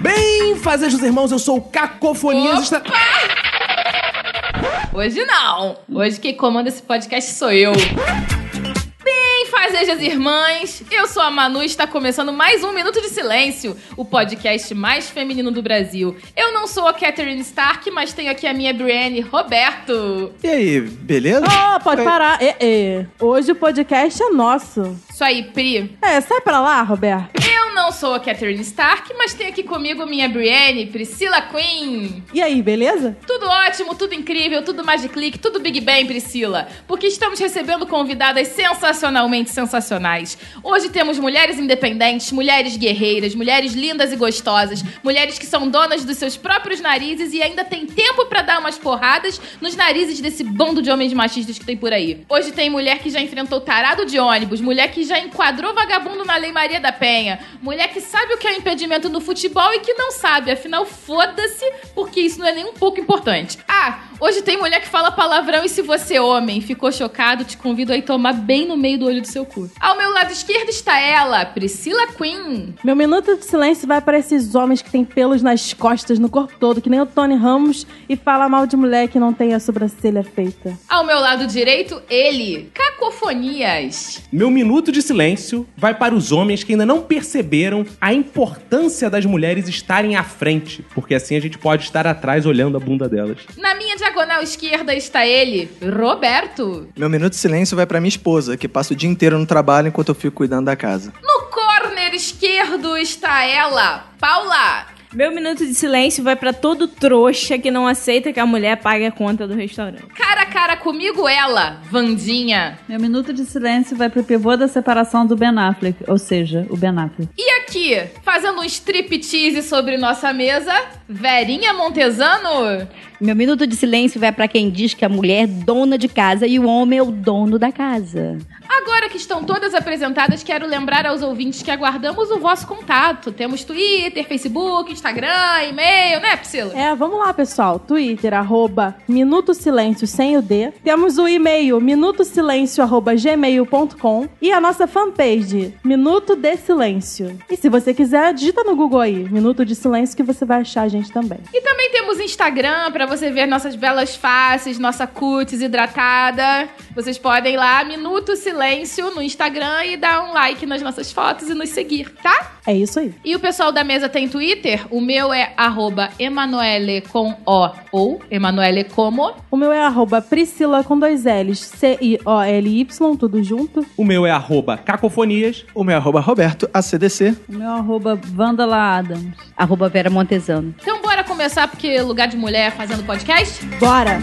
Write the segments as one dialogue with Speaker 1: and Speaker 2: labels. Speaker 1: Bem, fazejos irmãos, eu sou o Cacofonias. Está...
Speaker 2: Hoje não. Hoje quem comanda esse podcast sou eu. Bem, fazejas irmãs, eu sou a Manu e está começando mais um Minuto de Silêncio, o podcast mais feminino do Brasil. Eu não sou a Catherine Stark, mas tenho aqui a minha Brienne Roberto.
Speaker 1: E aí, beleza?
Speaker 3: Ah, pode parar. É, é. Hoje o podcast é nosso.
Speaker 2: Isso aí, Pri.
Speaker 3: É, sai pra lá, Roberto.
Speaker 2: Eu não sou a Catherine Stark, mas tenho aqui comigo minha Brienne, Priscila Queen.
Speaker 3: E aí, beleza?
Speaker 2: Tudo ótimo, tudo incrível, tudo Magic Click, tudo Big Bang, Priscila. Porque estamos recebendo convidadas sensacionalmente sensacionais. Hoje temos mulheres independentes, mulheres guerreiras, mulheres lindas e gostosas, mulheres que são donas dos seus próprios narizes e ainda tem tempo pra dar umas porradas nos narizes desse bando de homens machistas que tem por aí. Hoje tem mulher que já enfrentou tarado de ônibus, mulher que já enquadrou vagabundo na Lei Maria da Penha, mulher que sabe o que é impedimento no futebol e que não sabe, afinal foda-se, porque isso não é nem um pouco importante. Ah, hoje tem mulher que fala palavrão e se você, é homem, ficou chocado, te convido a ir tomar bem no meio do olho do seu cu. Ao meu lado esquerdo está ela, Priscila Queen.
Speaker 3: Meu minuto de silêncio vai para esses homens que têm pelos nas costas, no corpo todo, que nem o Tony Ramos, e fala mal de mulher que não tem a sobrancelha feita.
Speaker 2: Ao meu lado direito, ele, Cacofonias.
Speaker 4: Meu minuto de silêncio vai para os homens que ainda não perceberam a importância das mulheres estarem à frente, porque assim a gente pode estar atrás olhando a bunda delas.
Speaker 2: Na minha diagonal esquerda está ele, Roberto.
Speaker 5: Meu minuto de silêncio vai pra minha esposa, que passa o dia inteiro no trabalho enquanto eu fico cuidando da casa.
Speaker 2: No corner esquerdo está ela, Paula.
Speaker 6: Meu minuto de silêncio vai pra todo trouxa que não aceita que a mulher pague a conta do restaurante.
Speaker 2: Cara a cara comigo, ela, Vandinha.
Speaker 7: Meu minuto de silêncio vai pro pivô da separação do Ben Affleck, ou seja, o Ben Affleck.
Speaker 2: E aqui, fazendo um striptease sobre nossa mesa, Verinha Montesano.
Speaker 8: Meu minuto de silêncio vai pra quem diz que a mulher é dona de casa e o homem é o dono da casa.
Speaker 2: Agora que estão todas apresentadas, quero lembrar aos ouvintes que aguardamos o vosso contato. Temos Twitter, Facebook, Instagram, e-mail, né, Priscila?
Speaker 3: É, vamos lá, pessoal. Twitter, arroba Minuto Silêncio sem o D. Temos o e-mail minutosilêncio, arroba gmail.com e a nossa fanpage, Minuto de Silêncio. E se você quiser, digita no Google aí, Minuto de Silêncio, que você vai achar a gente também.
Speaker 2: E também temos Instagram pra você ver nossas belas faces, nossa cutis hidratada. Vocês podem ir lá, Minuto Silêncio, no Instagram e dar um like nas nossas fotos e nos seguir, tá?
Speaker 3: É isso aí.
Speaker 2: E o pessoal da mesa tem Twitter? O meu é arroba Emanuele com O ou Emanuele como.
Speaker 3: O meu é arroba Priscila com dois L's, C-I-O-L-Y, tudo junto.
Speaker 4: O meu é arroba cacofonias.
Speaker 5: O meu é arroba Roberto, ACDC.
Speaker 7: O meu arroba Vandala Adams.
Speaker 8: Arroba Vera Montesano.
Speaker 2: Então bora começar, porque lugar de mulher fazendo podcast?
Speaker 3: Bora!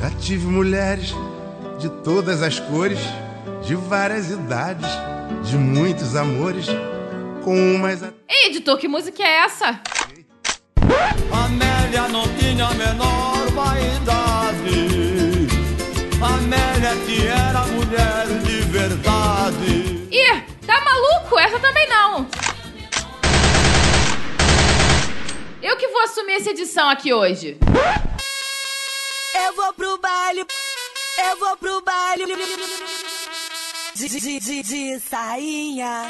Speaker 9: Já tive mulheres de todas as cores, de várias idades, de muitos amores, com umas até.
Speaker 2: Ei, editor, que música é essa?
Speaker 10: Amélia não tinha a menor vaidade. Amélia que era mulher de verdade.
Speaker 2: Ih, tá maluco? Essa também não. Eu que vou assumir essa edição aqui hoje.
Speaker 11: Eu vou pro baile, eu vou pro baile de, de, de, de sainha.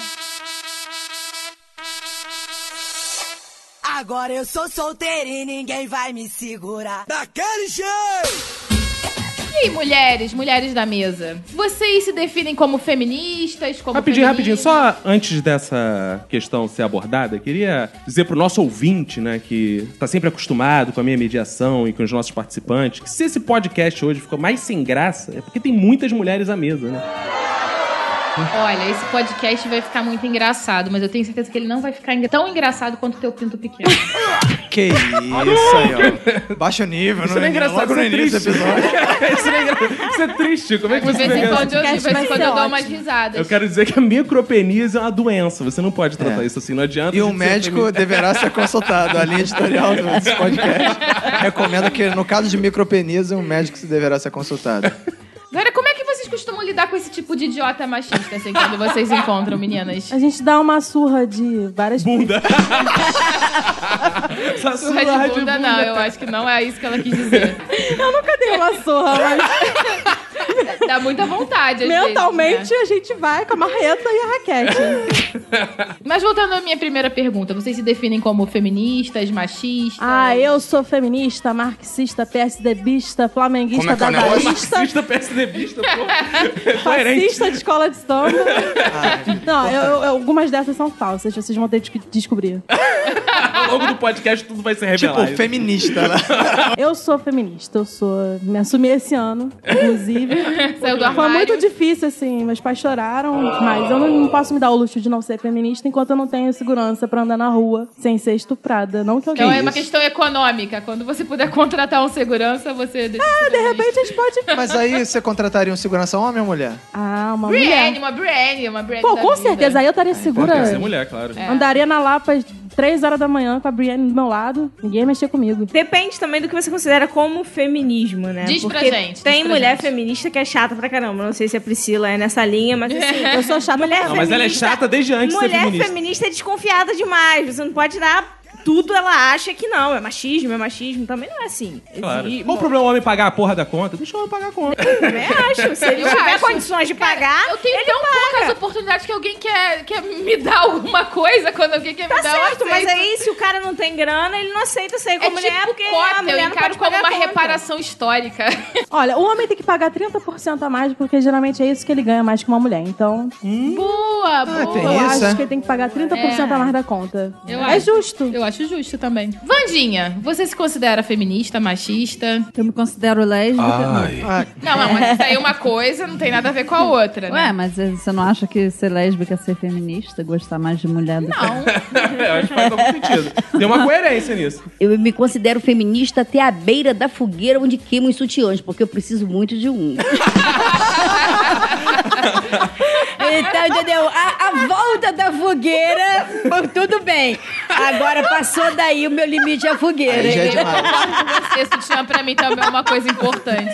Speaker 11: Agora eu sou solteira e ninguém vai me segurar.
Speaker 10: Daquele jeito!
Speaker 2: E aí, mulheres, mulheres da mesa? Vocês se definem como feministas, como
Speaker 4: Rapidinho, rapidinho,
Speaker 2: femininas?
Speaker 4: só antes dessa questão ser abordada, queria dizer pro nosso ouvinte, né, que tá sempre acostumado com a minha mediação e com os nossos participantes, que se esse podcast hoje ficou mais sem graça, é porque tem muitas mulheres à mesa, né?
Speaker 2: Olha, esse podcast vai ficar muito engraçado, mas eu tenho certeza que ele não vai ficar engra- tão engraçado quanto o teu pinto pequeno.
Speaker 5: Que isso aí, ó. Baixa o nível,
Speaker 4: Isso
Speaker 5: não
Speaker 4: não é engraçado,
Speaker 5: Logo
Speaker 4: isso
Speaker 5: no
Speaker 4: é
Speaker 5: início do
Speaker 4: triste.
Speaker 5: episódio.
Speaker 4: isso, é engra- isso é triste. Como é que
Speaker 2: De
Speaker 4: você
Speaker 2: vez em
Speaker 4: pega-
Speaker 2: quando eu, de vez em quando eu dou umas
Speaker 4: Eu
Speaker 2: risadas.
Speaker 4: quero dizer que a micropeníase é uma doença. Você não pode tratar isso assim, não adianta.
Speaker 5: É. E o médico deverá ser consultado. A linha editorial desse podcast recomenda que, no caso de micropeníase, um médico se deverá ser consultado.
Speaker 2: Galera, como é que vocês costumam lidar com esse tipo de idiota machista, assim, quando vocês encontram, meninas?
Speaker 3: A gente dá uma surra de várias bunda.
Speaker 2: Surra de bunda, não,
Speaker 3: né?
Speaker 2: eu acho que não é isso que ela quis dizer.
Speaker 3: Eu nunca dei uma surra, mas
Speaker 2: Dá muita vontade, às
Speaker 3: mentalmente
Speaker 2: vezes,
Speaker 3: a gente vai com a marreta e a raquete.
Speaker 2: né? Mas voltando à minha primeira pergunta, vocês se definem como feministas, machistas?
Speaker 3: Ah, eu sou feminista, marxista, PSDBista, flamenguista, dadaísta,
Speaker 4: Marxista, é PSDBista, pô.
Speaker 3: fascista de escola de samba.
Speaker 5: Ah,
Speaker 3: Não, eu- eu- algumas dessas são falsas, vocês vão ter que descobrir.
Speaker 4: Ao longo do podcast tudo vai ser revelado.
Speaker 5: Tipo, feminista, né?
Speaker 3: Eu sou feminista, eu sou. Me assumi esse ano, inclusive.
Speaker 2: Saiu do
Speaker 3: Foi
Speaker 2: armário.
Speaker 3: muito difícil, assim. Meus pais choraram, mas eu não, não posso me dar o luxo de não ser feminista enquanto eu não tenho segurança pra andar na rua sem ser estuprada. Não que alguém.
Speaker 2: Então é uma questão econômica. Quando você puder contratar um segurança, você... Ah,
Speaker 3: de repente a gente pode.
Speaker 5: Mas aí você contrataria um segurança homem ou mulher?
Speaker 3: Ah, uma mulher.
Speaker 2: Brienne, uma Brienne, uma Brienne
Speaker 3: Pô,
Speaker 2: da
Speaker 3: com
Speaker 2: vida.
Speaker 3: certeza, aí eu estaria
Speaker 4: Tem que
Speaker 3: segura.
Speaker 4: Ah, então ser mulher, claro.
Speaker 3: É. Andaria na Lapa às 3 horas da manhã com a Brienne do meu lado, ninguém ia mexer comigo.
Speaker 6: Depende também do que você considera como feminismo, né?
Speaker 2: Diz pra
Speaker 6: Porque
Speaker 2: gente, diz
Speaker 6: Tem
Speaker 2: pra
Speaker 6: mulher
Speaker 2: gente.
Speaker 6: feminista que é chata pra caramba. Não sei se a Priscila é nessa linha, mas assim,
Speaker 3: Eu sou chata
Speaker 6: mulher
Speaker 3: pra
Speaker 4: Não, mas ela é
Speaker 6: feminista-
Speaker 4: chata desde antes de ser
Speaker 6: Mulher
Speaker 4: feminista.
Speaker 6: feminista é desconfiada demais. Você não pode dar tudo ela acha que não. É machismo, é machismo. Também não é assim.
Speaker 4: Claro.
Speaker 6: Exi-
Speaker 4: Qual o problema é o homem pagar a porra da conta? Deixa o homem pagar a conta.
Speaker 6: Também acho. Se ele
Speaker 2: Eu
Speaker 6: tiver
Speaker 2: acho.
Speaker 6: condições de pagar,
Speaker 2: Eu tenho tão poucas oportunidades que alguém quer, quer me dar alguma coisa quando alguém quer
Speaker 6: Tá
Speaker 2: me dar eu
Speaker 6: certo, mas
Speaker 2: aceito.
Speaker 6: aí se o cara não tem grana, ele não aceita sair com
Speaker 2: É
Speaker 6: mulher
Speaker 2: tipo
Speaker 6: porque a
Speaker 2: cota, eu
Speaker 6: mulher não
Speaker 2: encaro
Speaker 6: pode
Speaker 2: como
Speaker 6: pagar
Speaker 2: uma
Speaker 6: a conta.
Speaker 2: reparação histórica.
Speaker 3: Olha, o homem tem que pagar 30% a mais, porque geralmente é isso que ele ganha mais que uma mulher. Então,
Speaker 6: Hum.
Speaker 4: Ah,
Speaker 2: Boa, boa.
Speaker 5: tem
Speaker 3: eu
Speaker 5: isso,
Speaker 3: acho
Speaker 5: é?
Speaker 3: que ele tem que pagar 30% a mais da conta.
Speaker 2: É. Eu
Speaker 3: é
Speaker 2: acho.
Speaker 3: justo.
Speaker 2: Eu acho justo também. Vandinha, você se considera feminista, machista?
Speaker 7: Eu me considero
Speaker 5: Ah,
Speaker 7: lésbica.
Speaker 12: Ai.
Speaker 2: Não, não, mas isso aí é uma coisa, não tem nada a ver com a outra,
Speaker 5: é.
Speaker 2: né?
Speaker 7: Ué, mas eh, você não acha que ser lésbica é ser feminista? Gostar mais de mulher do que
Speaker 2: Não.
Speaker 4: Eu acho que faz algum sentido. Tem uma coerência nisso.
Speaker 8: Eu me considero feminista até a beira da fogueira onde queimam os sutiãs, porque eu preciso muito de um. então, entendeu? A, a volta da fogueira, pô, tudo bem. Agora passou daí o meu limite à fogueira.
Speaker 5: Aí já é
Speaker 8: entendeu?
Speaker 5: demais.
Speaker 2: Você, sutiã, pra mim também é uma coisa importante.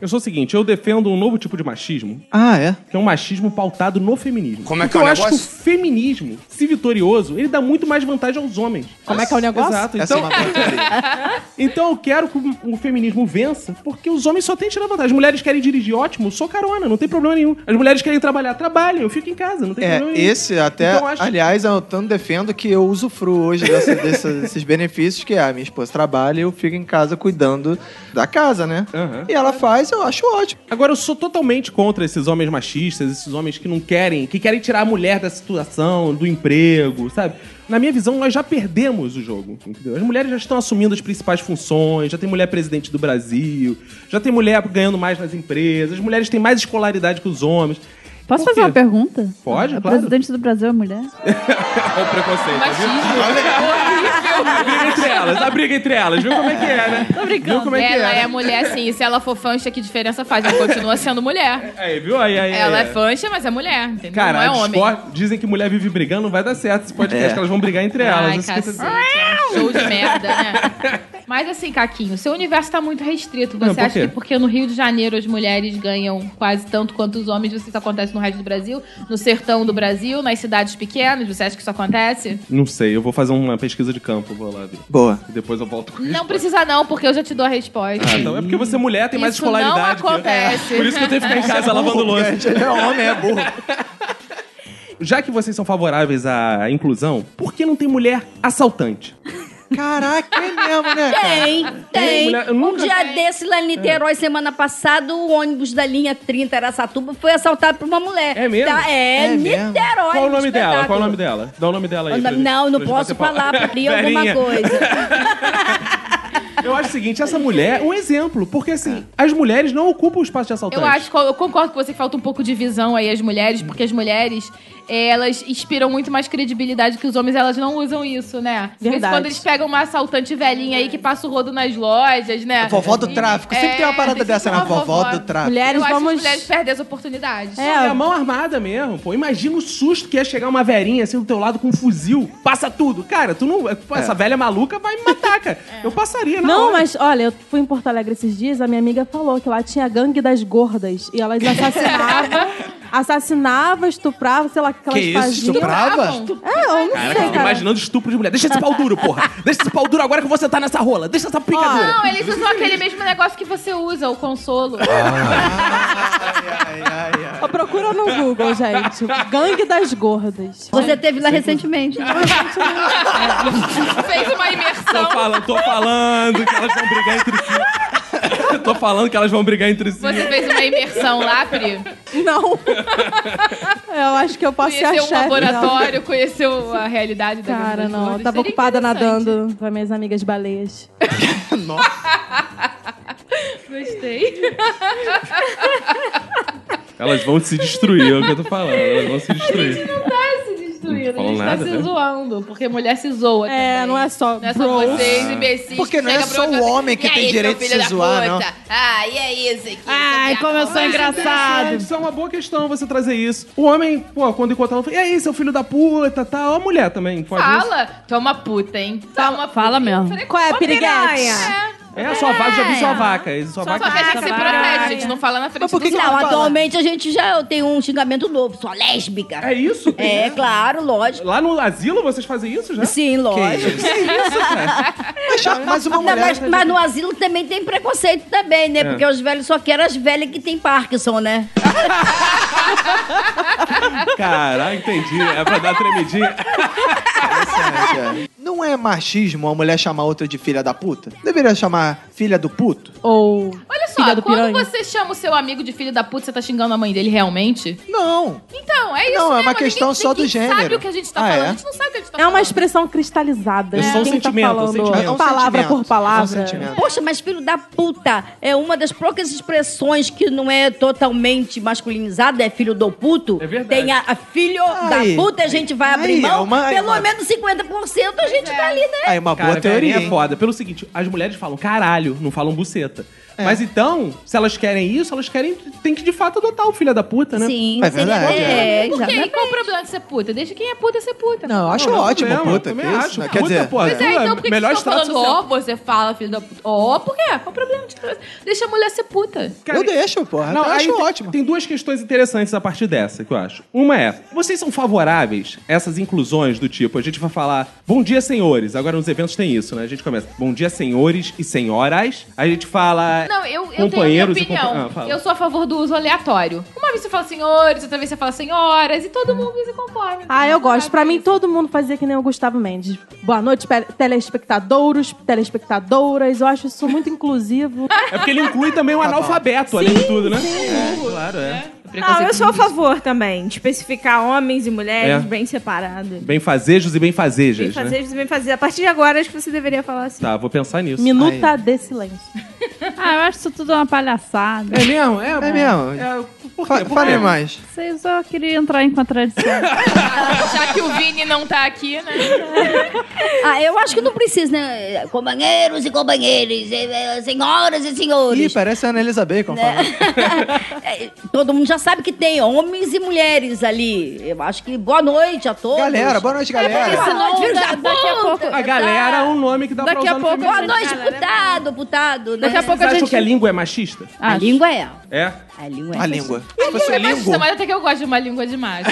Speaker 4: Eu sou o seguinte, eu defendo um novo tipo de machismo,
Speaker 5: Ah, é?
Speaker 4: que é um machismo pautado no feminismo.
Speaker 10: Como é que
Speaker 4: Porque
Speaker 10: é o
Speaker 4: eu acho que o
Speaker 10: negócio?
Speaker 4: feminismo, se vitorioso, ele dá muito mais vantagem aos homens.
Speaker 3: Como é que é o negócio?
Speaker 4: Exato.
Speaker 5: Essa é
Speaker 4: Então,
Speaker 5: uma boa teoria.
Speaker 4: então eu quero que o- o feminismo vença, porque os homens só têm que tirar vantagem. As mulheres querem dirigir, ótimo, sou carona, não tem problema nenhum. As mulheres querem trabalhar, trabalhem, eu fico em casa, não tem
Speaker 5: É,
Speaker 4: problema nenhum.
Speaker 5: esse até,
Speaker 4: Então, acho-
Speaker 5: aliás, eu tanto defendo que eu usufruo hoje dessa- dessa- desses benefícios que é, a minha esposa trabalha e eu fico em casa cuidando da casa, né?
Speaker 4: Aham.
Speaker 5: E ela faz, eu acho ótimo.
Speaker 4: Agora, eu sou totalmente contra esses homens machistas, esses homens que não querem, que querem tirar a mulher da situação, do emprego, sabe? Na minha visão, nós já perdemos o jogo, entendeu? As mulheres já estão assumindo as principais funções, já tem mulher presidente do Brasil, já tem mulher ganhando mais nas empresas, as mulheres têm mais escolaridade que os homens.
Speaker 7: Posso
Speaker 4: Por
Speaker 7: fazer
Speaker 4: quê?
Speaker 7: uma pergunta?
Speaker 4: Pode,
Speaker 7: A
Speaker 4: claro.
Speaker 7: presidente do Brasil é mulher?
Speaker 4: Olha o preconceito, tá
Speaker 2: Machismo.
Speaker 4: viu? A briga entre elas, a briga entre elas, viu como é que é, né? Tô brincando. Viu como é que
Speaker 2: ela
Speaker 4: é?
Speaker 2: é,
Speaker 4: né?
Speaker 2: mulher, sim. E se ela for fancha, que diferença faz? Ela continua sendo mulher.
Speaker 4: Aí, viu? Aí, aí, aí,
Speaker 2: Ela é
Speaker 4: aí.
Speaker 2: fancha, mas é mulher, entendeu?
Speaker 4: Cara,
Speaker 2: não é homem.
Speaker 4: discor- dizem que mulher vive brigando, não vai dar certo esse podcast,
Speaker 5: É.
Speaker 4: que elas vão brigar entre elas.
Speaker 2: Ai,
Speaker 4: Isso que eu tô
Speaker 2: cacete. é um Show de merda, né? Mas assim, Caquinho, seu universo tá muito restrito. Você
Speaker 4: Não, por
Speaker 2: acha
Speaker 4: quê?
Speaker 2: que porque no Rio de Janeiro as mulheres ganham quase tanto quanto os homens, isso acontece no resto do Brasil? No sertão do Brasil, nas cidades pequenas, você acha que isso acontece?
Speaker 4: Não sei, eu vou fazer uma pesquisa de campo, vou lá ver.
Speaker 5: Boa.
Speaker 4: E depois eu volto com isso.
Speaker 2: Não precisa não, porque eu já te dou a resposta.
Speaker 4: Ah, então é porque você é mulher, tem mais
Speaker 2: Isso não
Speaker 4: escolaridade. que eu.
Speaker 2: acontece.
Speaker 4: Por isso que eu tenho que ficar em casa lavando louça.
Speaker 5: Ele é homem, é burro.
Speaker 4: Já que vocês são favoráveis à inclusão, por que não tem mulher assaltante?
Speaker 5: Caraca, é mesmo, né, cara?
Speaker 8: Tem,
Speaker 4: Tem,
Speaker 8: tem.
Speaker 4: mulher, eu
Speaker 8: um
Speaker 4: nunca- É.
Speaker 8: dia desse lá em Niterói, semana passada, o ônibus da linha 30 Araçatuba foi assaltado por uma mulher.
Speaker 4: É mesmo?
Speaker 8: Tá, é,
Speaker 5: É mesmo?
Speaker 8: Niterói.
Speaker 4: Qual o nome
Speaker 8: um
Speaker 4: dela? Qual o nome
Speaker 8: espetáculo.
Speaker 4: dela? Dá o nome dela aí.
Speaker 8: O
Speaker 4: pra
Speaker 8: nome-
Speaker 4: gente-
Speaker 8: Não, não
Speaker 4: pra gente bater
Speaker 8: posso
Speaker 4: papo.
Speaker 8: falar, porque alguma
Speaker 4: Verinha.
Speaker 8: coisa.
Speaker 4: Eu acho o seguinte, essa mulher é um exemplo, porque assim, as mulheres não ocupam o espaço de assaltante.
Speaker 2: Eu acho, que- eu concordo com você que falta um pouco de visão aí às mulheres, porque as mulheres, eh, elas inspiram muito mais credibilidade que os homens, elas não usam isso, né? De vez em
Speaker 5: Verdade.
Speaker 2: Quando eles pegam uma assaltante velhinha aí que passa o rodo nas lojas, né? É,
Speaker 5: A vovó do tráfico. Sempre tem uma parada dessa, né? A vovó do tráfico.
Speaker 2: Mulheres, eu acho que
Speaker 4: vamos-
Speaker 2: as mulheres perdem as oportunidades.
Speaker 4: É, a mão armada mesmo, pô. Imagina o susto que ia chegar uma velhinha assim do teu lado com um fuzil, passa tudo. Cara, tu não. pô, Essa velha maluca vai me matar, cara. Eu passaria, na
Speaker 3: Não,
Speaker 4: hora.
Speaker 3: mas olha, eu fui em Porto Alegre esses dias, a minha amiga falou que lá tinha a gangue das gordas. E elas assassinavam, assassinavam, estupravam, sei lá o que elas
Speaker 4: Que isso,
Speaker 3: faziam.
Speaker 5: Ah,
Speaker 2: Ah,
Speaker 4: estuprava?
Speaker 3: É, eu não
Speaker 4: Cara,
Speaker 3: sei,
Speaker 4: eu tô
Speaker 3: cara.
Speaker 4: imaginando estupro de mulher. Deixa esse pau duro, porra. Deixa esse pau duro agora que eu vou sentar nessa rola. Deixa essa picadura.
Speaker 2: Não, eles usam aquele mesmo negócio que você usa, o consolo.
Speaker 5: Ah.
Speaker 3: Ó, Procura no Google, gente. Gangue das gordas.
Speaker 8: Você teve lá recentemente.
Speaker 2: Fez uma imersão.
Speaker 4: Tô falando, tô falando que elas vão brigar entre si. tô falando que elas vão brigar entre si.
Speaker 2: Você fez uma imersão lá, Pri?
Speaker 3: Não. É, Eu acho que eu posso ser a
Speaker 2: Conheceu um
Speaker 3: chefe dela.
Speaker 2: laboratório, conheceu a realidade da
Speaker 3: Cara,
Speaker 2: vida
Speaker 3: não.
Speaker 2: das
Speaker 3: Eu tava
Speaker 2: Seria
Speaker 3: ocupada
Speaker 2: interessante.
Speaker 3: nadando com as minhas amigas baleias.
Speaker 2: Gostei.
Speaker 4: Elas vão se destruir, é o que eu tô falando. Elas vão se destruir.
Speaker 2: não tá se destruindo, a
Speaker 4: Não
Speaker 2: gente
Speaker 4: falam
Speaker 2: tá
Speaker 4: nada,
Speaker 2: se
Speaker 4: né?
Speaker 2: zoando. Porque mulher se zoa. É,
Speaker 3: não é só.
Speaker 2: Não é só
Speaker 5: bros.
Speaker 2: vocês, imbecis.
Speaker 5: Porque não é
Speaker 2: chega pra
Speaker 5: só
Speaker 2: outra
Speaker 5: o
Speaker 2: e-
Speaker 5: homem que
Speaker 2: "E aí,
Speaker 5: tem
Speaker 2: seu
Speaker 5: direito de
Speaker 2: filho
Speaker 5: se
Speaker 2: da
Speaker 5: zoar,
Speaker 2: puta?
Speaker 5: não.
Speaker 2: Ah, e aí, esse aqui?
Speaker 6: Ai, como eu sou engraçado.
Speaker 4: Isso é uma boa questão você trazer isso. O homem, pô, quando encontrar, ela fala, e aí, seu filho da puta, tá? Ó, a mulher também. Pode
Speaker 2: Fala. Tu é uma puta, hein? Fala, fala mesmo.
Speaker 3: Qual é a piriguete?
Speaker 4: É, a sua vaca, já vi sua vaca. E Sua
Speaker 2: Só
Speaker 5: é
Speaker 4: vaca.
Speaker 2: que a gente se protege, a gente não fala na frente
Speaker 8: Porque
Speaker 2: dos
Speaker 8: não,
Speaker 2: outros.
Speaker 8: atualmente a gente já tem um xingamento novo, sou lésbica.
Speaker 4: É isso?
Speaker 8: É, claro, lógico.
Speaker 4: Lá no asilo vocês fazem isso já?
Speaker 8: Sim, lógico.
Speaker 4: Que isso, cara?
Speaker 8: Mas,
Speaker 4: uma mulher-
Speaker 8: mas, mas no asilo também tem preconceito também, né?
Speaker 4: É.
Speaker 8: Porque os velhos só querem as velhas que têm Parkinson, né?
Speaker 4: Caralho, entendi. É pra dar tremidinha.
Speaker 5: Não é machismo a mulher chamar outra de filha da puta? Deveria chamar filha do puto?
Speaker 3: Ou.
Speaker 2: Olha só, quando você chama o seu amigo de filho da puta, você tá xingando a mãe dele realmente?
Speaker 5: Não.
Speaker 2: Então, é isso
Speaker 5: Não, é uma
Speaker 2: mesmo,
Speaker 5: questão
Speaker 2: ninguém-
Speaker 5: só do
Speaker 2: ninguém sabe
Speaker 5: gênero.
Speaker 2: o que a gente tá
Speaker 5: Ah, é?
Speaker 2: falando, a gente não sabe o que a gente tá
Speaker 3: É uma expressão cristalizada.
Speaker 5: É só um
Speaker 3: Quem tá
Speaker 5: sentimento, um
Speaker 3: falando
Speaker 5: sentimento. É um
Speaker 3: Palavra
Speaker 5: sentimento,
Speaker 3: por palavra.
Speaker 5: é um sentimento.
Speaker 8: Poxa, mas filho da puta é uma das poucas expressões que não é totalmente masculinizada, é filho do puto. É verdade. Tem a, a filho
Speaker 5: Aí,
Speaker 8: da puta, a gente vai
Speaker 5: aí,
Speaker 8: abrir mão.
Speaker 5: é uma- é
Speaker 8: pelo
Speaker 5: uma-
Speaker 8: menos 50% a gente tá ali, né?
Speaker 5: Aí, uma
Speaker 4: Cara,
Speaker 5: boa teoria.
Speaker 4: velhinha é
Speaker 5: hein?
Speaker 4: foda. Pelo seguinte, as mulheres falam caralho, não falam buceta. Mas então, se elas querem isso, elas querem. Tem que de fato adotar o filho da puta, né?
Speaker 8: Sim, É seria- verdade, é. é,
Speaker 2: Por quê? E
Speaker 8: exatamente.
Speaker 2: qual o problema de ser puta? Deixa quem é puta ser puta.
Speaker 5: Não, eu acho
Speaker 4: Não, não
Speaker 5: ótimo,
Speaker 4: tem problema,
Speaker 5: puta.
Speaker 4: eu
Speaker 5: Que
Speaker 4: também
Speaker 5: isso,
Speaker 4: acho.
Speaker 5: né? Quer dizer,
Speaker 4: Puta,
Speaker 2: Pois é, então por que, que
Speaker 4: melhor
Speaker 2: vocês estão
Speaker 4: extrato
Speaker 2: falando,
Speaker 5: é
Speaker 2: ó,
Speaker 4: social.
Speaker 2: você fala, filho da puta. Ó, por quê? Qual o problema? de você? Deixa a mulher ser puta.
Speaker 5: Eu deixo, porra.
Speaker 4: Não,
Speaker 5: eu
Speaker 4: aí
Speaker 5: acho
Speaker 4: tem,
Speaker 5: ótimo.
Speaker 4: Tem duas questões interessantes a partir dessa, que eu acho. Uma é, vocês são favoráveis a essas inclusões do tipo, a gente vai falar, bom dia, senhores. Agora nos eventos tem isso, né? A gente começa, bom dia, senhores e senhoras. A gente fala...
Speaker 2: Não, eu, eu tenho a minha
Speaker 4: companheiros e compa-
Speaker 2: opinião.
Speaker 4: Ah, fala.
Speaker 2: eu sou a favor do uso aleatório. Uma vez você fala senhores, outra vez você fala senhoras, e todo mundo se então, conforme.
Speaker 3: Ah, eu gosto. Pra mim, todo mundo fazia que nem o Gustavo Mendes. Boa noite, pe- telespectadouros, telespectadoras. Eu acho isso muito inclusivo.
Speaker 6: Ah,
Speaker 4: É porque ele inclui também o
Speaker 2: Tá
Speaker 4: analfabeto, além de tudo, né? É, claro, é.
Speaker 6: Não, eu sou a favor também de especificar homens e mulheres
Speaker 4: É.
Speaker 6: bem separados.
Speaker 4: Bem-fazejos e bem-fazejas,
Speaker 6: Bem
Speaker 4: né?
Speaker 6: fazer, bem fazer. A partir de agora, acho que você deveria falar assim.
Speaker 4: Tá, vou pensar nisso.
Speaker 3: de silêncio.
Speaker 7: ah, eu acho isso tudo uma palhaçada.
Speaker 4: É mesmo? É,
Speaker 5: É mesmo?
Speaker 4: por
Speaker 5: Fa- Fale mais.
Speaker 7: Sei, eu só queria entrar em contradição.
Speaker 3: tá.
Speaker 2: Já que o Vini não tá aqui, né?
Speaker 8: Ah, eu acho que não precisa, né? Companheiros e companheiras, eh, eh, senhoras e
Speaker 5: Ih,
Speaker 8: senhores.
Speaker 5: parece a Ana Elisa Bacon falando.
Speaker 8: Todo mundo já sabe que tem homens e mulheres ali. Eu acho que boa noite a todos.
Speaker 5: Galera, boa noite, galera.
Speaker 8: É porque senão
Speaker 5: Boa noite,
Speaker 8: da-
Speaker 5: da-
Speaker 8: daqui a pouco.
Speaker 4: A galera é um nome que dá pra
Speaker 8: Daqui
Speaker 4: usar
Speaker 8: a
Speaker 4: no
Speaker 8: pouco. Boa
Speaker 4: feminino.
Speaker 8: noite, putado, putado. né?
Speaker 4: Vocês acham que a língua é machista?
Speaker 8: A língua é.
Speaker 4: É?
Speaker 8: A língua
Speaker 4: é A língua.
Speaker 2: A
Speaker 8: Tipo assim,
Speaker 2: língua é machista, mas até que eu gosto de uma língua de macho.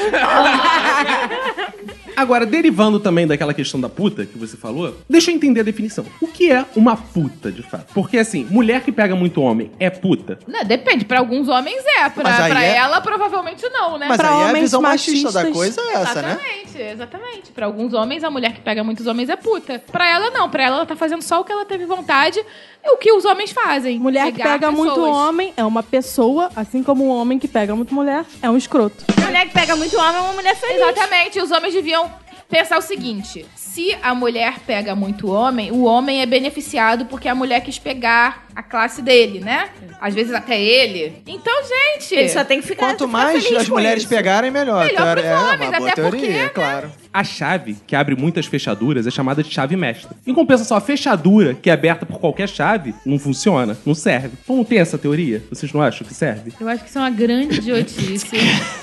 Speaker 4: Agora, derivando também daquela questão da puta que você falou, deixa eu entender a definição. O que é uma puta, de fato? Porque, assim, mulher que pega muito homem é puta.
Speaker 2: Não, depende, pra alguns homens é,
Speaker 4: Mas
Speaker 2: pra,
Speaker 4: aí
Speaker 2: pra
Speaker 4: é-
Speaker 2: ela provavelmente não, né?
Speaker 4: Mas
Speaker 2: pra
Speaker 4: aí é a
Speaker 2: homens
Speaker 4: visão machista
Speaker 2: machistas.
Speaker 4: da coisa é essa, né?
Speaker 2: Exatamente, exatamente. Pra alguns homens, a mulher que pega muitos homens é puta. Pra ela não, pra ela ela tá fazendo só o que ela teve vontade e o que os homens fazem.
Speaker 3: Mulher que pega muito homem é uma pessoa, assim como um homem que pega muito mulher é um escroto.
Speaker 6: Mulher que pega muito homem é uma mulher feliz.
Speaker 2: Exatamente, os homens deviam pensar o seguinte: se a mulher pega muito homem, o homem é beneficiado porque a mulher quis pegar a classe dele, né? Às vezes até ele. Então, gente.
Speaker 6: Ele só tem que ficar-
Speaker 5: Quanto mais
Speaker 2: feliz
Speaker 5: as
Speaker 2: com
Speaker 5: mulheres
Speaker 2: isso.
Speaker 5: pegarem, melhor.
Speaker 2: Melhor
Speaker 5: Então,
Speaker 2: pros
Speaker 5: é
Speaker 2: homens,
Speaker 5: uma boa
Speaker 2: até porque,
Speaker 5: teoria, claro.
Speaker 4: A chave, que abre muitas fechaduras, é chamada de chave mestra. Em compensação, a fechadura, que é aberta por qualquer chave, não funciona, não serve. Vamos ter essa teoria? Vocês não acham que serve?
Speaker 13: Eu acho que isso é uma grande idiotice.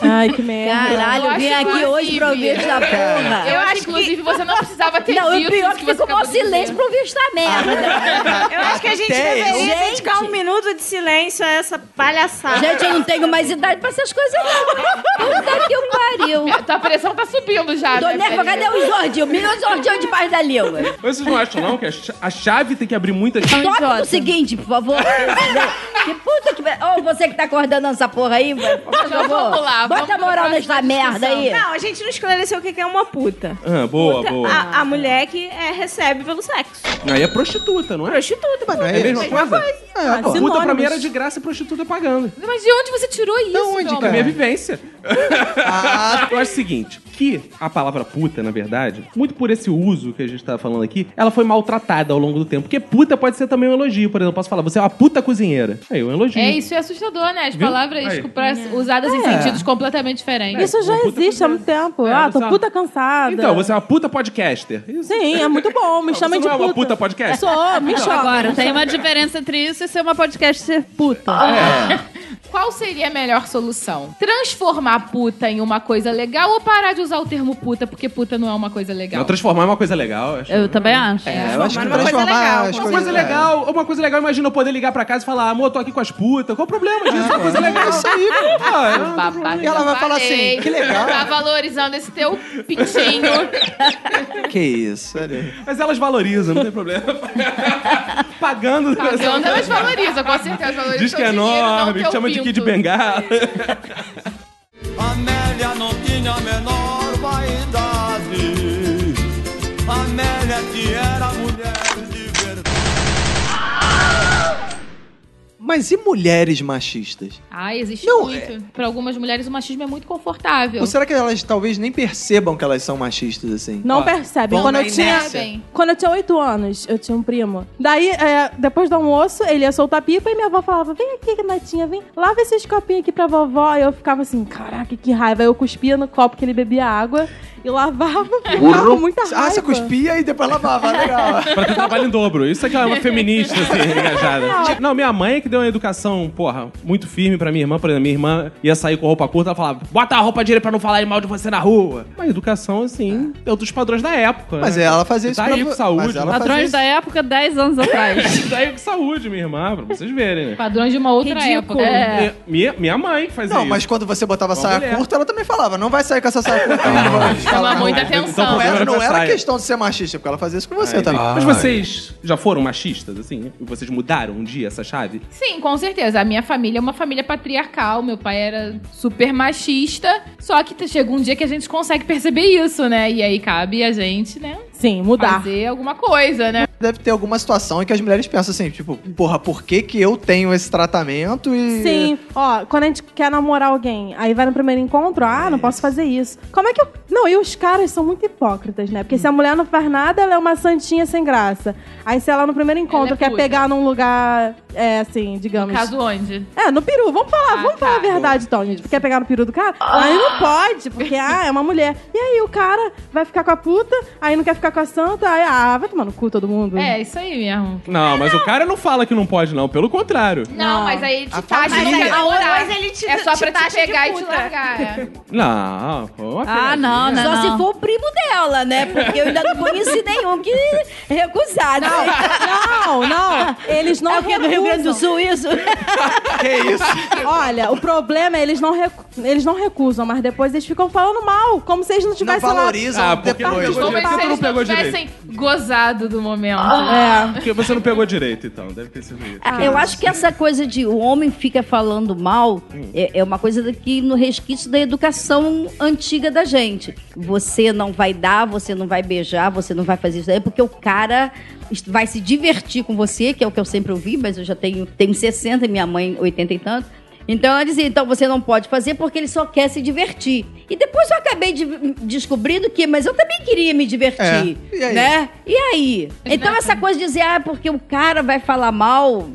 Speaker 3: Ai, que merda.
Speaker 8: Caralho,
Speaker 13: Eu acho,
Speaker 8: vim aqui hoje pra ouvir essa porra.
Speaker 2: Eu acho, inclusive, que você não precisava ter
Speaker 8: Não,
Speaker 2: dito
Speaker 8: e o pior
Speaker 2: isso
Speaker 8: é que
Speaker 2: você
Speaker 8: ficou mó
Speaker 2: acabou de
Speaker 8: silêncio
Speaker 2: dizer.
Speaker 8: pra ouvir esta merda.
Speaker 6: Eu acho que a gente
Speaker 8: Até eu.
Speaker 6: deveria
Speaker 8: Gente.
Speaker 6: dedicar um minuto de silêncio a essa
Speaker 3: tá-
Speaker 6: palhaçada.
Speaker 8: Gente, eu não tenho mais idade pra essas coisas, não. Puta que o pariu.
Speaker 2: Tua pressão tá subindo já,
Speaker 8: Tô
Speaker 2: né,
Speaker 8: nervosa.
Speaker 2: Felipe?
Speaker 8: Cadê o Jordinho? Milhão de Jordinho debaixo da língua.
Speaker 4: Mas vocês não acham, não, que a cha- a chave tem que abrir muitas...
Speaker 8: Toca o seguinte, por favor. que puta que... Ô, você que tá acordando nessa porra aí, velho, por favor.
Speaker 6: vamos lá,
Speaker 8: Bota
Speaker 6: vamos
Speaker 8: moral nessa merda aí.
Speaker 6: Não, a gente não esclareceu o que que é uma puta.
Speaker 4: Ah, boa, boa.
Speaker 6: A, a mulher que é, recebe pelo sexo.
Speaker 4: Aí é prostituta, não é?
Speaker 6: Prostituta, mas
Speaker 4: não é a mesma coisa? É, pô. Puta pra mim era de graça e prostituta pagando.
Speaker 2: Mas de onde você tirou isso? É, meu
Speaker 4: Da
Speaker 2: amor?
Speaker 4: é?
Speaker 6: É.
Speaker 4: minha vivência.
Speaker 6: Ah.
Speaker 4: Eu acho o seguinte, que a palavra puta, na verdade, muito por esse uso que a gente tá falando aqui, ela foi maltratada ao longo do tempo. Porque puta pode ser também um elogio. Por exemplo, eu posso falar, você é uma puta cozinheira. Aí, um elogio.
Speaker 13: É, isso é assustador, né? As
Speaker 4: Viu?
Speaker 13: palavras
Speaker 4: Aí.
Speaker 13: pra- usadas em
Speaker 4: É.
Speaker 13: sentidos completamente diferentes.
Speaker 3: É, Isso já existe há muito tempo.
Speaker 4: É,
Speaker 3: ah, tô
Speaker 4: você é-
Speaker 3: puta cansada.
Speaker 4: Então, você é uma puta podcaster.
Speaker 3: Sim, é muito bom. Me chamem de
Speaker 4: você não é
Speaker 3: puta.
Speaker 4: uma puta podcast?
Speaker 3: Sou, me
Speaker 4: Então,
Speaker 3: chama.
Speaker 13: Agora,
Speaker 3: me
Speaker 13: tem
Speaker 8: é-
Speaker 3: chama.
Speaker 13: uma diferença entre isso e ser uma podcast ser puta.
Speaker 4: É.
Speaker 2: Qual seria a melhor solução? Transformar a puta em uma coisa legal ou parar de usar o termo puta porque puta não é uma coisa legal?
Speaker 4: Não, transformar é uma coisa legal. Eu, acho.
Speaker 13: Eu também acho.
Speaker 4: É, eu acho que
Speaker 5: Transformar numa coisa
Speaker 4: transformar
Speaker 5: legal,
Speaker 4: as
Speaker 5: uma
Speaker 4: coisas-
Speaker 5: coisa
Speaker 4: legal. Uma coisa legal, imagina eu poder ligar pra casa e falar, amor, tô aqui com as putas. Qual o problema disso? É uma coisa legal. Isso aí, pô. Ah,
Speaker 2: Babaca,
Speaker 4: E ela vai falar
Speaker 2: falei.
Speaker 4: assim, que legal.
Speaker 2: Tá valorizando esse teu pintinho.
Speaker 4: Que isso, Mas elas valorizam, não tem problema. Pagando.
Speaker 2: Pagando,
Speaker 4: é
Speaker 2: Tá elas valorizam, com certeza. Valorizam
Speaker 4: Diz que é
Speaker 2: seu dinheiro, não o
Speaker 4: enorme,
Speaker 2: teu
Speaker 4: chama de
Speaker 2: pinto.
Speaker 4: Kid Bengala.
Speaker 10: Amélia não tinha a menor vaidade. Amélia que era mulher de verdade.
Speaker 5: Mas e mulheres machistas?
Speaker 13: Ah, existe muito.
Speaker 4: é.
Speaker 13: Pra algumas mulheres o machismo é muito confortável.
Speaker 5: Ou será que elas talvez nem percebam que elas são machistas assim?
Speaker 3: Não
Speaker 5: Ó,
Speaker 3: percebe.
Speaker 5: vão
Speaker 3: Quando
Speaker 4: é
Speaker 5: na
Speaker 2: né?
Speaker 3: eu, tinha,
Speaker 5: inércia.
Speaker 3: quando eu tinha 8 anos, eu tinha um primo. Daí, é, depois do almoço, ele ia soltar pipa e minha avó falava: Vem aqui, Natinha, vem, lava esses copinhos aqui pra vovó. E eu ficava assim: Caraca, que raiva. Aí eu cuspia no copo que ele bebia água e lavava. Ficava com muita raiva.
Speaker 5: Ah, você cuspia e depois lavava, legal.
Speaker 4: pra ter trabalho em dobro. Isso aqui é uma feminista, assim, engajada. Não, minha mãe é que deu uma educação, porra, muito firme pra minha irmã. Por exemplo, minha irmã ia sair com roupa curta, ela falava, bota a roupa direita pra não falar mal de você na rua. Uma educação, assim, é outros padrões da época.
Speaker 5: Mas
Speaker 4: né?
Speaker 5: ela fazia isso
Speaker 4: Tá
Speaker 5: pra
Speaker 4: aí
Speaker 5: vo-
Speaker 4: com saúde.
Speaker 5: mas ela
Speaker 13: Padrões da época, 10 anos atrás.
Speaker 4: Tá aí com saúde, minha irmã, pra vocês verem, né?
Speaker 13: Padrões de uma outra
Speaker 2: Ridículo.
Speaker 13: época.
Speaker 4: Minha- Minha, minha mãe que fazia
Speaker 5: É. Não,
Speaker 4: isso.
Speaker 5: mas quando você botava
Speaker 4: Uma
Speaker 5: saia
Speaker 4: mulher.
Speaker 5: curta, ela também falava, não vai sair com essa saia curta. não vai
Speaker 4: Chama
Speaker 5: falar, não.
Speaker 4: muita atenção. Então, o
Speaker 5: Não
Speaker 4: problema
Speaker 5: era,
Speaker 4: era
Speaker 5: não
Speaker 4: a
Speaker 5: era
Speaker 4: saia. É,
Speaker 5: questão de ser machista, porque ela fazia isso com você
Speaker 4: Aí,
Speaker 5: também.
Speaker 4: Mas vocês já foram machistas, assim? Vocês mudaram um dia essa chave?
Speaker 2: Sim, com certeza. A minha família é uma família patriarcal. Meu pai era super machista. Só que chega um dia que a gente consegue perceber isso, né? E aí cabe a gente, né?
Speaker 3: Sim, mudar.
Speaker 2: Fazer alguma coisa, né?
Speaker 5: Deve ter alguma situação em que as mulheres pensam assim, tipo, porra, por que que eu tenho esse tratamento e...
Speaker 3: Sim, ó, quando a gente quer namorar alguém, aí vai no primeiro encontro, ah, não posso fazer isso. Como é que eu. Não, e os caras são muito hipócritas, né? Porque se a mulher não faz nada, ela é uma santinha sem graça. Aí se ela no primeiro encontro quer
Speaker 2: puta.
Speaker 3: pegar num lugar, é assim, digamos.
Speaker 2: Caso onde?
Speaker 3: É, no peru, vamos falar, vamos falar a verdade, então, gente. Quer pegar no peru do cara? Aí não pode, porque, ah, é uma mulher. E aí o cara vai ficar com a puta, aí não quer ficar com a santa, aí, ah, vai tomar no cu todo mundo.
Speaker 2: É, isso aí mesmo.
Speaker 4: Não, mas o cara não fala que não pode, não. Pelo contrário.
Speaker 2: Não, mas aí ele te taxa
Speaker 6: família.
Speaker 2: de
Speaker 6: Mas
Speaker 2: namorar.
Speaker 6: depois ele te-
Speaker 2: É só
Speaker 6: te
Speaker 2: pra te
Speaker 6: taxa de
Speaker 2: pegar e te
Speaker 6: puta.
Speaker 2: largar. é.
Speaker 4: Não, pô,
Speaker 8: Ah, não,
Speaker 13: não,
Speaker 8: Só
Speaker 13: não.
Speaker 8: se for o primo dela, né? Porque eu ainda não conheci nenhum que recusar, né?
Speaker 3: Não, não. Eles não
Speaker 8: É o quê? Do Rio Grande do
Speaker 3: recusam.
Speaker 8: Sul, isso?
Speaker 5: Que isso?
Speaker 3: Olha, o problema é eles não, recu- eles não recusam, mas depois eles ficam falando mal, como se eles não tivessem lá-
Speaker 4: Ah, porque
Speaker 3: depois.
Speaker 4: não
Speaker 2: Como se
Speaker 4: pegou direito. Por que tu não
Speaker 2: eles não
Speaker 4: pegou
Speaker 2: tivessem
Speaker 4: direito?
Speaker 2: gozado do momento.
Speaker 8: É.
Speaker 4: Porque você não pegou direito, então. Deve ter sido isso.
Speaker 14: Ah,
Speaker 8: Eu acho que essa coisa de o homem fica falando mal
Speaker 14: Hum.
Speaker 8: é, é uma coisa que no resquício da educação antiga da gente. Você não vai dar, você não vai beijar, você não vai fazer isso aí, porque o cara est- vai se divertir com você, que é o que eu sempre ouvi, mas eu já tenho, tenho 60 e minha mãe 80 e tanto. Então ela dizia, então você não pode fazer porque ele só quer se divertir. E depois eu acabei de- descobrindo que, mas eu também queria me divertir,
Speaker 14: É. E aí?
Speaker 8: né? E aí? Então essa coisa de dizer, ah, porque o cara vai falar mal,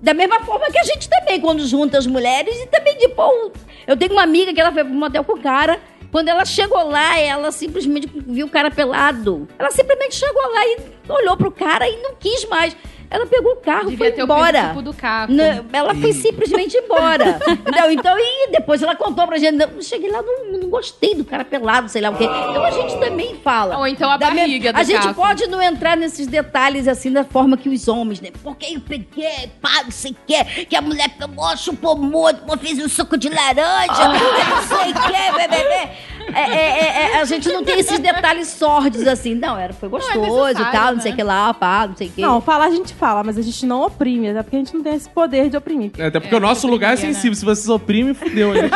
Speaker 8: da mesma forma que a gente também, quando junta as mulheres, e também, tipo, eu tenho uma amiga que ela foi pro motel com o cara. Quando ela chegou lá, ela simplesmente viu o cara pelado. Ela simplesmente chegou lá e olhou pro cara e não quis mais. Ela pegou o carro e foi
Speaker 2: ter o tipo
Speaker 8: embora.
Speaker 2: princípio do caco.
Speaker 8: Não, ela foi simplesmente embora. Não, então, e depois ela contou pra gente. "Não, cheguei lá, não, não gostei do cara pelado, sei lá o quê. Então a gente também fala. Ou então a
Speaker 2: barriga do
Speaker 8: A gente
Speaker 2: caco.
Speaker 8: pode não entrar nesses detalhes assim da forma que os homens, né? Porque eu peguei, pá, não sei o quê, que a mulher pegou, chupou muito, pô, fez um suco de laranja, não sei o quê, bê, bê, bê. É, é, é, é, a gente não tem esses detalhes sórdios assim. Não, era, foi gostoso e
Speaker 3: necessário,
Speaker 8: tal, não sei o que lá, pá, não sei o quê.
Speaker 3: Não, falar a gente fala, mas a gente não oprime, até porque a gente não tem esse poder de oprimir.
Speaker 4: É, Até porque o nosso lugar é sensível. Se vocês oprimem, fudeu. A gente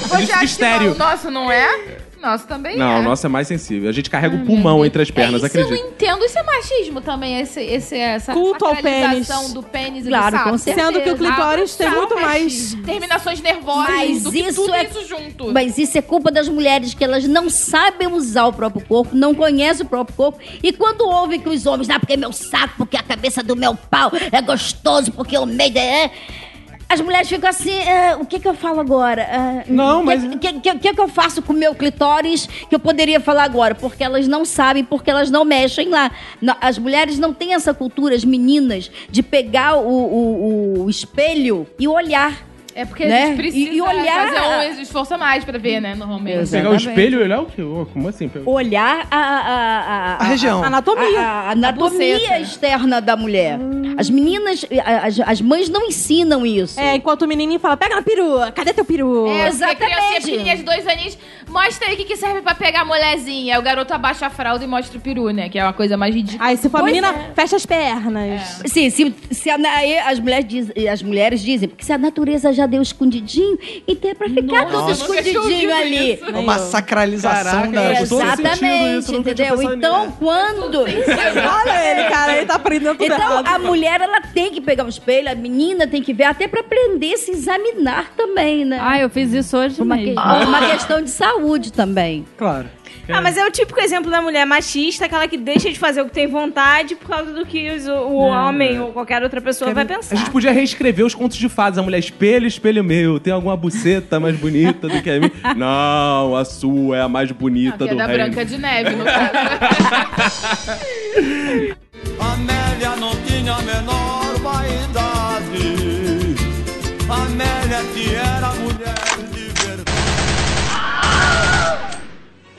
Speaker 2: Você acha que
Speaker 4: estéreo.
Speaker 2: não, o nosso não é? Nosso também
Speaker 4: é Não,
Speaker 2: é.
Speaker 4: o nosso é mais sensível. A gente carrega o pulmão entre as pernas,
Speaker 2: Isso eu
Speaker 4: acredito.
Speaker 2: não entendo. Isso é machismo também, esse, esse, essa
Speaker 3: Culto ao pênis.
Speaker 2: sacralização do pênis
Speaker 3: Claro,
Speaker 2: e do saco.
Speaker 3: com certeza. Sendo que o clitóris tem
Speaker 2: Saco,
Speaker 3: muito
Speaker 2: machismo.
Speaker 3: mais-
Speaker 2: Terminações nervosas
Speaker 8: Mas
Speaker 2: do que
Speaker 8: isso
Speaker 2: tudo
Speaker 8: é-
Speaker 2: isso junto.
Speaker 8: Mas isso é culpa das mulheres, que elas não sabem usar o próprio corpo, não conhecem o próprio corpo. E quando ouvem que os homens, ah, porque é meu saco, porque a cabeça do meu pau é gostoso, porque o meio é. As mulheres ficam assim, "Ah, o que que eu falo agora? Ah,
Speaker 4: Não,
Speaker 8: que, mas... O que, que, que que eu faço com o meu clitóris que eu poderia falar agora? Porque elas não sabem, porque elas não mexem lá. Não, as mulheres não têm essa cultura, as meninas, de pegar o, o- o espelho e olhar.
Speaker 2: É porque
Speaker 8: né?
Speaker 2: a gente precisa
Speaker 8: E- e olhar-
Speaker 2: fazer um esforço a mais pra ver, né, normalmente.
Speaker 4: Pegar o espelho e olhar o quê? Ô, Como assim? Pega-
Speaker 8: olhar a, a, a,
Speaker 4: A região.
Speaker 3: Ah,
Speaker 8: a- a
Speaker 4: Anatomia.
Speaker 8: a- a anatomia
Speaker 4: buceta.
Speaker 8: externa da mulher. As meninas, a- as, as mães não ensinam isso.
Speaker 3: É, enquanto o menininho fala, pega na perua, cadê teu peru?
Speaker 2: É, Exatamente. Criança pequenininha de dois aninhos, mostra aí o que, que serve pra pegar a molezinha. Aí o garoto abaixa a fralda e mostra o peru, né? Que é uma coisa mais ridícula.
Speaker 3: Aí se for
Speaker 2: Pois
Speaker 3: menina,
Speaker 2: é.
Speaker 3: fecha as pernas.
Speaker 8: Sim, se, se a, na- aí as, mulheres diz- eh, as mulheres dizem, porque se a natureza já deu escondidinho, então é pra ficar tudo
Speaker 5: Nossa.
Speaker 2: Nunca tinha ouvido
Speaker 8: escondidinho ali.
Speaker 2: isso.
Speaker 5: É uma sacralização da
Speaker 8: Exatamente, entendeu? Então, quando.
Speaker 3: Olha ele, cara, ele tá aprendendo tudo
Speaker 8: Então,
Speaker 3: errado.
Speaker 8: a mulher, ela tem que pegar um espelho, a menina tem que ver, até pra aprender a se examinar também, né? Ah,
Speaker 7: eu fiz isso hoje
Speaker 8: uma
Speaker 7: mesmo.
Speaker 8: que- uma questão de saúde também.
Speaker 5: Claro.
Speaker 6: Ah, mas é o típico exemplo da mulher machista, aquela que deixa de fazer o que tem vontade por causa do que os- o
Speaker 3: É.
Speaker 6: homem ou qualquer outra pessoa vai
Speaker 4: A
Speaker 6: pensar.
Speaker 4: gente podia reescrever os contos de fadas. A mulher, espelho, espelho meu, tem alguma buceta mais bonita do que a minha? Não, a sua é a mais bonita
Speaker 2: Que é
Speaker 4: do
Speaker 2: da
Speaker 4: reino.
Speaker 2: Branca de Neve, no caso. né?
Speaker 10: Amélia não tinha a menor vaidade. Amélia que era mulher de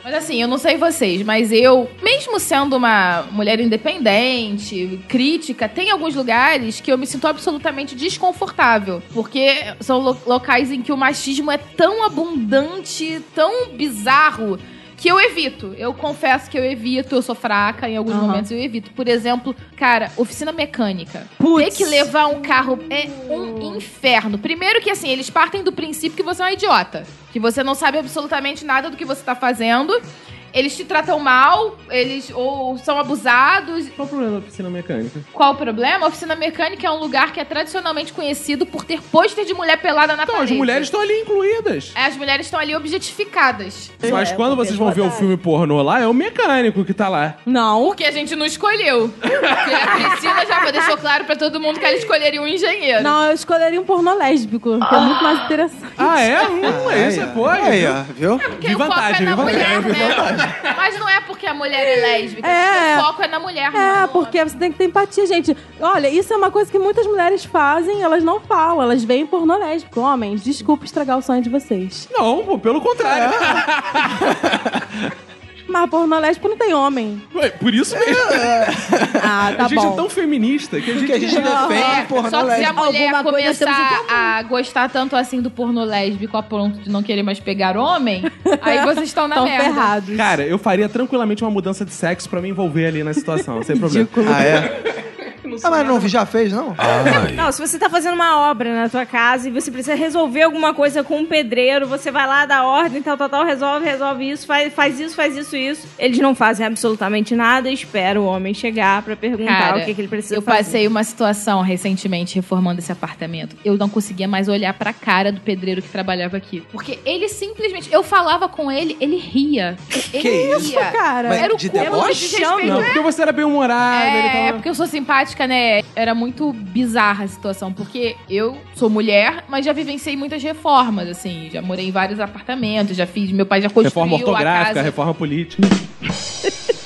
Speaker 2: Mas assim, eu não sei vocês, mas eu, mesmo sendo uma mulher independente, crítica, tem alguns lugares que eu me sinto absolutamente desconfortável. Porque são lo- locais em que o machismo é tão abundante, tão bizarro, que eu evito. Eu confesso que eu evito, eu sou fraca em alguns
Speaker 13: Aham.
Speaker 2: momentos, eu evito. Por exemplo, cara, oficina mecânica.
Speaker 13: Putz.
Speaker 2: Ter que levar um carro é um inferno. Primeiro que assim, eles partem do princípio que você é um idiota. Que você não sabe absolutamente nada do que você tá fazendo. Eles te tratam mal, eles ou são abusados.
Speaker 4: Qual o problema da piscina mecânica?
Speaker 2: Qual o problema? A oficina mecânica é um lugar que é tradicionalmente conhecido por ter pôster de mulher pelada na então, parede.
Speaker 4: As mulheres estão ali incluídas.
Speaker 2: É, as mulheres estão ali objetificadas.
Speaker 4: Mas quando vocês vão ver o filme pornô lá, é o mecânico que tá lá.
Speaker 3: Não.
Speaker 2: Porque a gente não escolheu. Porque a Priscila já deixou claro pra todo mundo que ela escolheria um engenheiro.
Speaker 3: Não, eu escolheria um pornô lésbico, que é muito mais interessante.
Speaker 4: Ah, é? Hum, é isso, é pô.
Speaker 5: Aí, ó, viu?
Speaker 2: Porque o foco é na mulher, né? Mas não é porque a mulher é lésbica.
Speaker 3: É.
Speaker 2: O foco é na mulher,
Speaker 6: Ah!
Speaker 3: É, porque você tem que ter empatia, gente. Olha, isso é uma coisa que muitas mulheres fazem, elas não falam, elas veem pornô lésbico. Homens, desculpa estragar o sonho de vocês.
Speaker 4: Não, pô, pelo contrário.
Speaker 3: Mas pornô lésbico não tem homem.
Speaker 4: Ué, Por isso mesmo.
Speaker 3: Ah, tá
Speaker 4: a gente é
Speaker 3: bom.
Speaker 4: tão feminista que a gente,
Speaker 2: É, Só que se a mulher
Speaker 3: Alguma coisa temos em
Speaker 2: começar a gostar tanto assim do porno lésbico a ponto de não querer mais pegar homem, aí vocês estão na
Speaker 3: Tão
Speaker 2: Tá merda.
Speaker 3: ferrados.
Speaker 4: Cara, eu faria tranquilamente uma mudança de sexo pra me envolver ali na situação, sem problema.
Speaker 5: Ah, é?
Speaker 4: Não
Speaker 6: no
Speaker 5: Ah, mas
Speaker 6: cinema.
Speaker 5: não já fez, não?
Speaker 6: Não, se você tá fazendo uma obra na sua casa e você precisa resolver alguma coisa com um pedreiro, você vai lá, dá ordem, tal, tal, tal, resolve, resolve isso, faz, faz isso, faz isso, isso. Eles não fazem absolutamente nada, espera o homem chegar pra perguntar
Speaker 2: Cara,
Speaker 6: o que, que ele precisa
Speaker 2: Eu
Speaker 6: fazer.
Speaker 2: passei uma situação recentemente reformando esse apartamento. Eu não conseguia mais olhar pra cara do pedreiro que trabalhava aqui. Porque ele simplesmente. Eu falava com ele, ele ria. Ele ria.
Speaker 4: Mas
Speaker 2: Era o
Speaker 4: de
Speaker 2: cúmulo do
Speaker 4: deboche?
Speaker 2: desrespeito.
Speaker 4: Não, porque você era bem humorado. ele
Speaker 2: É,
Speaker 4: tava-
Speaker 2: é porque eu sou simpática, né? Era muito bizarra a situação, porque eu sou mulher, mas já vivenciei muitas reformas, assim. Já morei em vários apartamentos, já fiz. Meu pai já construiu
Speaker 4: Reforma
Speaker 2: a
Speaker 4: ortográfica,
Speaker 2: casa.
Speaker 4: reforma política.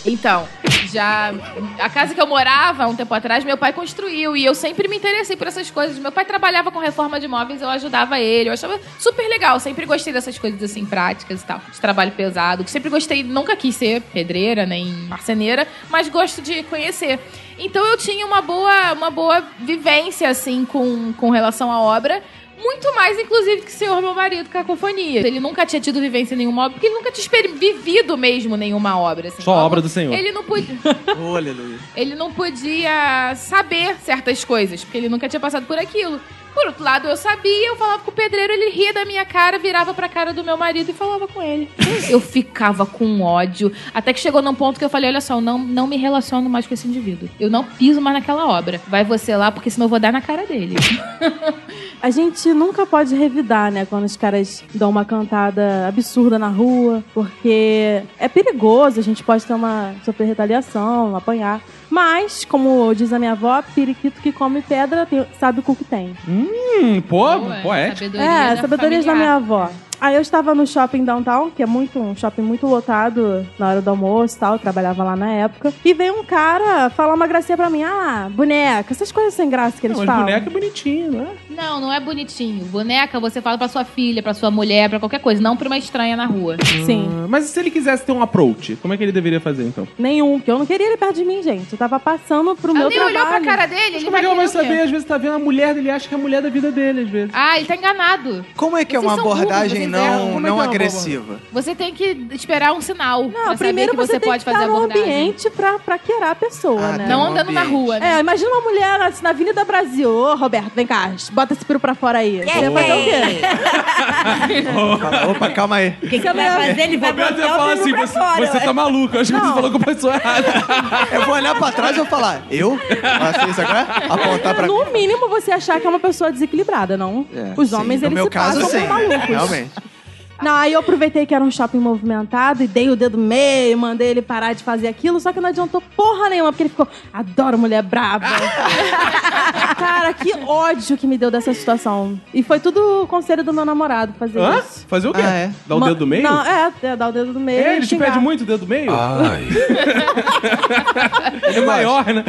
Speaker 2: Então, já. A casa que eu morava um tempo atrás, meu pai construiu. E eu sempre me interessei por essas coisas. Meu pai trabalhava com reforma de imóveis, eu ajudava ele. Eu achava super legal. Sempre gostei dessas coisas assim, práticas e tal. De trabalho pesado. Sempre gostei, nunca quis ser pedreira nem marceneira, mas gosto de conhecer. Então eu tinha uma boa, uma boa vivência, assim, com, com relação à obra. Muito mais, inclusive, que o senhor, meu marido, cacofonia. Ele nunca tinha tido vivência em nenhuma obra, porque ele nunca tinha exper- vivido mesmo nenhuma obra. assim.
Speaker 4: Só a obra do senhor.
Speaker 2: Ele não podia.
Speaker 4: Oh, aleluia.
Speaker 2: Ele não podia saber certas coisas, porque ele nunca tinha passado por aquilo. Por outro lado, eu sabia, eu falava com o pedreiro, ele ria da minha cara, virava pra cara do meu marido e falava com ele. Eu ficava com ódio, até que chegou num ponto que eu falei, olha só, eu não, não me relaciono mais com esse indivíduo. Eu não piso mais naquela obra. Vai você lá, porque senão eu vou dar na cara dele.
Speaker 3: A gente nunca pode revidar, né? Quando os caras dão uma cantada absurda na rua, porque é perigoso, a gente pode ter uma super retaliação, apanhar. Mas, como diz a minha avó, periquito que come pedra tem- sabe o cu que tem.
Speaker 4: Hum, pô, poético.
Speaker 3: É, sabedorias da minha avó. Aí eu estava no shopping downtown, que é muito um shopping muito lotado na hora do almoço e tal, eu trabalhava lá na época. E veio um cara falar uma gracinha pra mim, ah, boneca, essas coisas sem graça que eles
Speaker 2: Não, mas
Speaker 3: falam.
Speaker 2: boneca é
Speaker 4: bonitinho, né?
Speaker 2: Não, não é bonitinho. Boneca você fala pra sua filha, pra sua mulher, pra qualquer coisa, não pra uma estranha na rua.
Speaker 4: Ah, mas se ele quisesse ter um approach, como é que ele deveria fazer, então?
Speaker 3: Nenhum, porque eu não queria ele perto de mim, gente. Eu tava passando pro
Speaker 2: Ela
Speaker 3: meu
Speaker 2: nem
Speaker 3: trabalho.
Speaker 2: olhou pra cara dele, ele
Speaker 4: Como é que ela vai
Speaker 2: querer o quê?
Speaker 4: saber? Às vezes tá vendo a mulher dele acha que é a mulher da vida dele, às vezes.
Speaker 2: Ah, ele tá enganado.
Speaker 5: Como é que é
Speaker 2: Vocês
Speaker 5: uma
Speaker 2: são burros,
Speaker 5: abordagem não,
Speaker 2: vocês erram. Como é que é
Speaker 5: não
Speaker 2: uma
Speaker 5: agressiva?
Speaker 2: Você tem que esperar um sinal. Não, pra
Speaker 3: primeiro
Speaker 2: saber que
Speaker 3: você tem
Speaker 2: pode
Speaker 3: que
Speaker 2: fazer
Speaker 3: estar
Speaker 2: a
Speaker 3: num
Speaker 2: abordagem.
Speaker 3: ambiente pra, pra queirar a pessoa, né?
Speaker 2: tem Não um andando na ambiente. rua, né?
Speaker 3: É, imagina uma mulher assim, na Avenida Brasil. Ô, Roberto, vem cá, bota esse peru pra fora aí. Você vai fazer o quê?
Speaker 5: Fala, Opa, calma aí.
Speaker 3: que que vai fazer? Ele vai
Speaker 4: Roberto
Speaker 3: botar
Speaker 4: ia
Speaker 3: o
Speaker 4: falar
Speaker 3: peru
Speaker 4: assim,
Speaker 3: pra
Speaker 4: você,
Speaker 3: fora,
Speaker 4: você
Speaker 3: ué.
Speaker 4: tá maluco, eu acho que você falou com a pessoa errada.
Speaker 5: Eu vou olhar pra trás e vou falar, eu? Assim, isso agora? Apontar pra
Speaker 3: No mínimo, você achar que é uma pessoa desequilibrada, não?
Speaker 5: É,
Speaker 3: Os
Speaker 5: sim.
Speaker 3: homens,
Speaker 5: No
Speaker 3: eles
Speaker 5: meu
Speaker 3: se
Speaker 5: caso,
Speaker 3: passam
Speaker 5: sim.
Speaker 3: por malucos.
Speaker 5: Realmente.
Speaker 3: Não, aí eu aproveitei que era um shopping movimentado e dei o dedo no meio, mandei ele parar de fazer aquilo, só que não adiantou porra nenhuma, porque ele ficou, adoro mulher brava. Cara, que ódio que me deu dessa situação. E foi tudo o conselho do meu namorado fazer
Speaker 4: Hã?
Speaker 3: isso.
Speaker 4: Fazer o quê?
Speaker 3: Ah, é.
Speaker 4: Dar o
Speaker 3: Ma-
Speaker 4: dedo do meio?
Speaker 3: Não, é, é, dar o dedo do meio. e
Speaker 4: É, ele te
Speaker 3: xingar.
Speaker 4: pede muito o dedo do meio?
Speaker 3: Ai.
Speaker 4: ele é maior, né?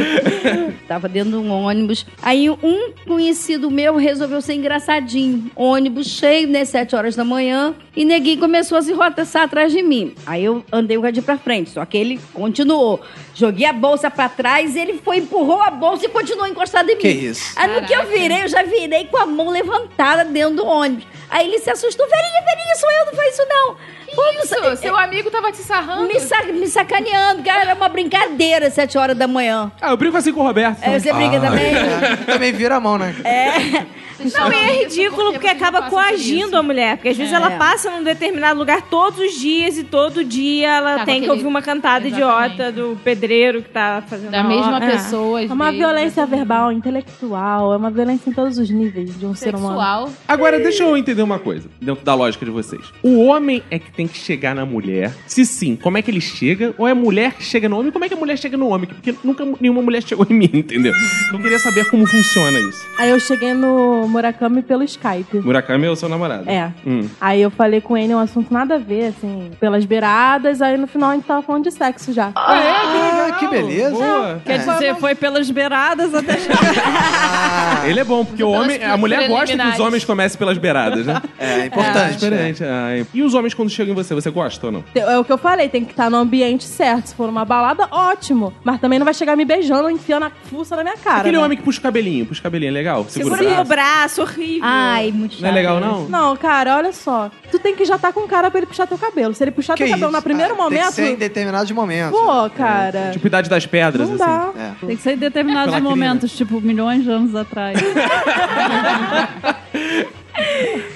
Speaker 8: Tava dentro de um ônibus. Aí um conhecido meu resolveu ser engraçadinho. Ônibus cheio, né? Sete horas da manhã. E neguinho começou a se rotaçar atrás de mim. Aí eu andei o radinho pra frente. Só que ele continuou. Joguei a bolsa pra trás, ele foi, empurrou a bolsa e continuou encostado em mim.
Speaker 5: Que isso?
Speaker 8: Aí no que eu virei, eu já virei com a mão levantada dentro do ônibus. Aí ele se assustou. Verinha, Verinha, sou eu, não faz isso não. Pô,
Speaker 2: isso? Seu amigo tava te sarrando?
Speaker 8: Me, sa- me sacaneando, cara. Era uma brincadeira, sete horas da manhã.
Speaker 4: Ah, eu brinco assim com o Roberto.
Speaker 8: É, você briga também?
Speaker 5: Também vira a mão, né?
Speaker 6: Não, e é ridículo porque acaba coagindo a mulher. Porque às vezes
Speaker 8: É.
Speaker 6: ela passa num determinado lugar todos os dias e todo dia ela
Speaker 2: Tá, com
Speaker 6: tem que
Speaker 2: aquele-
Speaker 6: ouvir uma cantada
Speaker 2: Exatamente.
Speaker 6: idiota do pedreiro que tá fazendo
Speaker 2: Da
Speaker 6: a
Speaker 2: mesma
Speaker 6: obra. É.
Speaker 2: pessoa,
Speaker 3: É uma violência verbal, intelectual, é uma violência em todos os níveis de um ser humano.
Speaker 4: Agora, deixa eu entender uma coisa, dentro da lógica de vocês. O homem é que tem que chegar na mulher. Se sim, como é que ele chega? Ou é a mulher que chega no homem? Como é que a mulher chega no homem? Porque nunca nenhuma mulher chegou em mim, entendeu? Eu queria saber como funciona isso.
Speaker 3: Aí eu cheguei no Murakami pelo Skype.
Speaker 4: Murakami é o seu namorado?
Speaker 3: É.
Speaker 4: Hum.
Speaker 3: Aí eu falei com ele um assunto nada a ver, assim, pelas beiradas, aí no final a gente tava falando de sexo já.
Speaker 5: Ah, que beleza.
Speaker 3: Quer dizer,
Speaker 7: foi pelas beiradas até
Speaker 5: Ah,
Speaker 4: Ele é bom, porque o
Speaker 7: Pelas
Speaker 4: homem, a mulher gosta que os
Speaker 7: preliminares.
Speaker 4: homem comece pelas beiradas, né?
Speaker 5: É, importante,
Speaker 4: diferente. é. E os homens quando chegam em você, você gosta ou não?
Speaker 3: Te- É o que eu falei, tem que estar no ambiente certo. Se for uma balada, ótimo. Mas também não vai chegar me beijando, enfiando a fuça na minha cara.
Speaker 4: Aquele
Speaker 3: né?
Speaker 4: homem que puxa o cabelinho, puxa o cabelinho, é legal?
Speaker 3: Segura o braço.
Speaker 6: palhaço horrível.
Speaker 8: Ai, muito
Speaker 4: Não é legal, não?
Speaker 3: Não, cara, olha só. Tu tem que já tá com o cara pra ele puxar teu cabelo. Se ele puxar
Speaker 5: Que
Speaker 3: teu cabelo
Speaker 5: isso?
Speaker 3: no primeiro
Speaker 5: Ah, Tem
Speaker 3: momento.
Speaker 5: que ser em determinados momentos. É.
Speaker 3: Pô, cara.
Speaker 4: Tipo, idade das pedras,
Speaker 3: Não
Speaker 4: assim.
Speaker 3: dá.
Speaker 7: Tem que ser em determinados
Speaker 4: Pela crina.
Speaker 7: momentos, tipo milhões de anos atrás.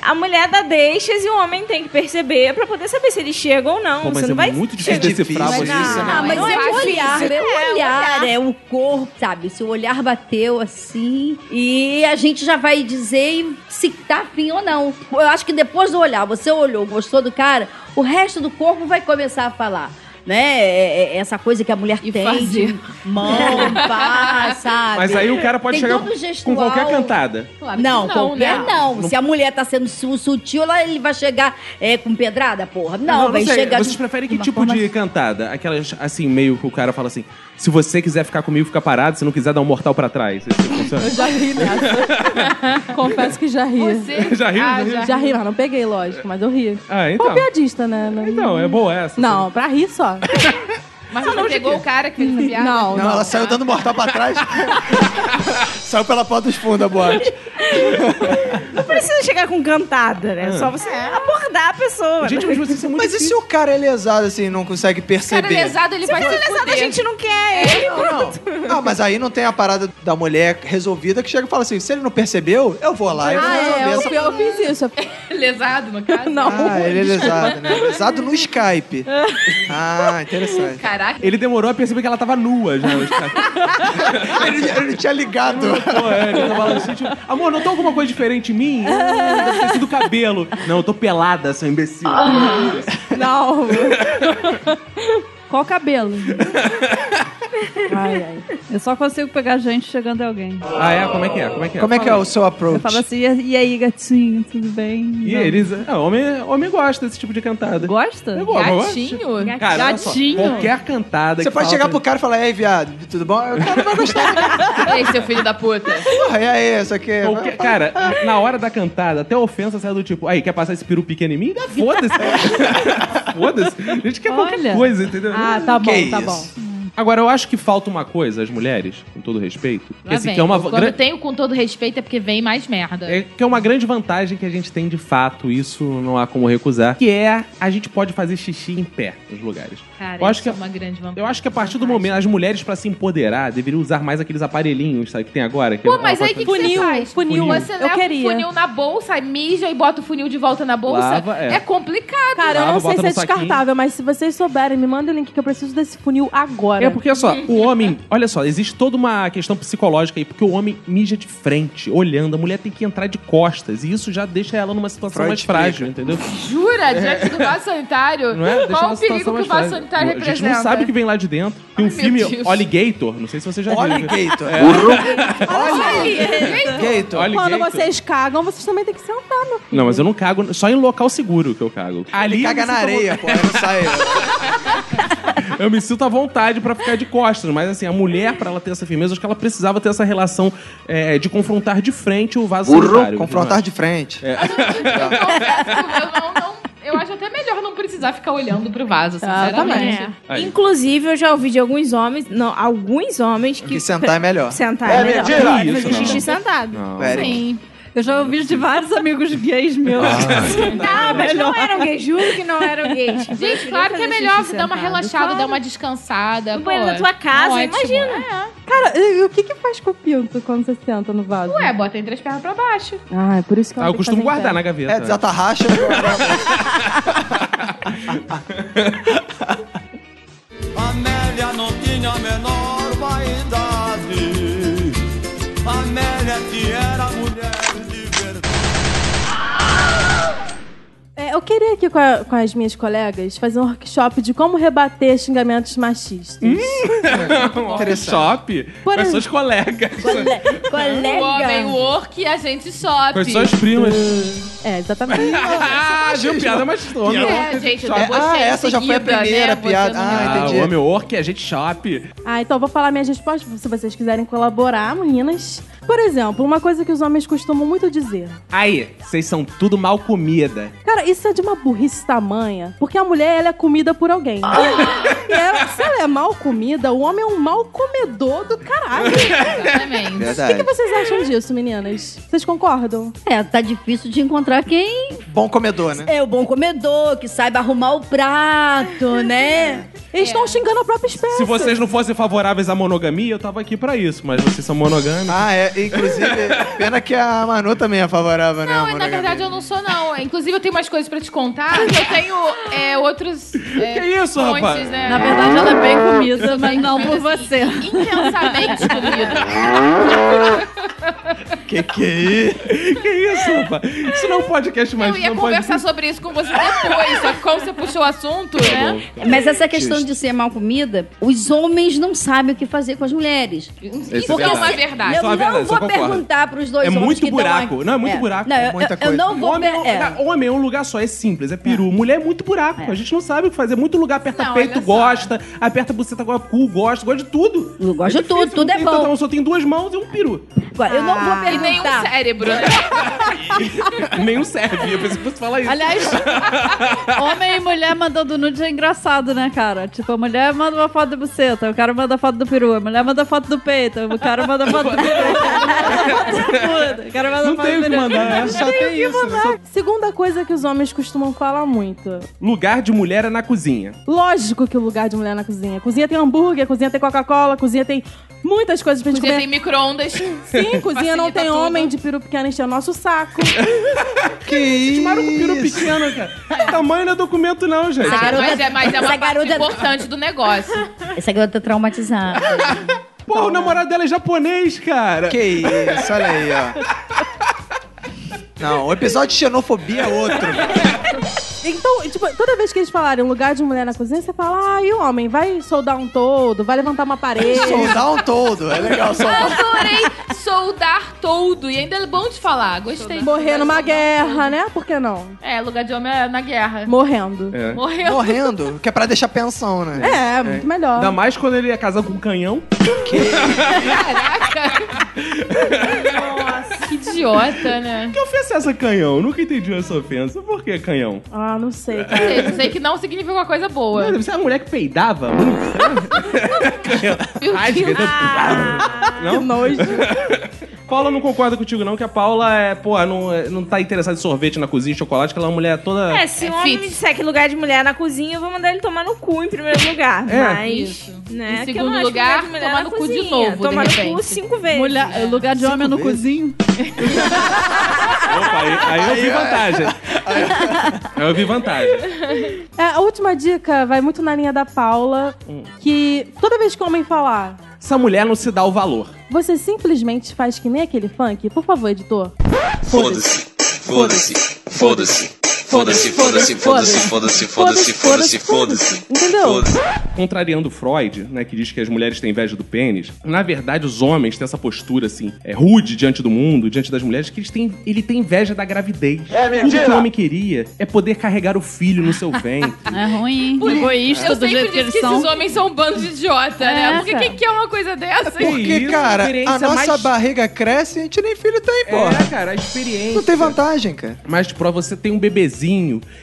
Speaker 6: A mulher dá deixas e o homem tem que perceber pra poder saber se ele chega ou não.
Speaker 4: Pô, mas
Speaker 6: Você não
Speaker 4: é
Speaker 6: vai
Speaker 4: muito difícil né? decifrar
Speaker 6: Mas
Speaker 4: você.
Speaker 6: não.
Speaker 8: Ah, mas
Speaker 6: Não,
Speaker 8: é
Speaker 6: é
Speaker 8: o
Speaker 6: fácil.
Speaker 8: olhar, é
Speaker 6: É,
Speaker 8: o
Speaker 6: o
Speaker 8: olhar,
Speaker 6: olhar.
Speaker 8: é o corpo, sabe? Se o olhar bateu assim, e a gente já vai dizer se tá afim ou não. Eu acho que depois do olhar, você olhou, gostou do cara, o resto do corpo vai começar a falar. Né? É- é- é Essa coisa que a mulher tem.
Speaker 2: fazer.
Speaker 8: de Mão, pá, sabe?
Speaker 4: Mas aí o cara pode
Speaker 8: Tem
Speaker 4: chegar
Speaker 8: todo
Speaker 4: com
Speaker 8: gestual.
Speaker 4: qualquer cantada.
Speaker 2: Claro que
Speaker 8: não,
Speaker 2: não,
Speaker 8: qualquer
Speaker 2: né?
Speaker 8: não. Se a mulher tá sendo su- sutil, ela, ele vai chegar é, com pedrada, porra. Não, vai
Speaker 4: sei.
Speaker 8: chegar.
Speaker 4: Vocês
Speaker 8: de-
Speaker 4: preferem que
Speaker 8: de uma
Speaker 4: tipo
Speaker 8: forma assim.
Speaker 4: de cantada? Aquelas, assim, meio que o cara fala assim, se você quiser ficar comigo, fica parado, se não quiser, dá um mortal pra trás. Esse funciona?
Speaker 3: Eu já ri nessa. Confesso que já ri.
Speaker 4: Você- Já riu? Ah, Já riu? já
Speaker 3: Já ri, mas não peguei, lógico, mas eu ri.
Speaker 4: Ah, então.
Speaker 3: Pô, piadista, né? Não,
Speaker 4: Então, é boa essa.
Speaker 3: Não, pra rir só.
Speaker 2: Mas você pegou o cara que fez essa piada?
Speaker 3: Não,
Speaker 5: Não, ela saiu dando mortal pra trás. saiu pela porta dos fundos a boate.
Speaker 6: Não precisa chegar com cantada, né?
Speaker 5: Ah.
Speaker 6: Só você abordar a pessoa.
Speaker 4: é um
Speaker 6: né?
Speaker 5: Mas e se o cara é lesado assim não consegue perceber?
Speaker 2: cara lesado, ele
Speaker 6: Se o
Speaker 2: vai
Speaker 6: cara
Speaker 2: se
Speaker 6: é lesado, a
Speaker 2: fuder.
Speaker 6: gente não quer ele.
Speaker 5: Ah, mas aí não tem a parada da mulher resolvida que chega e fala assim: se ele não percebeu, eu vou lá, eu vou
Speaker 3: Ah, é,
Speaker 5: resolver
Speaker 3: eu,
Speaker 5: essa
Speaker 3: eu fiz isso.
Speaker 2: Lesado, no caso?
Speaker 3: Não.
Speaker 5: Ah, ele é lesado, né? Lesado no Skype.
Speaker 3: É.
Speaker 5: Ah, interessante.
Speaker 2: Caraca.
Speaker 4: Ele demorou a perceber que ela tava nua já. os caras.
Speaker 5: ele, ele tinha ligado.
Speaker 4: Pô, é, ele tava lá assim, tipo, amor, notou alguma coisa diferente em mim? Ah, Deve ter sido o cabelo. Não, eu tô pelada, seu imbecil.
Speaker 8: Ah.
Speaker 3: Não. Qual cabelo?
Speaker 7: Ai, ai. Eu só consigo pegar gente chegando em alguém.
Speaker 4: Ah, é? Como é que é? Como é que é?
Speaker 5: Como é que é o seu
Speaker 7: Eu
Speaker 5: approach?
Speaker 7: falo assim, e e aí, gatinho, tudo bem?
Speaker 4: E
Speaker 7: Não.
Speaker 4: eles. Ah, homem, homem gosta desse tipo de cantada.
Speaker 7: Gosta?
Speaker 4: Eu gosto. eu gosto.
Speaker 2: Gatinho?
Speaker 4: Cara, olha só, qualquer cantada
Speaker 5: Você
Speaker 4: que
Speaker 5: pode
Speaker 4: fala
Speaker 5: chegar
Speaker 4: pra-
Speaker 5: pro cara e falar, e aí, viado, tudo bom? O cara vai gostar.
Speaker 2: Ei, seu filho da puta.
Speaker 5: Porra, e aí, isso aqui. é-
Speaker 4: Qualquer- cara, na hora da cantada, até a ofensa sai do tipo, aí, quer passar esse peru pequeno em mim? Ah, Foda-se. Foda-se. A gente quer qualquer
Speaker 3: Olha.
Speaker 4: coisa, entendeu?
Speaker 3: Ah, tá bom,
Speaker 4: Que
Speaker 3: tá
Speaker 4: isso?
Speaker 3: bom.
Speaker 4: Agora, eu acho que falta uma coisa, as mulheres, com todo respeito, que,
Speaker 2: Lá
Speaker 4: assim,
Speaker 2: vem.
Speaker 4: que, é uma,
Speaker 2: Quando
Speaker 4: gran-
Speaker 2: tenho com todo respeito é porque vem mais merda.
Speaker 4: é, que é uma grande vantagem que a gente tem de fato, isso não há como recusar, que é a gente pode fazer xixi em pé nos lugares.
Speaker 2: Cara,
Speaker 4: eu acho
Speaker 2: isso
Speaker 4: que
Speaker 2: é uma grande vantagem.
Speaker 4: Eu acho que a partir do momento, as mulheres, pra se empoderar, deveriam usar mais aqueles aparelhinhos, sabe, que tem agora. Que
Speaker 2: Pô,
Speaker 4: ela
Speaker 2: mas aí
Speaker 4: pode
Speaker 2: o que,
Speaker 4: fazer-
Speaker 2: que você
Speaker 3: Funil,
Speaker 2: faz?
Speaker 3: funil.
Speaker 2: Você
Speaker 3: Eu
Speaker 2: leva
Speaker 3: queria.
Speaker 2: o funil na bolsa, mija e bota o funil de volta na bolsa.
Speaker 4: Lava, é.
Speaker 2: é. complicado.
Speaker 3: Cara, eu
Speaker 4: Lava,
Speaker 3: não sei
Speaker 4: bota
Speaker 3: se é
Speaker 4: no saquinho.
Speaker 3: descartável, mas se vocês souberem, me manda o link que eu preciso desse funil agora.
Speaker 4: É porque olha só, o homem, olha só, existe toda uma questão psicológica aí, porque o homem mija de frente, olhando, a mulher tem que entrar de costas, e isso já deixa ela numa situação
Speaker 5: Freud
Speaker 4: mais
Speaker 5: explica.
Speaker 4: frágil, entendeu?
Speaker 2: Jura? Diante do vaso sanitário?
Speaker 4: É. Não é? Deixa
Speaker 2: Qual
Speaker 4: numa
Speaker 2: o perigo
Speaker 4: situação
Speaker 2: que o vaso
Speaker 4: mais frágil.
Speaker 2: sanitário
Speaker 4: A
Speaker 2: representa?
Speaker 4: gente não sabe o que vem lá de dentro. Tem um
Speaker 2: meu
Speaker 4: filme
Speaker 2: Deus.
Speaker 4: Alligator, não sei se você já viu.
Speaker 5: Alligator.
Speaker 4: É.
Speaker 5: Gator.
Speaker 3: Quando
Speaker 4: Alligator.
Speaker 3: vocês cagam, vocês também têm que sentar, meu filho.
Speaker 4: Não, mas eu não cago, só em local seguro que eu cago. Ali
Speaker 5: Ele caga
Speaker 4: eu me
Speaker 5: na
Speaker 3: tá
Speaker 4: sinto à
Speaker 5: areia, pô. aí Não sai.
Speaker 4: Eu me sinto à vontade pra ficar de costas, mas assim, a mulher, pra ela ter essa firmeza, acho que ela precisava ter essa relação é, de confrontar de frente o vaso sanitário.
Speaker 5: Confrontar de frente.
Speaker 2: Eu acho até melhor não precisar ficar olhando pro vaso, sinceramente.
Speaker 6: Exatamente.
Speaker 4: Aí.
Speaker 6: Inclusive, eu já ouvi de alguns homens, não, alguns homens que.
Speaker 5: Que sentar é melhor.
Speaker 6: Sentar
Speaker 5: É
Speaker 6: é melhor.
Speaker 5: mentira!
Speaker 6: Fazer
Speaker 4: Isso, não. Ah,
Speaker 6: xixi sentado.
Speaker 4: Não.
Speaker 5: Eric.
Speaker 2: Sim.
Speaker 7: Eu já ouvi de vários amigos gays meus. Tá,
Speaker 6: Ah, mas
Speaker 7: é
Speaker 6: não eram gays, juro que não eram gays.
Speaker 2: Gente, claro que é melhor você dar uma relaxada, dar uma descansada.
Speaker 3: Um
Speaker 6: No
Speaker 2: pô,
Speaker 7: é.
Speaker 2: é
Speaker 6: banheiro da tua casa,
Speaker 2: ótimo.
Speaker 6: imagina.
Speaker 3: Cara, e o que que faz com o pinto quando você senta no vaso?
Speaker 2: Ué, É, bota entre as pernas pra baixo.
Speaker 3: Ah, é por isso que
Speaker 4: Ah, eu costumo guardar na gaveta.
Speaker 5: É, desatarracha.
Speaker 10: Amélia não tinha a menor vaidade. Amélia que era mulher de verdade.
Speaker 3: É, eu queria aqui com, a- com as minhas colegas fazer um workshop de como rebater xingamentos machistas.
Speaker 7: Hum?
Speaker 4: Um workshop
Speaker 3: Por
Speaker 4: com as suas colegas.
Speaker 8: Cole-
Speaker 2: O homem
Speaker 7: Um
Speaker 8: Colega.
Speaker 2: work e a gente É, shop.
Speaker 4: Com as suas primas.
Speaker 3: É, exatamente.
Speaker 4: Ah, viu? Piada machistona.
Speaker 3: É, gente, eu debochei
Speaker 5: Ah, essa
Speaker 3: em
Speaker 5: já foi a
Speaker 3: seguida, né?
Speaker 5: primeira
Speaker 3: Você
Speaker 5: piada.
Speaker 3: não-
Speaker 5: Ah, entendi.
Speaker 4: Ah, o homem orc é gente shop.
Speaker 3: Ah, então eu vou falar minhas respostas, se vocês quiserem colaborar, meninas. Por exemplo, uma coisa que os homens costumam muito dizer.
Speaker 4: Aí, vocês são tudo mal comida.
Speaker 3: Cara, isso é de uma burrice tamanha, porque a mulher, ela é comida por alguém.
Speaker 7: Ah.
Speaker 3: e ela, se ela é mal comida, o homem é um mal comedor do caralho.
Speaker 2: Exatamente.
Speaker 3: O que, que vocês acham disso, meninas? Vocês concordam?
Speaker 8: É, tá difícil de encontrar quem
Speaker 5: Bom comedor, né?
Speaker 8: é o bom comedor, que saiba arrumar o prato, né?
Speaker 3: Eles estão xingando a própria espécie.
Speaker 4: Se vocês não fossem favoráveis à monogamia, eu tava aqui pra isso, mas vocês são monogâmicos.
Speaker 5: Ah, é. Inclusive, pena que a Manu também é favorável, né?
Speaker 2: Não,
Speaker 5: Manu?
Speaker 2: na verdade eu não sou, não. Inclusive, eu tenho umas coisas pra te contar. que Eu tenho é, outros. É,
Speaker 4: que isso,
Speaker 2: fontes,
Speaker 4: rapaz?
Speaker 2: Né?
Speaker 7: Na verdade, ela é bem comida,
Speaker 2: Eu
Speaker 7: mas
Speaker 2: tenho
Speaker 7: não por
Speaker 2: coisas,
Speaker 7: você.
Speaker 2: assim, Intensamente comida.
Speaker 4: Que que é isso? que isso, rapaz? Isso não é um podcast mais.
Speaker 2: Eu ia
Speaker 4: não pode-
Speaker 2: conversar sobre isso com você depois, só que como você puxou o
Speaker 4: Tá
Speaker 2: assunto, né?
Speaker 4: É?
Speaker 8: Mas essa questão de ser mal comida, os homens não sabem o que fazer com as mulheres. assim,
Speaker 4: Isso é verdade.
Speaker 2: é uma verdade.
Speaker 8: Eu
Speaker 4: Isso é uma
Speaker 8: não
Speaker 4: verdade,
Speaker 8: vou
Speaker 4: isso eu concordo.
Speaker 8: perguntar pros dois
Speaker 4: É
Speaker 8: homens
Speaker 4: muito
Speaker 8: que estão
Speaker 4: buraco.
Speaker 8: aqui.
Speaker 4: Não, é muito buraco.
Speaker 8: Não, eu,
Speaker 4: Muita
Speaker 8: eu- eu
Speaker 4: coisa.
Speaker 8: não vou...
Speaker 4: Homem, é um
Speaker 8: per- é.
Speaker 4: lugar- homem é um lugar só, é simples, é peru. Mulher é muito buraco. A gente não sabe o que fazer. Muito lugar, aperta
Speaker 8: Não,
Speaker 4: peito,
Speaker 8: olha só.
Speaker 4: gosta, aperta buceta, gosta, cu, gosta, gosta de tudo.
Speaker 8: gosta de tudo, tudo é bom.
Speaker 4: Então, só tem duas mãos e um peru.
Speaker 8: Eu não vou
Speaker 7: Ah.
Speaker 2: E nem um
Speaker 8: perguntar.
Speaker 2: cérebro, né?
Speaker 4: Nenhum um serve. Eu pensei que você falar isso.
Speaker 7: Aliás, homem e mulher mandando nude é engraçado, né, cara? Tipo, a mulher manda uma foto da buceta, o cara manda foto do peru, a mulher manda foto do peito, o cara manda foto do peru, o cara manda
Speaker 4: Não
Speaker 7: foto
Speaker 4: tem
Speaker 7: do
Speaker 4: o que
Speaker 7: peru.
Speaker 4: mandar, né? Só tem isso. né? Só-
Speaker 3: Segunda coisa que os homens costumam falar muito.
Speaker 4: Lugar de mulher é na cozinha.
Speaker 3: Lógico que o lugar de mulher na cozinha. Cozinha tem hambúrguer, cozinha tem Coca-Cola, cozinha tem muitas coisas pra gente
Speaker 2: Cozinha tem
Speaker 3: comer.
Speaker 2: micro-ondas.
Speaker 3: Sim, cozinha não
Speaker 2: Facilita
Speaker 3: tem
Speaker 2: tudo.
Speaker 3: homem de peru pequeno encher o nosso saco.
Speaker 5: Que
Speaker 4: Vocês
Speaker 5: isso?
Speaker 4: tomaram um peru pequeno, cara. Tamanho não é documento, não, gente.
Speaker 8: Essa garota-
Speaker 2: Mas é, mas é
Speaker 8: essa
Speaker 2: uma parte
Speaker 8: garota-
Speaker 2: importante do negócio.
Speaker 7: é-
Speaker 8: Essa garota traumatizada.
Speaker 4: Porra, o namorado dela é japonês, cara.
Speaker 5: Que isso, olha aí, ó. Não, o episódio de xenofobia é outro.
Speaker 3: Então, tipo, toda vez que eles falarem lugar de mulher na cozinha, você fala, ah, e o homem? Vai soldar um todo, vai levantar uma parede.
Speaker 5: Soldar um todo, é legal
Speaker 8: Ah,
Speaker 5: soldar.
Speaker 2: Adorei soldar todo. E ainda é bom de falar. Gostei.
Speaker 3: Morrer numa guerra, né? Por que não?
Speaker 2: É, lugar de homem é na guerra.
Speaker 3: Morrendo.
Speaker 4: É.
Speaker 2: Morreu.
Speaker 5: Morrendo, que é pra deixar pensão, né?
Speaker 3: É, muito melhor.
Speaker 4: Ainda mais quando ele é casado com um canhão.
Speaker 2: Que idiota, né?
Speaker 4: Que ofensa é essa canhão? Eu nunca entendi essa ofensa. Por que canhão?
Speaker 3: Ah, não sei,
Speaker 2: Não
Speaker 3: cara.
Speaker 2: sei, sei que não significa uma coisa boa.
Speaker 4: Mano, você é uma mulher que peidava? né? Mano, canhão.
Speaker 2: Meu
Speaker 4: Rasga.
Speaker 2: Deus.
Speaker 3: Que
Speaker 4: Não?
Speaker 3: nojo.
Speaker 4: Paula não concorda contigo, não, que a Paula é, pô, não, é- não tá interessada em sorvete na cozinha, chocolate, que ela é uma mulher toda.
Speaker 6: É, se
Speaker 2: É
Speaker 6: um homem
Speaker 2: fit.
Speaker 6: me disser que lugar de mulher é na cozinha, eu vou mandar ele tomar no cu em primeiro lugar.
Speaker 4: É.
Speaker 6: Mas.
Speaker 2: Isso.
Speaker 6: Né?
Speaker 2: Em
Speaker 6: que eu
Speaker 2: segundo
Speaker 6: não acho
Speaker 2: lugar,
Speaker 6: lugar de mulher é
Speaker 2: tomar
Speaker 6: na
Speaker 2: no cu de
Speaker 6: cozinha.
Speaker 2: novo, de
Speaker 6: Tomar no cu
Speaker 2: repente.
Speaker 6: cinco vezes.
Speaker 7: Mulher- Lugar de homem é no cozinho.
Speaker 4: Opa, aí, aí eu vi vantagem. Aí eu vi vantagem.
Speaker 3: É, a última dica vai muito na linha da Paula,
Speaker 2: Hum.
Speaker 3: que toda vez que o homem falar,
Speaker 4: Essa mulher não se dá o valor.
Speaker 3: você simplesmente faz que nem aquele funk, por favor, editor.
Speaker 14: Foda-se. Foda-se. Foda-se. Foda-se, foda-se, foda-se, foda-se, foda-se, foda-se, foda-se.
Speaker 3: Entendeu?
Speaker 4: Contrariando Freud, né, que diz que as mulheres têm inveja do pênis, na verdade os homens têm essa postura assim, é rude diante do mundo, diante das mulheres, que eles têm, ele tem inveja da gravidez. É Tudo que o homem queria é poder carregar o filho no seu ventre.
Speaker 7: É ruim,
Speaker 2: Por-
Speaker 7: egoísta
Speaker 2: Eu
Speaker 7: do
Speaker 2: sempre
Speaker 7: jeito que
Speaker 2: disse
Speaker 7: eles
Speaker 2: que
Speaker 7: são.
Speaker 2: esses homens são um bando de idiota, né?
Speaker 7: É,
Speaker 2: Porque
Speaker 7: cara.
Speaker 2: quem quer uma coisa dessa?
Speaker 5: Porque,
Speaker 4: isso,
Speaker 5: cara, a
Speaker 4: experiência
Speaker 5: nossa
Speaker 4: mais-
Speaker 5: barriga cresce e a gente nem filho tem, pô.
Speaker 4: É, cara, a experiência.
Speaker 5: Não tem vantagem, cara.
Speaker 4: Mas, tipo, você tem um bebezinho,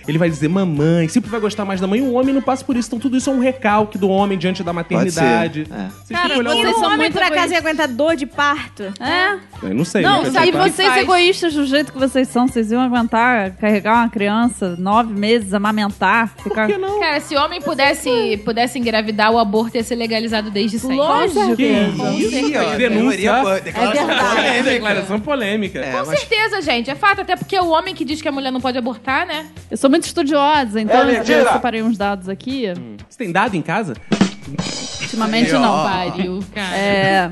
Speaker 4: ele vai dizer mamãe, sempre vai gostar mais da mãe, e o homem não passa por isso. Então, tudo isso é um recalque do homem diante da maternidade.
Speaker 5: Pode ser. É.
Speaker 4: Vocês
Speaker 6: Cara,
Speaker 4: têm que olhar o-
Speaker 6: vocês
Speaker 7: vocês
Speaker 6: um
Speaker 7: são
Speaker 6: homem
Speaker 7: muito
Speaker 6: pra casa
Speaker 7: egoístas.
Speaker 6: e aguenta dor de parto?
Speaker 7: É.
Speaker 4: Eu não sei.
Speaker 7: Não, é
Speaker 4: nunca
Speaker 7: e
Speaker 4: tive parto.
Speaker 7: vocês
Speaker 2: faz.
Speaker 7: egoístas do jeito que vocês são, vocês iam aguentar carregar uma criança nove meses, amamentar, ficar.
Speaker 4: Por que não?
Speaker 2: Cara, se homem pudesse, pudesse engravidar, o aborto ia ser legalizado desde sempre.
Speaker 3: Lógico.
Speaker 4: Que isso,
Speaker 5: Ih, ó,
Speaker 4: cara, denúncia.
Speaker 5: teoria, pô,
Speaker 8: É,
Speaker 5: declaração polêmica.
Speaker 4: Declaração polêmica.
Speaker 5: É,
Speaker 2: Com
Speaker 5: mas-
Speaker 2: certeza, gente. É fato, até porque o homem que diz que a mulher não pode abortar, né?
Speaker 7: Eu sou muito estudiosa, então eu separei uns dados aqui.
Speaker 4: Você tem dado em casa?
Speaker 7: Ultimamente
Speaker 5: Aí, ó.
Speaker 7: não.
Speaker 2: Pariu, cara.
Speaker 7: É,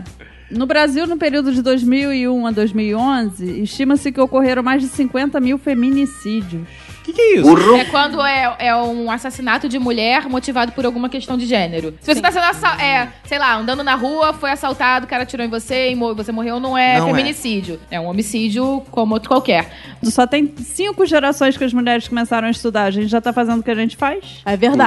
Speaker 7: no Brasil, no período de 2001 a 2011, estima-se que ocorreram mais de 50 mil feminicídios.
Speaker 4: Que que é isso?
Speaker 2: É quando é, é um assassinato de mulher motivado por alguma questão de gênero. Se você tá sendo assa- é, sei lá, andando na rua, foi assaltado, o cara atirou em você e mo- você morreu, não é
Speaker 7: Não é.
Speaker 2: feminicídio. É. um homicídio como outro qualquer.
Speaker 7: Só tem cinco gerações que as mulheres começaram a estudar. A gente já tá fazendo o que a gente faz. É
Speaker 4: Por isso,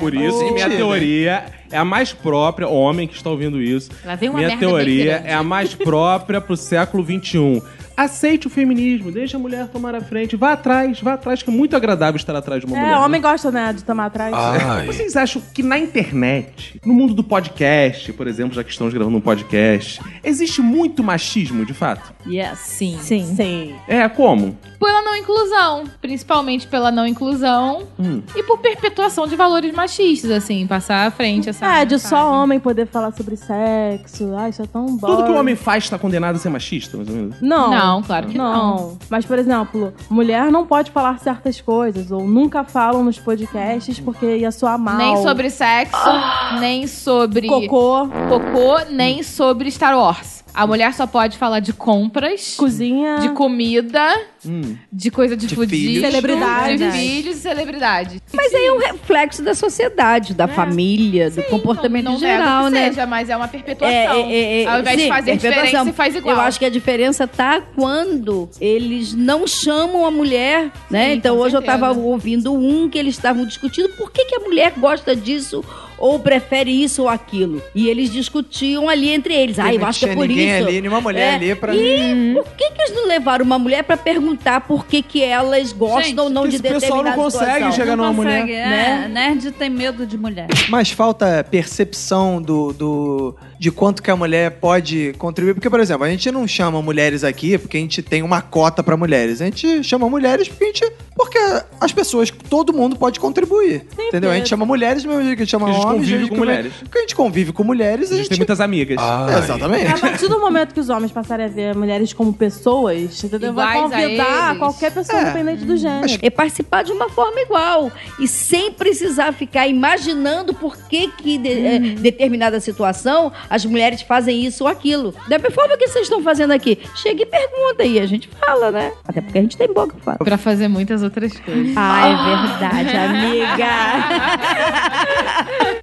Speaker 4: por isso que minha teoria é a mais própria, homem que está ouvindo isso.
Speaker 7: Lá vem uma
Speaker 4: minha
Speaker 7: merda bem
Speaker 4: teoria
Speaker 7: grande.
Speaker 4: é a mais própria pro século XXI. Aceite o feminismo, deixa a mulher tomar a frente, vá atrás, vá atrás, que é muito agradável estar atrás de uma mulher.
Speaker 3: É, homem gosta, né, de tomar atrás.
Speaker 2: Ah.
Speaker 4: Ai. Vocês acham que na internet, no mundo do podcast, por exemplo, já que estamos gravando um podcast, existe muito machismo, de fato?
Speaker 2: Yes.
Speaker 7: assim.
Speaker 2: Sim.
Speaker 3: Sim.
Speaker 4: É, como?
Speaker 2: Pela não inclusão, principalmente pela não inclusão
Speaker 4: Hum.
Speaker 2: e por perpetuação de valores machistas, assim, passar à frente essa.
Speaker 3: É, de só homem poder falar sobre sexo. Ai, isso é tão bom.
Speaker 4: Tudo que o homem faz está condenado a ser machista, mais ou menos?
Speaker 3: Não.
Speaker 2: Não, claro que não.
Speaker 3: Mas, por exemplo, mulher não pode falar certas coisas, ou nunca falam nos podcasts porque ia soar mal.
Speaker 2: Nem sobre sexo,
Speaker 8: Ah!
Speaker 2: nem sobre.
Speaker 3: Cocô.
Speaker 2: Cocô, nem sobre Star Wars. A mulher só pode falar de compras,
Speaker 3: cozinha,
Speaker 2: de comida,
Speaker 4: Hum.
Speaker 2: de coisa de,
Speaker 8: De
Speaker 2: fudido,
Speaker 8: filhos.
Speaker 2: de
Speaker 8: Celebridades.
Speaker 2: filhos e celebridades.
Speaker 8: Mas aí é um reflexo da sociedade,
Speaker 7: É.
Speaker 8: da família, do comportamento
Speaker 2: não nego
Speaker 8: geral,
Speaker 2: que
Speaker 8: né?
Speaker 2: seja, mas é uma perpetuação.
Speaker 8: É, é, é,
Speaker 2: Ao invés
Speaker 8: sim,
Speaker 2: de fazer
Speaker 8: perpetuação.
Speaker 2: diferença, você faz igual.
Speaker 8: Eu acho que a diferença tá quando eles não chamam a mulher, né?
Speaker 2: Sim,
Speaker 8: então
Speaker 2: com
Speaker 8: hoje eu
Speaker 2: certeza.
Speaker 8: tava ouvindo um que eles estavam discutindo por que, que a mulher gosta disso ou prefere isso ou aquilo. E eles discutiam ali entre eles. Ah,
Speaker 5: Porque
Speaker 8: eu
Speaker 5: não
Speaker 8: acho que é
Speaker 5: tinha
Speaker 8: por
Speaker 5: ninguém
Speaker 8: isso.
Speaker 5: ali, nenhuma mulher
Speaker 8: É,
Speaker 5: ali pra-
Speaker 8: E
Speaker 2: Uhum.
Speaker 8: por que, que eles não levaram uma mulher pra perguntar por que, que elas gostam ou não de
Speaker 5: esse pessoal não
Speaker 8: determinada
Speaker 5: consegue
Speaker 8: situação?
Speaker 5: chegar Não numa mulher.
Speaker 7: Consegue, é.
Speaker 8: Né?
Speaker 7: Nerd tem medo de mulher.
Speaker 5: Mas falta percepção do, do- de quanto que a mulher pode contribuir. Porque, por exemplo, a gente não chama mulheres aqui porque a gente tem uma cota pra mulheres. A gente chama mulheres porque a gente. Porque as pessoas, todo mundo pode contribuir. entendeu?
Speaker 8: né?
Speaker 5: A gente chama mulheres do mesmo jeito que a gente chama
Speaker 4: A gente
Speaker 5: homens.
Speaker 4: convive
Speaker 5: do jeito
Speaker 4: com
Speaker 5: que a gente-
Speaker 4: mulheres.
Speaker 5: Porque a gente convive com mulheres, a gente.
Speaker 4: Tem muitas amigas.
Speaker 5: É, exatamente.
Speaker 3: A partir do momento que os homens passarem a ver mulheres como pessoas, entendeu? Vai
Speaker 8: Iguais a
Speaker 3: convidar
Speaker 8: eles.
Speaker 3: qualquer pessoa,
Speaker 8: É.
Speaker 3: independente do gênero.
Speaker 8: É participar de uma forma igual e sem precisar ficar imaginando por que que de- é, determinada situação as mulheres fazem isso ou aquilo. Da mesma forma que vocês estão fazendo aqui, chega e pergunta e a gente fala, né? Até porque a gente tem boca para
Speaker 2: Pra fazer muitas outras coisas.
Speaker 8: Ah, é verdade, amiga.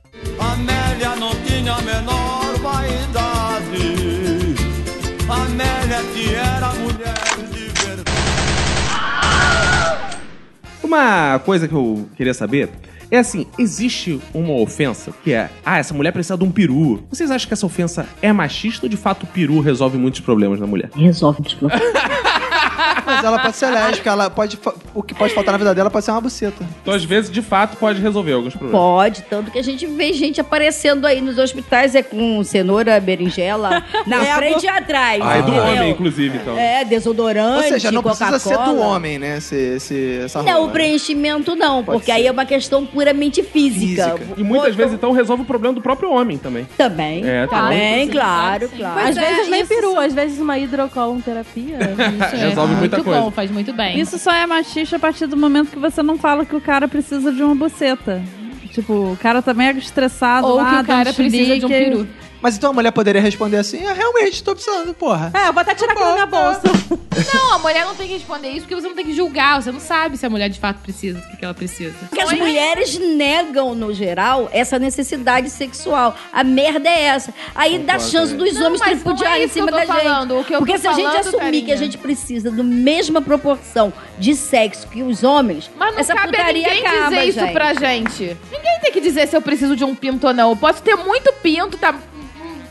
Speaker 10: Amélia não tinha a menor vaidade. Amélia que era mulher de verdade.
Speaker 4: Uma coisa que eu queria saber é assim: existe uma ofensa que é, ah, essa mulher precisa de um peru. Vocês acham que essa ofensa é machista ou de fato o peru resolve muitos problemas da mulher?
Speaker 8: Resolve muitos problemas.
Speaker 5: Mas ela pode ser lésbica, ela pode. fa- O que pode faltar na vida dela pode ser uma buceta.
Speaker 4: Então, às vezes, de fato, pode resolver alguns problemas.
Speaker 8: Pode, tanto que a gente vê gente aparecendo aí nos hospitais é com cenoura, berinjela, na
Speaker 5: É a
Speaker 8: frente e
Speaker 5: bo-
Speaker 8: atrás.
Speaker 4: Ah, é do
Speaker 8: entendeu?
Speaker 4: homem, inclusive, então.
Speaker 8: É, desodorante,
Speaker 5: Ou seja, não precisa ser do
Speaker 8: Coca-Cola.
Speaker 5: homem, né? Esse, esse, essa
Speaker 8: Não, é
Speaker 5: rola,
Speaker 8: o
Speaker 5: né?
Speaker 8: preenchimento não,
Speaker 5: Pode
Speaker 8: porque aí é uma questão puramente física.
Speaker 4: E muitas vezes, então, resolve o problema do próprio homem também.
Speaker 8: Também.
Speaker 4: É,
Speaker 8: Também,
Speaker 4: também.
Speaker 8: claro, claro.
Speaker 2: é,
Speaker 3: Às vezes nem peru, às vezes uma hidrocolonterapia.
Speaker 4: Resolve muita
Speaker 2: é muito
Speaker 4: coisa.
Speaker 2: bom, faz muito bem.
Speaker 7: Isso só é machista a partir do momento que você não fala que o cara precisa de uma buceta. Tipo, o cara tá mega estressado
Speaker 2: Ou
Speaker 7: lá,
Speaker 2: que o
Speaker 7: dá
Speaker 2: cara precisa de um
Speaker 7: chilique.
Speaker 2: peru.
Speaker 5: Mas então a mulher poderia responder assim: ah, realmente, tô precisando, porra.
Speaker 3: É, eu vou até tirar aqui da minha bolsa.
Speaker 2: Não, a mulher não tem que responder isso porque você não tem que julgar. Você não sabe se a mulher de fato precisa, do que que ela precisa.
Speaker 8: Porque as mulheres negam, no geral, essa necessidade sexual. A merda é essa. Aí dá
Speaker 2: Concordo,
Speaker 8: chance
Speaker 2: é.
Speaker 8: dos
Speaker 2: Não,
Speaker 8: homens
Speaker 2: mas não
Speaker 8: tripudiar
Speaker 2: é
Speaker 8: em
Speaker 2: isso que
Speaker 8: cima
Speaker 2: eu tô
Speaker 8: da
Speaker 2: falando.
Speaker 8: gente.
Speaker 2: O que eu
Speaker 8: Porque
Speaker 2: tô
Speaker 8: se a gente
Speaker 2: falando,
Speaker 8: assumir
Speaker 2: carinha.
Speaker 8: que a gente precisa da mesma proporção de sexo que os homens,
Speaker 2: Mas não
Speaker 8: essa
Speaker 2: cabe a
Speaker 8: putaria
Speaker 2: ninguém
Speaker 8: acaba,
Speaker 2: dizer isso
Speaker 8: gente.
Speaker 2: pra gente. Ninguém tem que dizer se eu preciso de um pinto ou não. Eu posso ter muito pinto, tá?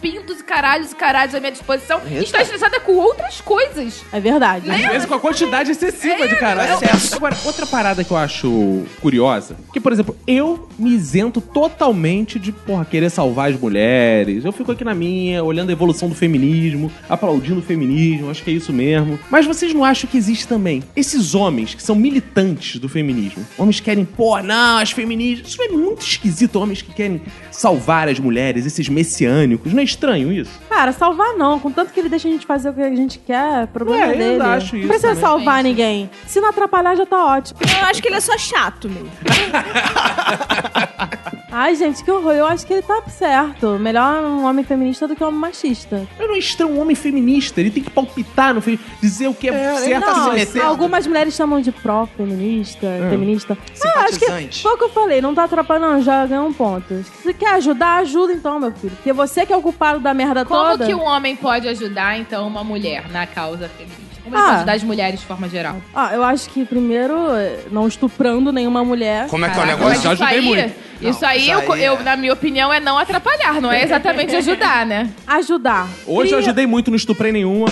Speaker 2: Pintos e caralhos e caralhos à minha disposição. E estou estressada com outras coisas.
Speaker 3: É verdade.
Speaker 4: Às vezes com a quantidade excessiva de caralho. Agora, outra parada que eu acho curiosa, que, por exemplo, eu me isento totalmente de, porra, querer salvar as mulheres. Eu fico aqui na minha, olhando a evolução do feminismo, aplaudindo o feminismo, acho que é isso mesmo. Mas vocês não acham que existe também esses homens que são militantes do feminismo? Homens que querem, pô, não, as feministas... Isso é muito esquisito, homens que querem salvar as mulheres, esses messiânicos. Não é estranho isso?
Speaker 3: Cara, salvar não. Contanto que ele deixa a gente fazer o que a gente quer, é problema
Speaker 4: Ué, É, eu
Speaker 3: dele.
Speaker 4: acho isso
Speaker 3: não precisa
Speaker 4: também.
Speaker 3: salvar ninguém. Se não atrapalhar, já tá ótimo.
Speaker 6: Eu acho que ele é só chato, meu.
Speaker 3: Ai, gente, que horror. Eu acho que ele tá certo. Melhor um homem feminista do que um homem machista.
Speaker 4: Mas não é estranho um homem feminista. Ele tem que palpitar, no fe- dizer o que é, certo
Speaker 3: não,
Speaker 4: a se meter.
Speaker 3: Algumas mulheres chamam de pró-feminista,
Speaker 4: É.
Speaker 3: feminista. Ah, acho que foi o que eu falei, não tá atrapalhando, não, já ganhou um ponto. Se quer ajudar, ajuda então, meu filho. Porque você que é o culpado da merda
Speaker 2: Como
Speaker 3: toda.
Speaker 2: que um homem pode ajudar, então, uma mulher na causa feminista? Como ele
Speaker 3: Ah.
Speaker 2: pode ajudar as mulheres de forma geral?
Speaker 3: Ah, eu acho que primeiro, eh, não estuprando nenhuma mulher.
Speaker 2: Como é que é o Caraca, negócio? mas Já isso ajudei aí- muito. isso aí,
Speaker 3: isso
Speaker 2: eu-
Speaker 3: aí
Speaker 2: eu, na minha opinião, é não atrapalhar, não é exatamente ajudar, né?
Speaker 3: Ajudar.
Speaker 4: Hoje eu ajudei muito, não estuprei nenhuma.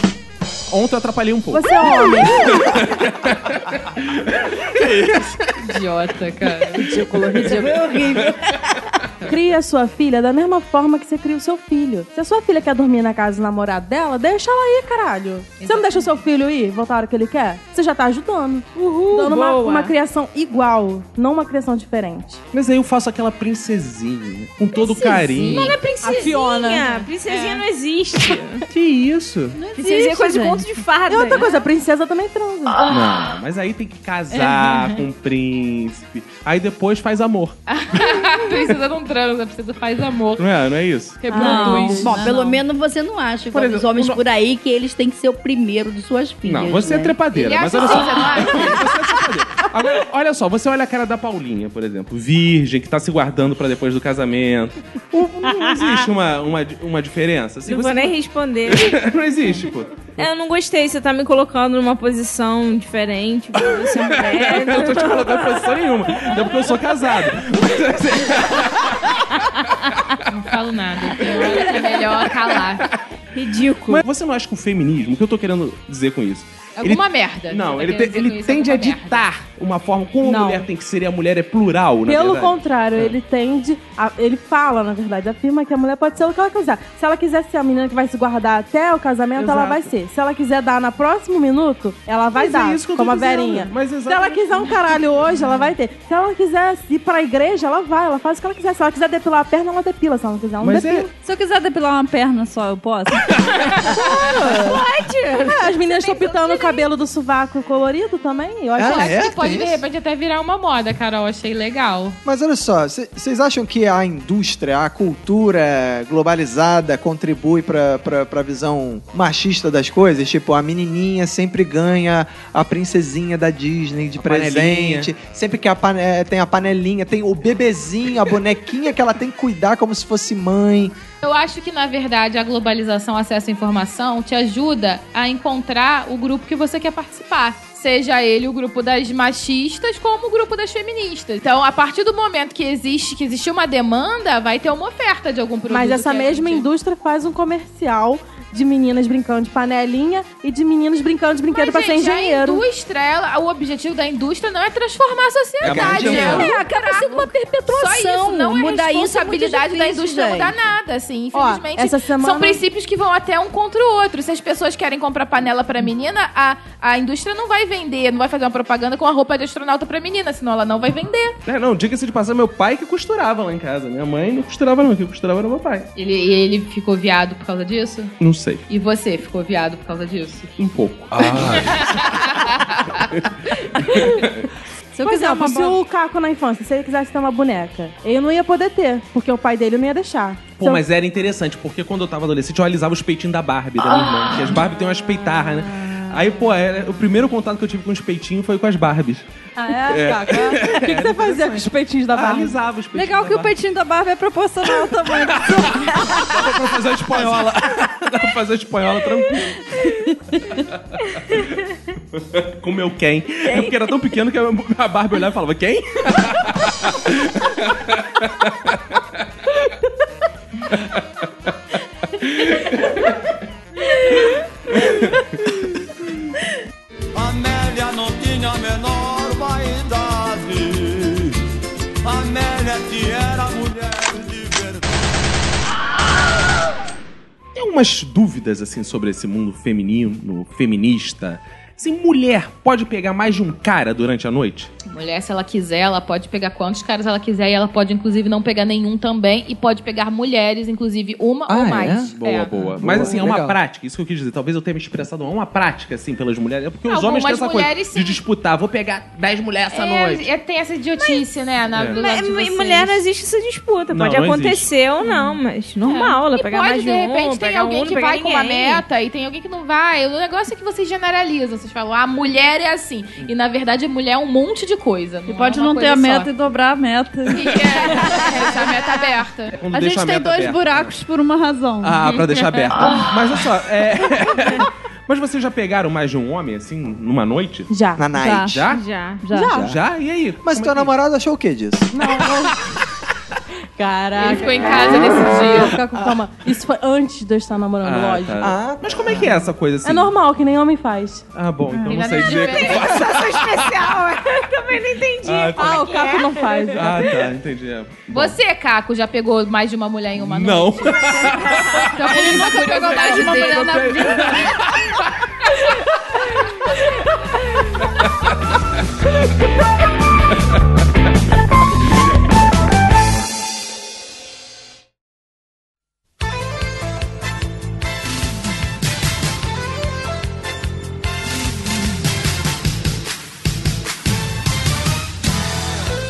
Speaker 4: Ontem eu atrapalhei um pouco.
Speaker 3: Você é homem.
Speaker 2: Idiota, cara.
Speaker 3: Ridículo,
Speaker 6: É
Speaker 3: ridículo. horrível. Cria sua filha da mesma forma que você cria o seu filho. Se a sua filha quer dormir na casa do namorado dela, deixa ela ir, caralho. Você não deixa o seu filho ir, voltar a hora que ele quer? Você já tá ajudando. Uhul, Dando uma,
Speaker 4: boa.
Speaker 3: uma criação igual, não uma criação diferente.
Speaker 4: Mas aí eu faço aquela princesinha, com todo
Speaker 3: Princesinha.
Speaker 4: carinho.
Speaker 3: Não é princesinha. A Fiona.
Speaker 6: Princesinha
Speaker 3: É.
Speaker 6: não existe.
Speaker 4: Que isso?
Speaker 6: Princesinha é coisa de conto de fada.
Speaker 3: E outra coisa, a princesa também transa. Ah.
Speaker 4: Não, mas aí tem que
Speaker 3: É.
Speaker 4: casar com um príncipe. Aí depois faz amor.
Speaker 2: precisa não transa, precisa faz amor.
Speaker 4: Não é, não é isso?
Speaker 2: Reproduz.
Speaker 8: Bom, pelo menos você não acha, igual os homens por aí, que eles têm que ser o primeiro de suas filhas.
Speaker 4: um Não, você é
Speaker 8: né?
Speaker 4: trepadeira, mas olha só. Agora, olha só, você olha a cara da Paulinha, por exemplo, virgem, que tá se guardando pra depois do casamento. Não existe uma, uma, uma diferença. assim,
Speaker 6: Não
Speaker 4: você-
Speaker 6: vou nem responder.
Speaker 4: não existe, pô.
Speaker 6: É, eu não gostei. Você tá me colocando numa posição diferente. porque Você é mulher.
Speaker 4: Eu não tô te colocando em posição nenhuma. Até porque eu sou casado.
Speaker 2: Não falo nada. Eu acho que é melhor calar.
Speaker 6: Ridículo.
Speaker 4: Mas você não acha que o feminismo, o que eu tô querendo dizer com isso?
Speaker 2: Alguma merda.
Speaker 4: Não,
Speaker 2: Tá
Speaker 4: ele,
Speaker 2: querendo
Speaker 4: te-
Speaker 2: dizer
Speaker 4: ele
Speaker 2: com isso,
Speaker 3: é
Speaker 4: tende a
Speaker 2: alguma merda.
Speaker 4: ditar uma forma como a mulher tem que ser e a mulher é plural, na
Speaker 3: Pelo
Speaker 4: verdade. É.
Speaker 3: contrário, ele tende. a- ele fala, na verdade, afirma que a mulher pode ser o que ela quiser. Se ela quiser ser a menina que vai se guardar até o casamento, ela
Speaker 4: Exato.
Speaker 3: vai ser. Se ela quiser dar na próximo minuto, ela vai
Speaker 4: Mas é
Speaker 3: dar.
Speaker 4: isso que eu tô
Speaker 3: como a
Speaker 4: dizendo.
Speaker 3: verinha.
Speaker 4: Mas
Speaker 3: Se ela quiser um caralho hoje, ela vai ter. Se ela quiser ir pra igreja, ela vai, ela faz o que ela quiser. Se ela quiser depilar a perna, ela depila. Se ela não quiser, ela não
Speaker 7: Mas
Speaker 3: depila.
Speaker 7: é- Se eu quiser depilar uma perna só, eu posso?
Speaker 3: Pode! Ah, as meninas estão pintando o cabelo do sovaco colorido também. Eu acho
Speaker 5: Ah,
Speaker 2: Eu acho
Speaker 5: é?
Speaker 2: que pode,
Speaker 5: Tem
Speaker 2: de
Speaker 5: isso?
Speaker 2: repente, até virar uma moda, Carol. Achei legal.
Speaker 5: Mas olha só, cê- vocês acham que a indústria, a cultura globalizada contribui pra, pra, pra visão machista das coisas? Tipo, a menininha sempre ganha a princesinha da Disney de presente.
Speaker 4: panelinha.
Speaker 5: Sempre que a pane- eh, tem a panelinha, tem o bebezinho, a bonequinha que ela tem que cuidar como se fosse mãe.
Speaker 2: Eu acho que, na verdade, a globalização, acesso à informação, te ajuda a encontrar o grupo que você quer participar. Seja ele o grupo das machistas, como o grupo das feministas. Então, a partir do momento que existe, que existe uma demanda, vai ter uma oferta de algum produto.
Speaker 3: Mas essa
Speaker 2: que é a
Speaker 3: mesma
Speaker 2: gente-
Speaker 3: indústria faz um comercial de meninas brincando de panelinha e de meninos brincando de brinquedo pra ser
Speaker 2: Gente, A
Speaker 3: engenheiro.
Speaker 2: indústria, ela- o objetivo da indústria não é transformar a sociedade.
Speaker 3: É,
Speaker 2: né?
Speaker 3: é,
Speaker 8: acaba sendo uma perpetuação.
Speaker 2: Só isso, não é
Speaker 8: Mudar isso é
Speaker 2: responsabilidade
Speaker 8: muito
Speaker 2: da
Speaker 8: difícil,
Speaker 2: indústria
Speaker 8: gente.
Speaker 2: mudar nada, assim.
Speaker 3: Ó,
Speaker 2: Infelizmente,
Speaker 3: essa semana-
Speaker 2: são princípios que vão até um contra o outro. Se as pessoas querem comprar panela pra menina, a, a indústria não vai vender, não vai fazer uma propaganda com a roupa de astronauta pra menina, senão ela não vai vender.
Speaker 4: É, não, diga-se de passar, meu pai que costurava lá em casa. Minha mãe não costurava não, quem costurava era meu pai.
Speaker 2: Ele, ele ficou viado por causa disso?
Speaker 4: Não sei,
Speaker 2: E você ficou viado por causa disso?
Speaker 4: um pouco. Ah.
Speaker 3: Se eu quiser é, se o Caco na infância, se ele quisesse ter uma boneca, ele não ia poder ter, porque o pai dele não ia deixar. Então,
Speaker 4: Pô, mas era interessante, porque quando eu tava adolescente, eu alisava os peitinhos da Barbie, da minha irmã.
Speaker 7: Ah.
Speaker 4: Porque as Barbie tem umas peitarras, né? Aí, pô, era- o primeiro contato que eu tive com os peitinhos foi com as Barbies.
Speaker 7: Ah,
Speaker 4: É. Ah.
Speaker 7: é, Caco?
Speaker 3: O que, que você fazia com os peitinhos da Barbie?
Speaker 4: Alisava os peitinhos
Speaker 7: Ah, Legal
Speaker 4: da
Speaker 7: que o
Speaker 4: Barbie.
Speaker 7: peitinho da Barbie é proporcional ao tamanho do
Speaker 4: Dá pra fazer a espanhola. Dá pra fazer a espanhola tranquilo. com meu quem? É porque era tão pequeno que a Barbie olhava e falava, quem?
Speaker 10: Amélia não tinha a menor vaidade. Amélia que era mulher de verdade.
Speaker 4: Tem umas dúvidas, assim, sobre esse mundo feminino, feminista.
Speaker 15: Assim, mulher pode pegar mais de um cara durante a noite?
Speaker 2: Mulher, se ela quiser, ela pode pegar quantos caras ela quiser e ela pode, inclusive, não pegar nenhum também e pode pegar mulheres, inclusive, uma
Speaker 16: Ah,
Speaker 2: ou mais.
Speaker 15: Boa,
Speaker 2: Ah, É.
Speaker 15: boa.
Speaker 16: Tá
Speaker 15: Mas assim, é uma
Speaker 2: Legal.
Speaker 15: prática, isso que eu quis dizer. Talvez eu tenha me expressado, mal. é uma prática, assim, pelas mulheres. É porque os
Speaker 2: Algumas
Speaker 15: homens têm essa coisa
Speaker 2: mulheres, sim.
Speaker 15: de disputar. Vou pegar 10 mulheres essa
Speaker 2: É,
Speaker 15: noite.
Speaker 2: é- tem essa idiotice, né? Na,
Speaker 15: É.
Speaker 2: do lado de
Speaker 3: Mas,
Speaker 2: vocês.
Speaker 3: mulher não existe essa disputa.
Speaker 15: Não,
Speaker 3: pode
Speaker 15: não
Speaker 3: acontecer ou não, mas normal. Ela
Speaker 2: e
Speaker 3: pegar
Speaker 2: pode,
Speaker 3: mais
Speaker 2: de
Speaker 3: um,
Speaker 2: repente, tem
Speaker 3: pegar
Speaker 2: alguém
Speaker 3: um, não
Speaker 2: que
Speaker 3: pegar
Speaker 2: vai com uma
Speaker 3: ninguém.
Speaker 2: meta e tem alguém que não vai. O negócio é que vocês generalizam. Vocês falam, ah, mulher é assim. E, na verdade, mulher é um monte de coisa. E
Speaker 8: Pode não ter a meta e dobrar a meta.
Speaker 2: Deixar a É, meta aberta.
Speaker 15: Quando
Speaker 8: a
Speaker 15: deixa
Speaker 8: gente
Speaker 15: a
Speaker 8: tem
Speaker 15: meta
Speaker 8: dois
Speaker 15: aberta. né?
Speaker 8: buracos por uma razão.
Speaker 15: Ah, pra deixar aberto. Mas olha só, é. Mas vocês já pegaram mais de um homem, assim, numa noite?
Speaker 17: Já.
Speaker 18: Na night.
Speaker 15: Já?
Speaker 3: Já.
Speaker 15: Já. Já. E aí? é
Speaker 18: Mas
Speaker 4: é
Speaker 18: teu namorado achou o quê disso?
Speaker 17: Caraca.
Speaker 2: Ele ficou em casa nesse dia.
Speaker 17: Vou ficar com calma. Isso foi antes de eu estar namorando,
Speaker 15: Ah,
Speaker 17: lógico.
Speaker 15: tá. Mas como é que é essa coisa assim?
Speaker 17: É normal, que nem homem faz.
Speaker 15: Ah, bom, então não
Speaker 17: Ainda
Speaker 15: sei
Speaker 17: não
Speaker 15: dizer.
Speaker 2: tá
Speaker 17: tive.
Speaker 15: como-
Speaker 3: especial. Eu também não entendi.
Speaker 15: Ah, como é
Speaker 17: Ah, o Caco não faz.
Speaker 15: Ah, tá, entendi. é.
Speaker 2: Você, Caco, já pegou mais de uma mulher em uma
Speaker 15: Não.
Speaker 2: noite? Então, ele nunca pegou mais de uma mulher na vida.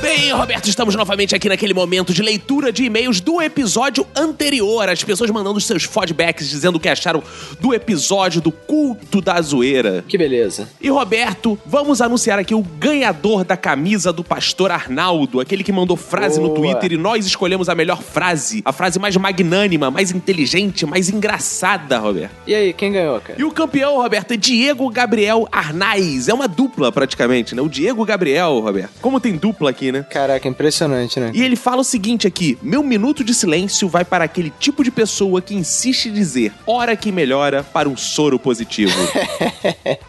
Speaker 4: Bem, Roberto, estamos novamente aqui naquele momento de leitura de e-mails do episódio anterior. As pessoas mandando seus feedbacks dizendo o que acharam do episódio do culto da zoeira. Que beleza. E Roberto, vamos anunciar aqui o ganhador da camisa do pastor Arnaldo, aquele que mandou frase no
Speaker 16: Boa.
Speaker 4: Twitter e nós escolhemos a melhor frase, a frase mais magnânima, mais inteligente, mais engraçada, Roberto.
Speaker 16: E aí, quem ganhou, cara?
Speaker 4: E o campeão, Roberto, é Diego Gabriel Arnaiz. É uma dupla, praticamente, né? O Diego Gabriel, Roberto. Como tem dupla aqui, né?
Speaker 16: Caraca, impressionante, né?
Speaker 4: E ele fala o seguinte aqui: meu minuto de silêncio vai para aquele tipo de pessoa que insiste em dizer hora que melhora para um soro positivo.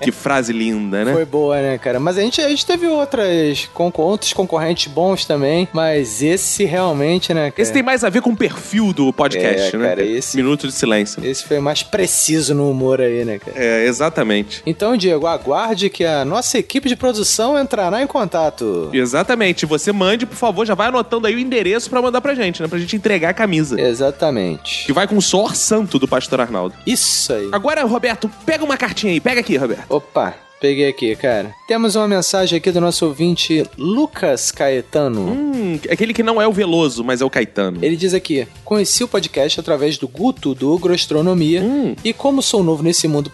Speaker 4: que frase linda, né?
Speaker 16: Foi boa, né, cara? Mas a gente, a gente teve outras concor- outros concorrentes bons também, mas esse realmente, né, cara?
Speaker 4: Esse tem mais a ver com o perfil do podcast,
Speaker 16: É,
Speaker 4: né?
Speaker 16: cara,
Speaker 4: esse... Minuto de silêncio.
Speaker 16: Esse foi mais preciso no humor aí, né, cara?
Speaker 4: É, exatamente.
Speaker 16: Então, Diego, aguarde que a nossa equipe de produção entrará em contato.
Speaker 4: Exatamente. Você mande, por favor, já vai anotando aí o endereço pra mandar pra gente, né? Pra gente entregar a camisa.
Speaker 16: Exatamente.
Speaker 4: Que vai com o suor santo do pastor Arnaldo.
Speaker 16: Isso aí.
Speaker 4: Agora, Roberto, pega uma cartinha aí. Pega aqui, Roberto.
Speaker 16: Opa, peguei aqui, cara. Temos uma mensagem aqui do nosso ouvinte Lucas Caetano.
Speaker 4: Hum, aquele que não é o Veloso, mas é o Caetano.
Speaker 16: Ele diz aqui: conheci o podcast através do Guto do Agroastronomia
Speaker 4: Hum,
Speaker 16: e como sou novo nesse mundo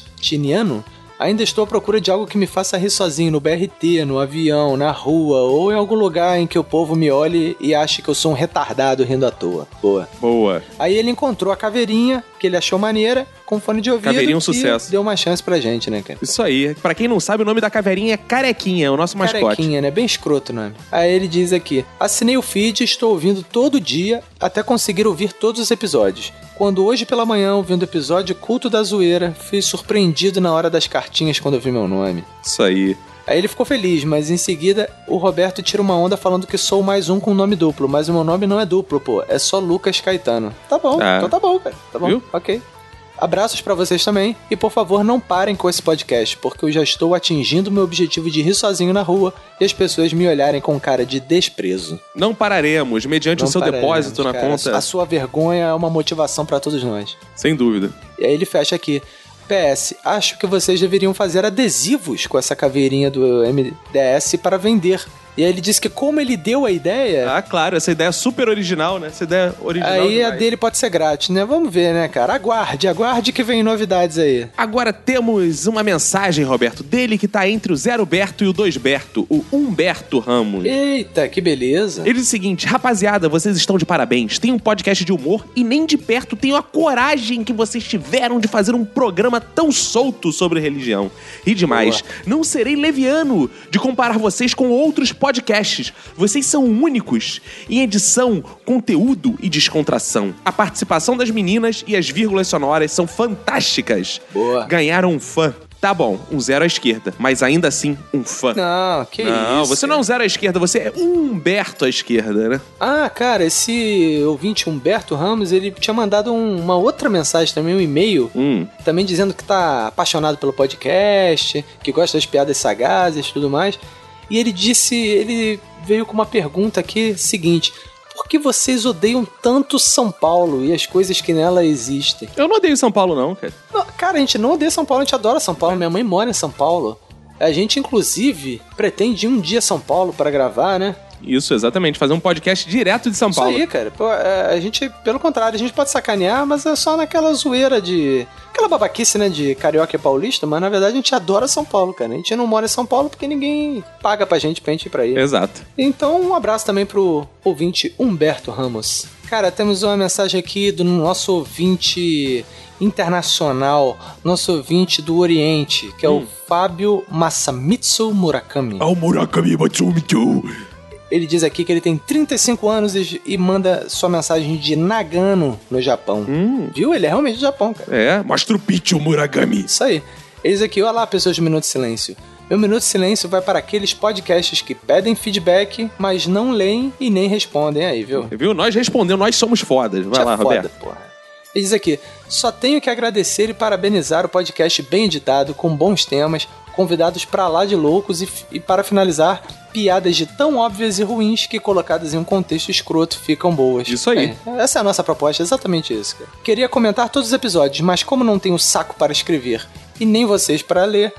Speaker 16: podcastiniano. Ainda estou à procura de algo que me faça rir sozinho no BRT, no avião, na rua ou em algum lugar em que o povo me olhe e ache que eu sou um retardado rindo à toa. Boa.
Speaker 4: Boa.
Speaker 16: Aí ele encontrou a caveirinha, que ele achou maneira, com fone de ouvido.
Speaker 4: Caveirinha é um
Speaker 16: e
Speaker 4: sucesso.
Speaker 16: Deu uma chance pra gente, né, cara?
Speaker 4: Isso aí. Pra quem não sabe, o nome da caveirinha é Carequinha, é o nosso mascote.
Speaker 16: Carequinha, né? Bem escroto o nome. Aí ele diz aqui: assinei o feed, estou ouvindo todo dia até conseguir ouvir todos os episódios. Quando hoje pela manhã, ouvindo o episódio Culto da Zoeira, fui surpreendido na hora das cartinhas quando eu vi meu nome.
Speaker 4: Isso aí.
Speaker 16: Aí ele ficou feliz, mas em seguida o Roberto tira uma onda falando que sou mais um com nome duplo, mas o meu nome não é duplo, pô, é só Lucas Caetano. Tá bom,
Speaker 4: Ah.
Speaker 16: então tá bom, cara. Tá bom,
Speaker 4: Viu?
Speaker 16: ok. Abraços pra vocês também e por favor não parem com esse podcast, porque eu já estou atingindo meu objetivo de rir sozinho na rua e as pessoas me olharem com cara de desprezo.
Speaker 4: Não pararemos, mediante
Speaker 16: Não
Speaker 4: o seu
Speaker 16: pararemos,
Speaker 4: depósito na
Speaker 16: cara.
Speaker 4: conta.
Speaker 16: A sua vergonha é uma motivação pra todos nós.
Speaker 4: Sem dúvida.
Speaker 16: E aí ele fecha aqui. PS, acho que vocês deveriam fazer adesivos com essa caveirinha do MDS para vender. E aí ele disse que como ele deu a ideia,
Speaker 4: Ah, claro, essa ideia é super original, né? Essa ideia é original.
Speaker 16: aí a
Speaker 4: demais.
Speaker 16: dele pode ser grátis, né? Vamos ver, né, cara? Aguarde, aguarde que vem novidades aí.
Speaker 4: Agora temos uma mensagem, Roberto, dele que tá entre o Zero Berto e o Dois Berto, o Humberto Ramos.
Speaker 16: Eita, que beleza.
Speaker 4: Ele diz o seguinte, rapaziada, vocês estão de parabéns. Tem um podcast de humor e nem de perto tenho a coragem que vocês tiveram de fazer um programa tão solto sobre religião. E demais, não serei leviano de comparar vocês com outros podcasts. Vocês são únicos em edição, conteúdo e descontração. A participação das meninas e as vírgulas sonoras são fantásticas. Boa. Ganharam um fã. Tá bom, um zero à esquerda, mas ainda assim um fã.
Speaker 16: Não, que
Speaker 4: Não,
Speaker 16: isso,
Speaker 4: você não é um zero à esquerda, você é um Humberto à esquerda, né?
Speaker 16: Ah, cara, esse ouvinte Humberto Ramos, ele tinha mandado um- uma outra mensagem também, um e-mail, também dizendo que tá apaixonado pelo podcast, que gosta das piadas sagazes e tudo mais. E ele disse, ele veio com uma pergunta aqui seguinte: Por que vocês odeiam tanto São Paulo e as coisas que nela existem?
Speaker 4: Eu não odeio São Paulo, não, cara.
Speaker 16: cara, a gente não odeia São Paulo, a gente adora São Paulo. Minha mãe mora em São Paulo. A gente, inclusive, pretende ir um dia a São Paulo pra gravar, né?
Speaker 4: Isso, exatamente, fazer um podcast direto de São
Speaker 16: Isso
Speaker 4: Paulo.
Speaker 16: aí, cara. Pô, é, A gente, pelo contrário, a gente pode sacanear, mas é só naquela zoeira de. Aquela babaquice, né? De carioca e paulista, mas na verdade a gente adora São Paulo, cara. A gente não mora em São Paulo porque ninguém paga pra gente pra gente ir pra aí.
Speaker 4: Exato.
Speaker 16: Então, um abraço também pro ouvinte Humberto Ramos. Cara, temos uma mensagem aqui do nosso ouvinte internacional, nosso ouvinte do Oriente, que é
Speaker 19: Hum.
Speaker 16: o Fábio Masamitsu Murakami.
Speaker 19: Ao Murakami Matsumitsu.
Speaker 16: Ele diz aqui que ele tem 35 anos e e manda sua mensagem de Nagano, no Japão.
Speaker 19: Hum.
Speaker 16: Viu? Ele é realmente do Japão, cara.
Speaker 4: É, mostra o Pichu Muragami.
Speaker 16: Isso aí. Ele diz aqui, olá, pessoas do Minuto de Silêncio. Meu Minuto de Silêncio vai para aqueles podcasts que pedem feedback, mas não leem e nem respondem aí, viu?
Speaker 4: Viu? Nós respondemos, nós somos fodas. Vai
Speaker 16: É
Speaker 4: lá,
Speaker 16: foda,
Speaker 4: Roberto.
Speaker 16: Ele diz aqui: só tenho que agradecer e parabenizar o podcast bem editado, com bons temas, convidados pra lá de loucos e, e para finalizar, piadas de tão óbvias e ruins que colocadas em um contexto escroto ficam boas. Isso
Speaker 4: aí.
Speaker 16: essa é a nossa proposta, exatamente isso. Cara. Queria comentar todos os episódios, mas como não tenho saco para escrever e nem vocês para ler.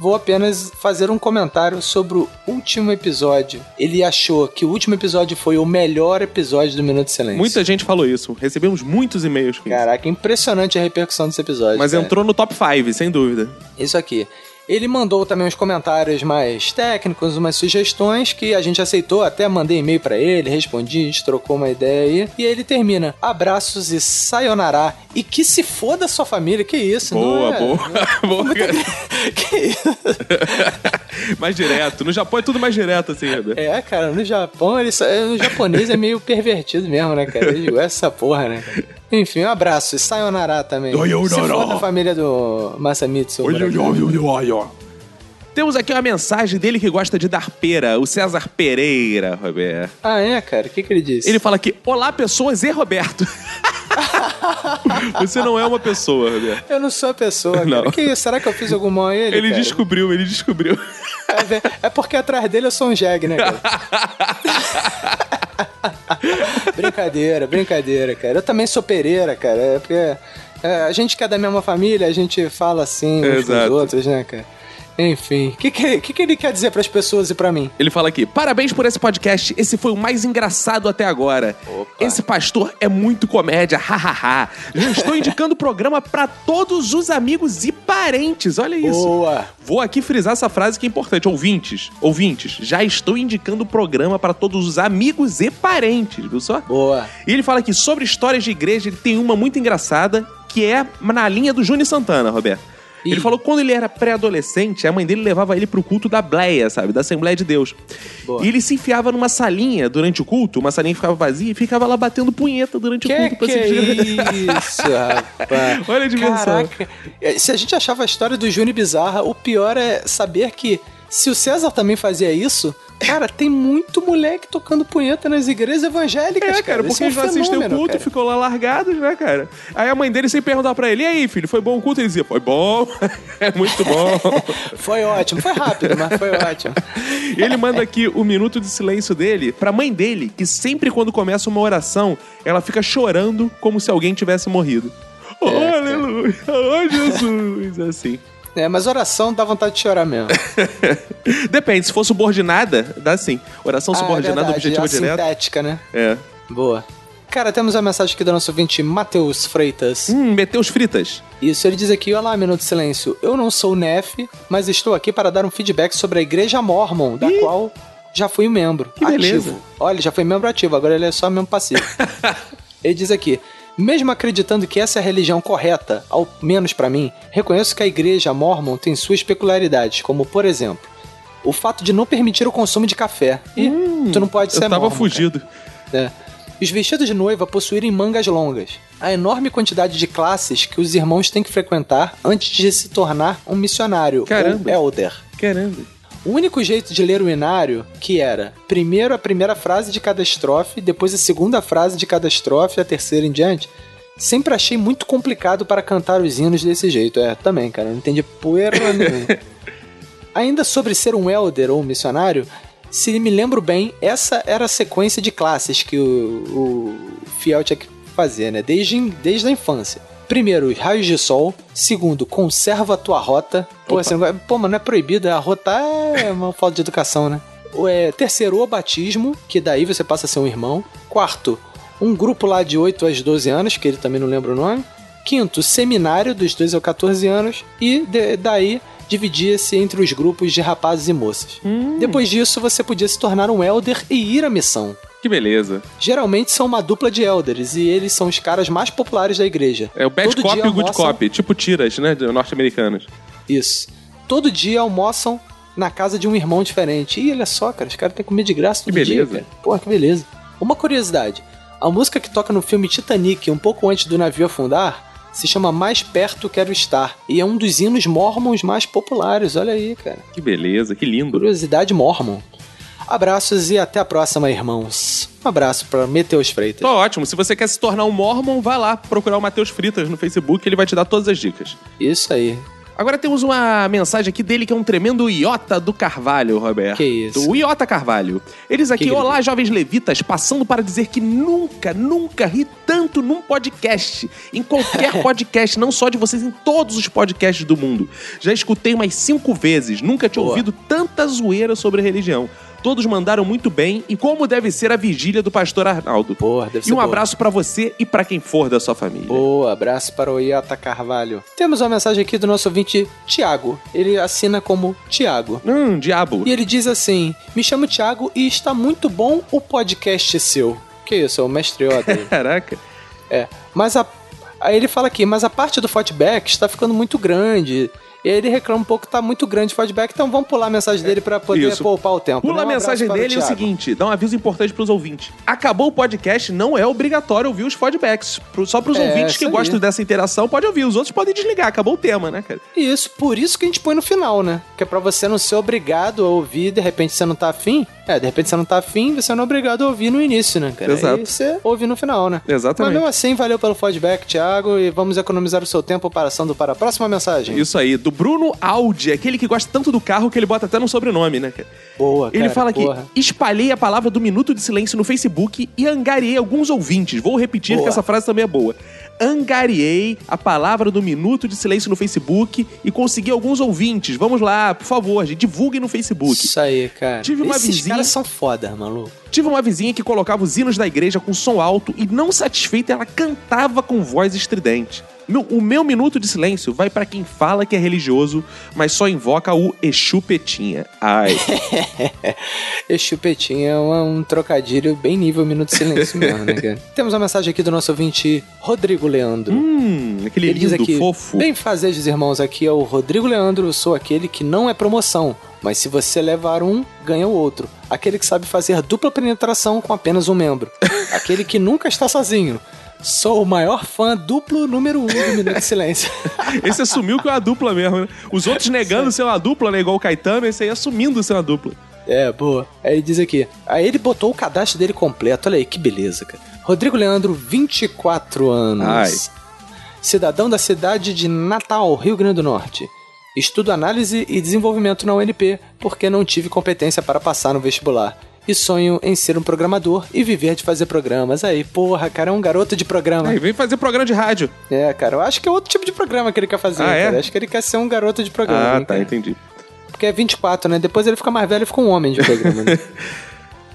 Speaker 16: Vou apenas fazer um comentário sobre o último episódio. Ele achou que o último episódio foi o melhor episódio do Minuto de Silêncio.
Speaker 4: Muita gente falou isso. Recebemos muitos e-mails com isso.
Speaker 16: Caraca, impressionante a repercussão desse episódio.
Speaker 4: Mas é um
Speaker 16: cara.
Speaker 4: entrou no top 5, sem dúvida.
Speaker 16: Isso aqui. Ele mandou também uns comentários mais técnicos, umas sugestões que a gente aceitou, até mandei e-mail pra ele, respondi, a gente trocou uma ideia aí. E ele termina: abraços e sayonara. E que se foda a sua família, que isso,
Speaker 4: Boa,
Speaker 16: não é?
Speaker 4: boa. boa cara. mais direto. No Japão é tudo mais direto, assim, Roberto.
Speaker 16: É, cara, no Japão, ele só- o japonês é meio pervertido mesmo, né, cara? Ele gosta dessa porra, né? cara? Enfim, um abraço e sayonara também. Se
Speaker 4: Sayonara.
Speaker 16: foda a família do Masamitsu. Murakami.
Speaker 4: É, Temos aqui uma mensagem dele que gosta de dar pera, o César Pereira, Roberto.
Speaker 16: Ah, é, cara? O que, que ele disse?
Speaker 4: Ele fala aqui: Olá, pessoas e Roberto. Você não é uma pessoa, Roberto.
Speaker 16: Eu não sou a pessoa, cara.
Speaker 4: Não.
Speaker 16: Que isso? Será que eu fiz algum mal a ele?
Speaker 4: Ele
Speaker 16: cara?
Speaker 4: descobriu, ele descobriu.
Speaker 16: É, ve- É porque atrás dele eu sou um jegue, né, cara? brincadeira, brincadeira, cara. Eu também sou Pereira, cara. É porque é, a gente que é da mesma família, a gente fala assim uns com os
Speaker 4: Exato.
Speaker 16: outros, né, cara? Enfim, o que, que, que que ele quer dizer pras pessoas e pra mim?
Speaker 4: Ele fala aqui: parabéns por esse podcast, esse foi o mais engraçado até agora. Esse pastor é muito comédia, hahaha. Já estou indicando o programa pra todos os amigos e parentes, olha isso.
Speaker 16: Boa.
Speaker 4: Vou aqui frisar essa frase que é importante, ouvintes, ouvintes, já estou indicando o programa pra todos os amigos e parentes, viu só?
Speaker 16: Boa.
Speaker 4: E ele fala aqui sobre histórias de igreja, ele tem uma muito engraçada que é na linha do Júnior Santana, Roberto. Ele falou que quando ele era pré-adolescente, a mãe dele levava ele pro culto da Bleia, sabe? Da Assembleia de Deus. E ele se enfiava numa salinha durante o culto, uma salinha que ficava vazia, e ficava lá batendo punheta durante o culto
Speaker 16: Que que é isso, rapaz?
Speaker 4: Olha a dimensão.
Speaker 16: Caraca. É, Se a gente achava a história do Júnior bizarra, o pior é saber que se o César também fazia isso, cara, tem muito moleque tocando punheta nas igrejas evangélicas,
Speaker 4: É, cara,
Speaker 16: Isso
Speaker 4: porque
Speaker 16: é um
Speaker 4: eles não assistem o
Speaker 16: fenômeno,
Speaker 4: culto,
Speaker 16: cara.
Speaker 4: ficou lá largados, né, cara? Aí a mãe dele sempre perguntava pra ele, e aí, filho, foi bom o culto? Ele dizia, foi bom, é muito bom.
Speaker 16: Foi ótimo, foi rápido, mas foi ótimo.
Speaker 4: E ele manda aqui o minuto de silêncio dele pra mãe dele, que sempre quando começa uma oração, ela fica chorando como se alguém tivesse morrido. Oh,
Speaker 16: É, cara.
Speaker 4: aleluia, oh, Jesus, assim.
Speaker 16: É, mas oração dá vontade de chorar mesmo.
Speaker 4: Depende, se for subordinada, dá sim. Oração
Speaker 16: Ah, é
Speaker 4: subordinada,
Speaker 16: verdade,
Speaker 4: objetivo
Speaker 16: a
Speaker 4: direto.
Speaker 16: sintética, né?
Speaker 4: É.
Speaker 16: Boa. Cara, temos a mensagem aqui do nosso ouvinte Matheus Freitas.
Speaker 4: Hum, Mateus Fritas.
Speaker 16: Isso, ele diz aqui, olá, Minuto de Silêncio. Eu não sou o Nef, mas estou aqui para dar um feedback sobre a Igreja Mormon, da qual já fui um membro.
Speaker 4: Que beleza.
Speaker 16: Ativo. Olha, ele já foi membro ativo, agora ele é só membro passivo. ele diz aqui, mesmo acreditando que essa é a religião correta, ao menos para mim, reconheço que a Igreja Mormon tem suas peculiaridades, como, por exemplo, o fato de não permitir o consumo de café. Ih, tu não pode
Speaker 4: Hum, eu
Speaker 16: ser
Speaker 4: tava
Speaker 16: mormon, é cara.
Speaker 4: fugido.
Speaker 16: É. os vestidos de noiva possuírem mangas longas. A enorme quantidade de classes que os irmãos têm que frequentar antes de se tornar um missionário
Speaker 4: Caramba.
Speaker 16: ou elder.
Speaker 4: Caramba.
Speaker 16: O único jeito de ler o inário que era primeiro a primeira frase de cada estrofe, depois a segunda frase de cada estrofe, a terceira em diante. Sempre achei muito complicado para cantar os hinos desse jeito. É, também, cara, não entendi poeira nenhuma. Ainda sobre ser um elder ou um missionário, se me lembro bem, essa era a sequência de classes que o, o fiel tinha que fazer, né? Desde, desde a infância. Primeiro, os raios de sol. Segundo, conserva a tua rota. Pô,
Speaker 4: Opa.
Speaker 16: assim, pô mas não é proibido. A rota é uma falta de educação, né? O, é, terceiro, o batismo, que daí você passa a ser um irmão. Quarto, um grupo lá de 8 aos 12 anos, que ele também não lembra o nome. Quinto, seminário dos 12 aos 14 anos. E de- daí dividia-se entre os grupos de rapazes e moças. Depois disso, você podia se tornar um elder e ir à missão.
Speaker 4: Que beleza.
Speaker 16: Geralmente são uma dupla de elders e eles são os caras mais populares da igreja.
Speaker 4: É o bad
Speaker 16: Todo
Speaker 4: cop
Speaker 16: dia
Speaker 4: e o good
Speaker 16: almoçam-
Speaker 4: cop. Tipo tiras, né? de- Norte-americanas.
Speaker 16: Isso. Todo dia almoçam na casa de um irmão diferente. Ih, olha só, cara, os caras têm comida de graça todo
Speaker 4: Que beleza.
Speaker 16: dia, cara. Porra, que beleza. Uma curiosidade. A música que toca no filme Titanic, um pouco antes do navio afundar, se chama Mais Perto Quero Estar. E é um dos hinos mormons mais populares. Olha aí, cara.
Speaker 4: Que beleza, que lindo.
Speaker 16: Curiosidade mormon. Abraços e até a próxima, irmãos. Um abraço para Meteus Freitas.
Speaker 4: Tô ótimo. Se você quer se tornar um Mormon, vai lá procurar o Matheus Fritas no Facebook, ele vai te dar todas as dicas.
Speaker 16: Isso aí.
Speaker 4: Agora temos uma mensagem aqui dele que é um tremendo Iota do Carvalho, Roberto. Que isso. O Iota Carvalho. Eles aqui,
Speaker 16: Que que ele
Speaker 4: olá, jovens levitas, passando para dizer que nunca, nunca ri tanto num podcast. Em qualquer podcast, não só de vocês, em todos os podcasts do mundo. Já escutei umas cinco vezes, nunca tinha
Speaker 16: Boa.
Speaker 4: ouvido tanta zoeira sobre religião. Todos mandaram muito bem e como deve ser a vigília do pastor Arnaldo.
Speaker 16: Porra, deve
Speaker 4: E
Speaker 16: ser
Speaker 4: um
Speaker 16: é boa.
Speaker 4: abraço pra você e pra quem for da sua família.
Speaker 16: Boa, abraço para o Iota Carvalho. Temos uma mensagem aqui do nosso ouvinte Tiago. Ele assina como Tiago.
Speaker 4: Hum, diabo.
Speaker 16: E ele diz assim: Me chamo Tiago e está muito bom o podcast seu. Que isso, é o mestre Iota.
Speaker 4: Caraca.
Speaker 16: É, mas a. Aí ele fala aqui, mas a parte do feedback está ficando muito grande. E aí ele reclama um pouco que tá muito grande o feedback, então vamos pular a mensagem dele para poder
Speaker 4: Isso.
Speaker 16: poupar o tempo.
Speaker 4: Pula
Speaker 16: né? Um
Speaker 4: a mensagem
Speaker 16: abraço para
Speaker 4: dele é o
Speaker 16: Tiago.
Speaker 4: seguinte: dá um aviso importante pros ouvintes. Acabou o podcast, não é obrigatório ouvir os feedbacks. Pro- Só pros
Speaker 16: É,
Speaker 4: ouvintes que
Speaker 16: isso aí.
Speaker 4: gostam dessa interação, pode ouvir. Os outros podem desligar, acabou o tema, né, cara?
Speaker 16: Isso, por isso que a gente põe no final, né? Que é pra você não ser obrigado a ouvir, de repente você não tá afim. É, de repente você não tá afim, você não é obrigado a ouvir no início, né, cara?
Speaker 4: Exato.
Speaker 16: Aí você ouve no final, né? Mas
Speaker 4: Exatamente.
Speaker 16: mesmo assim, valeu pelo feedback, Thiago, e vamos economizar o seu tempo passando para a próxima mensagem.
Speaker 4: Isso aí, do Bruno Audi, aquele que gosta tanto do carro que ele bota até no sobrenome, né, cara?
Speaker 16: Boa,
Speaker 4: Ele
Speaker 16: cara,
Speaker 4: fala aqui:
Speaker 16: porra.
Speaker 4: espalhei a palavra do minuto de silêncio no Facebook e angariei alguns ouvintes. Vou repetir
Speaker 16: Boa.
Speaker 4: que essa frase também é boa. Angariei a palavra do minuto de silêncio no Facebook e consegui alguns ouvintes. Vamos lá, por favor, gente, divulguem no Facebook.
Speaker 16: Isso aí, cara.
Speaker 4: Tive uma
Speaker 16: Esses
Speaker 4: vizinha-
Speaker 16: caras são foda, maluco.
Speaker 4: Tive uma vizinha que colocava os hinos da igreja com som alto e, não satisfeita, ela cantava com voz estridente. Meu- o meu minuto de silêncio vai pra quem fala que é religioso, mas só invoca o Exu Petinha. Ai.
Speaker 16: Esse chupetinho é um, um trocadilho bem nível Minuto de Silêncio mesmo, né, cara? Temos uma mensagem aqui do nosso ouvinte Rodrigo Leandro.
Speaker 4: Hum, aquele
Speaker 16: Ele diz
Speaker 4: lindo,
Speaker 16: aqui,
Speaker 4: fofo.
Speaker 16: Bem fazer, irmãos, aqui é o Rodrigo Leandro, eu sou aquele que não é promoção, mas se você levar um, ganha o outro. Aquele que sabe fazer dupla penetração com apenas um membro. aquele que nunca está sozinho. Sou o maior fã duplo número um do Minuto de Silêncio.
Speaker 4: Esse assumiu que é uma dupla mesmo, né? Os outros negando ser uma dupla, né? Igual o Caetano, esse aí assumindo ser uma dupla.
Speaker 16: É, boa. Aí ele diz aqui. Aí ele botou o cadastro dele completo. Olha aí, que beleza, cara. Rodrigo Leandro, 24 anos. Cidadão da cidade de Natal, Rio Grande do Norte. Estudo análise e desenvolvimento na UNP, porque não tive competência para passar no vestibular. E sonho em ser um programador e viver de fazer programas. Aí, porra, cara, é um garoto de programa.
Speaker 4: Aí vem fazer programa de rádio.
Speaker 16: É, cara, eu acho que é outro tipo de programa que ele quer fazer.
Speaker 4: Ah, é?
Speaker 16: cara. Acho que ele quer ser um garoto de programa.
Speaker 4: Ah,
Speaker 16: né,
Speaker 4: tá,
Speaker 16: cara?
Speaker 4: entendi.
Speaker 16: Porque é 24, né? Depois ele fica mais velho e fica um homem de programa, né?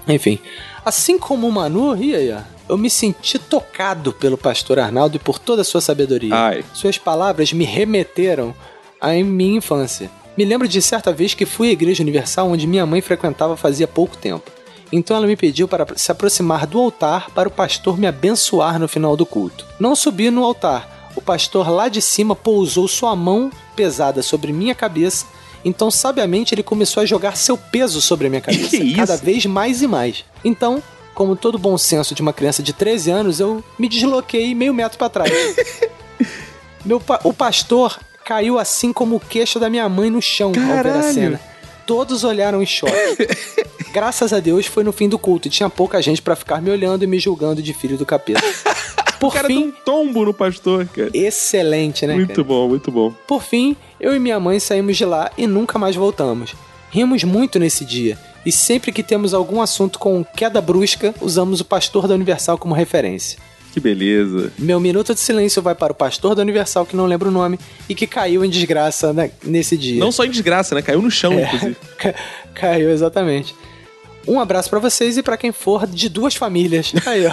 Speaker 16: Enfim. Assim como o Manu, e aí, ó, eu me senti tocado pelo pastor Arnaldo e por toda a sua sabedoria.
Speaker 4: Ah,
Speaker 16: Suas palavras me remeteram à minha infância. Me lembro de certa vez que fui à Igreja Universal onde minha mãe frequentava fazia pouco tempo. Então ela me pediu para se aproximar do altar para o pastor me abençoar no final do culto. Não subi no altar. O pastor lá de cima pousou sua mão pesada sobre minha cabeça, então sabiamente ele começou a jogar seu peso sobre a minha cabeça, cada vez mais e mais. Então, como todo bom senso de uma criança de 13 anos, eu me desloquei meio metro pra trás. Meu pa- o pastor caiu assim como o queixo da minha mãe no chão ao ver a
Speaker 4: Caralho.
Speaker 16: cena. Todos olharam em choque. Graças a Deus foi no fim do culto e tinha pouca gente pra ficar me olhando e me julgando de filho do capeta. Por fim,
Speaker 4: tombo no pastor, cara.
Speaker 16: Excelente, né?
Speaker 4: Muito
Speaker 16: cara?
Speaker 4: bom, muito bom.
Speaker 16: Por fim, eu e minha mãe saímos de lá e nunca mais voltamos. Rimos muito nesse dia, e sempre que temos algum assunto com queda brusca, usamos o pastor da Universal como referência.
Speaker 4: Que beleza.
Speaker 16: Meu minuto de silêncio vai para o pastor da Universal, que não lembra o nome, e que caiu em desgraça na- nesse dia.
Speaker 4: Não só em desgraça, né? Caiu no chão,
Speaker 16: É.
Speaker 4: inclusive.
Speaker 16: Ca- Caiu, exatamente. Um abraço pra vocês e pra quem for de duas famílias. Aí, ó.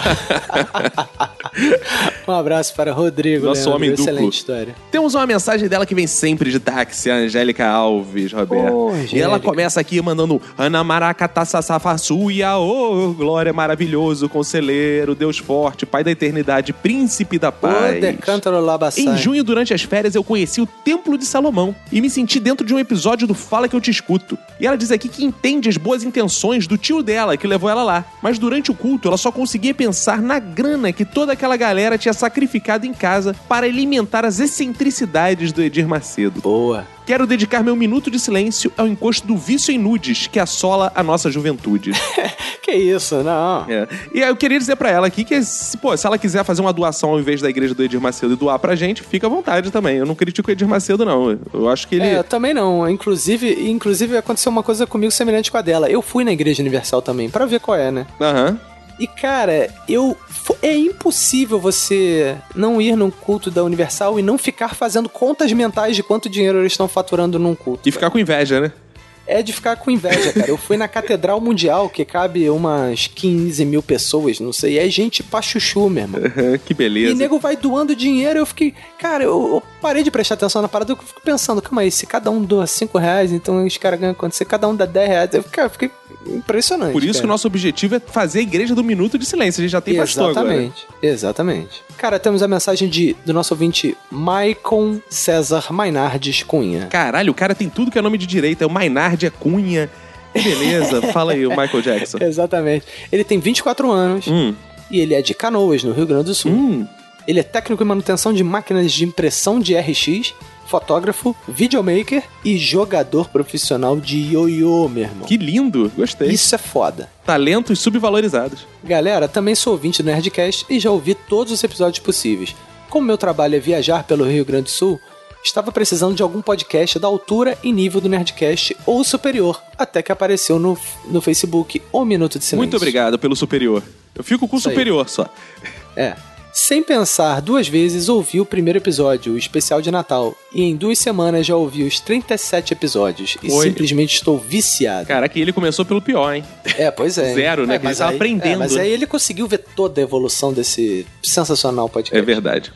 Speaker 16: um abraço para Rodrigo,
Speaker 4: Nosso
Speaker 16: Leandro.
Speaker 4: homem duplo.
Speaker 16: Excelente história.
Speaker 4: Temos uma mensagem dela que vem sempre de táxi, a Angélica Alves, Roberto.
Speaker 16: Ô,
Speaker 4: e ela
Speaker 16: Angélica.
Speaker 4: começa aqui mandando Ana Maracatá Sassafassuia, ô glória maravilhoso, conselheiro, Deus forte, pai da eternidade, príncipe da paz.
Speaker 16: Ô, Decântaro Labassai.
Speaker 4: Em junho, durante as férias, eu conheci o Templo de Salomão e me senti dentro de um episódio do Fala Que Eu Te Escuto. E ela diz aqui que entende as boas intenções do tio dela, que levou ela lá. Mas durante o culto, ela só conseguia pensar na grana que toda aquela galera tinha sacrificado em casa para alimentar as excentricidades do Edir Macedo.
Speaker 16: Boa.
Speaker 4: Quero dedicar meu minuto de silêncio ao encosto do vício em nudes que assola a nossa juventude.
Speaker 16: Que isso, não.
Speaker 4: É. E aí eu queria dizer pra ela aqui que, se, pô, se ela quiser fazer uma doação ao invés da igreja do Edir Macedo e doar pra gente, fica à vontade também. Eu não critico o Edir Macedo, não. Eu acho que ele.
Speaker 16: É, eu também não. Inclusive, inclusive aconteceu uma coisa comigo semelhante com a dela. Eu fui na Igreja Universal também, pra ver qual é, né?
Speaker 4: Aham.
Speaker 16: E cara, eu fo- é impossível você não ir num culto da Universal e não ficar fazendo contas mentais de quanto dinheiro eles estão faturando num culto.
Speaker 4: E ficar com inveja, né?
Speaker 16: É de ficar com inveja, cara. Eu fui na Catedral Mundial, que cabe umas 15 mil pessoas, não sei. É gente pra chuchu, meu irmão.
Speaker 4: É, que beleza.
Speaker 16: E nego vai doando dinheiro, eu fiquei. Cara, eu, eu parei de prestar atenção na parada, eu fico pensando, calma aí, se cada um doa 5 reais, então os caras ganham quanto? Se cada um dá 10 reais, eu, cara, eu fiquei impressionante.
Speaker 4: Por isso
Speaker 16: cara.
Speaker 4: que o nosso objetivo é fazer a igreja do minuto de silêncio. A gente já tem pastor agora.
Speaker 16: Exatamente, exatamente. Cara, temos a mensagem de, do nosso ouvinte Maicon César Mainardes Cunha.
Speaker 4: Caralho, o cara tem tudo que é nome de direita. É o Mainardi, é Cunha. Que Beleza, fala aí, o Michael Jackson.
Speaker 16: É. Exatamente. Ele tem 24
Speaker 4: Hum.
Speaker 16: anos e ele é de Canoas, no Rio Grande do Sul. Ele é técnico em manutenção de máquinas de impressão de RX, fotógrafo, videomaker e jogador profissional de ioiô, meu irmão.
Speaker 4: Que lindo, gostei.
Speaker 16: Isso é foda.
Speaker 4: Talentos subvalorizados.
Speaker 16: Galera, também sou ouvinte do Nerdcast e já ouvi todos os episódios possíveis. Como meu trabalho é viajar pelo Rio Grande do Sul, estava precisando de algum podcast da altura e nível do Nerdcast ou superior, até que apareceu no, no Facebook O Minuto de Silêncio.
Speaker 4: Muito obrigado pelo superior. Eu fico com o
Speaker 16: Isso aí.
Speaker 4: superior só.
Speaker 16: É. Sem pensar duas vezes, ouvi o primeiro episódio, o especial de Natal, e em duas semanas já ouvi os 37 episódios e
Speaker 4: Oi.
Speaker 16: simplesmente estou viciado.
Speaker 4: Caraca, e ele começou pelo pior, hein?
Speaker 16: É, pois é. hein?
Speaker 4: Zero, né?
Speaker 16: É,
Speaker 4: que ele tava
Speaker 16: aí-
Speaker 4: aprendendo.
Speaker 16: é, mas aí ele conseguiu ver toda a evolução desse sensacional podcast.
Speaker 4: É verdade.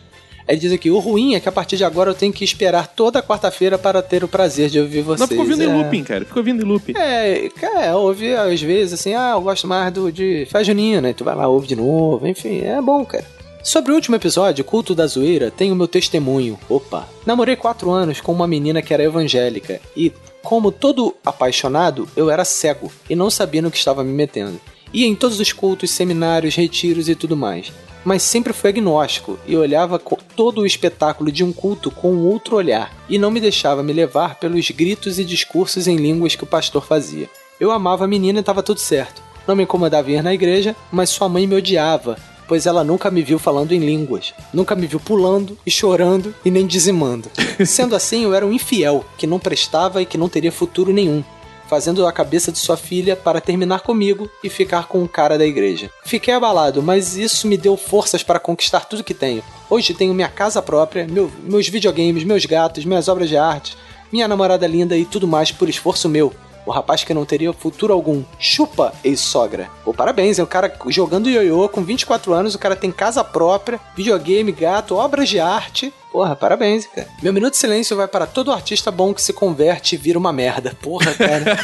Speaker 16: Ele diz aqui, o ruim é que a partir de agora eu tenho que esperar toda quarta-feira para ter o prazer de ouvir vocês.
Speaker 4: Não, ficou vindo
Speaker 16: é.
Speaker 4: em looping, cara. Ficou vindo em looping.
Speaker 16: É, cara, eu ouvi às vezes assim, ah, eu gosto mais do de Faz Junina, né? Tu vai lá, ouve de novo, enfim, é bom, cara. Sobre o último episódio, Culto da Zoeira, tem o meu testemunho. Opa! Namorei quatro anos com uma menina que era evangélica e, como todo apaixonado, eu era cego e não sabia no que estava me metendo. Ia em todos os cultos, seminários, retiros e tudo mais. Mas sempre fui agnóstico e olhava co- todo o espetáculo de um culto com um outro olhar e não me deixava me levar pelos gritos e discursos em línguas que o pastor fazia. Eu amava a menina e estava tudo certo. Não me incomodava ir na igreja, mas sua mãe me odiava, pois ela nunca me viu falando em línguas. Nunca me viu pulando e chorando e nem dizimando. Sendo assim, eu era um infiel que não prestava e que não teria futuro nenhum fazendo a cabeça de sua filha para terminar comigo e ficar com o cara da igreja. Fiquei abalado, mas isso me deu forças para conquistar tudo que tenho. Hoje tenho minha casa própria, meu- meus videogames, meus gatos, minhas obras de arte, minha namorada linda e tudo mais por esforço meu. O rapaz que não teria futuro algum. Chupa, ex-sogra. Pô, parabéns, é um cara jogando ioiô com 24 anos, o cara tem casa própria, videogame, gato, obras de arte. Porra, parabéns, cara. Meu minuto de silêncio vai para todo artista bom que se converte e vira uma merda. Porra, cara.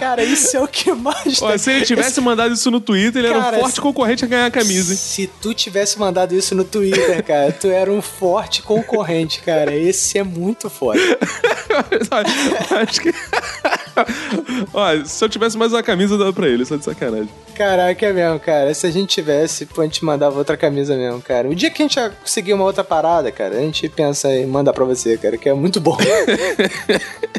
Speaker 16: cara, isso é o que mais.
Speaker 4: Ó, se ele tivesse
Speaker 16: Esse-
Speaker 4: mandado isso no Twitter, ele era
Speaker 16: Cara,
Speaker 4: um forte
Speaker 16: se-
Speaker 4: concorrente a ganhar a camisa, hein?
Speaker 16: Se tu tivesse mandado isso no Twitter, cara, tu era um forte concorrente, cara. Esse é muito forte.
Speaker 4: Acho que. Ó, se eu tivesse mais uma camisa, eu dava pra ele, só de sacanagem.
Speaker 16: Caraca, é mesmo, cara. Se a gente tivesse, pô, a gente mandava outra camisa mesmo, cara. O dia que a gente conseguir uma outra parada, cara, a gente pensa em mandar pra você, cara, que é muito bom.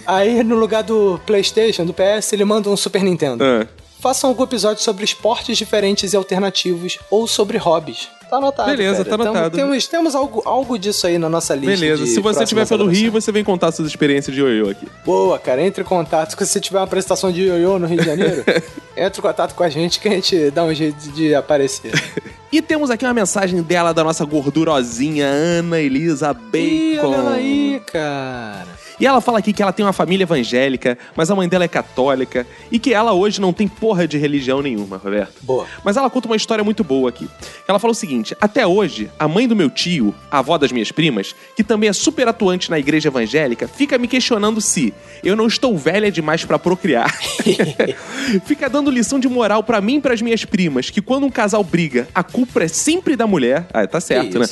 Speaker 16: Aí, no lugar do PlayStation, do PS, ele manda um Super Nintendo.
Speaker 4: É. Ah,
Speaker 16: Façam algum episódio sobre esportes diferentes e alternativos ou sobre hobbies. Tá anotado.
Speaker 4: Beleza,
Speaker 16: cara.
Speaker 4: tá
Speaker 16: Tamo-
Speaker 4: anotado.
Speaker 16: temos temos algo, algo disso aí na nossa lista.
Speaker 4: Beleza,
Speaker 16: de
Speaker 4: se você
Speaker 16: próximas
Speaker 4: estiver pelo
Speaker 16: gravações.
Speaker 4: Rio, você vem contar suas experiências de ioiô aqui.
Speaker 16: Boa, cara. Entre em contato. Se você tiver uma apresentação de ioiô no Rio de Janeiro, entre em contato com a gente que a gente dá um jeito de aparecer.
Speaker 4: E temos aqui uma mensagem dela, da nossa gordurosinha Ana Elisa
Speaker 16: Ih,
Speaker 4: Bacon.
Speaker 16: olha ela aí, cara.
Speaker 4: E ela fala aqui que ela tem uma família evangélica, mas a mãe dela é católica e que ela hoje não tem porra de religião nenhuma, Roberto.
Speaker 16: Boa.
Speaker 4: Mas ela conta uma história muito boa aqui. Ela fala o seguinte: até hoje, a mãe do meu tio, a avó das minhas primas, que também é super atuante na igreja evangélica, fica me questionando se eu não estou velha demais pra procriar. fica dando lição de moral pra mim e pras minhas primas, que quando um casal briga, a culpa é sempre da mulher. Ah, tá certo, né?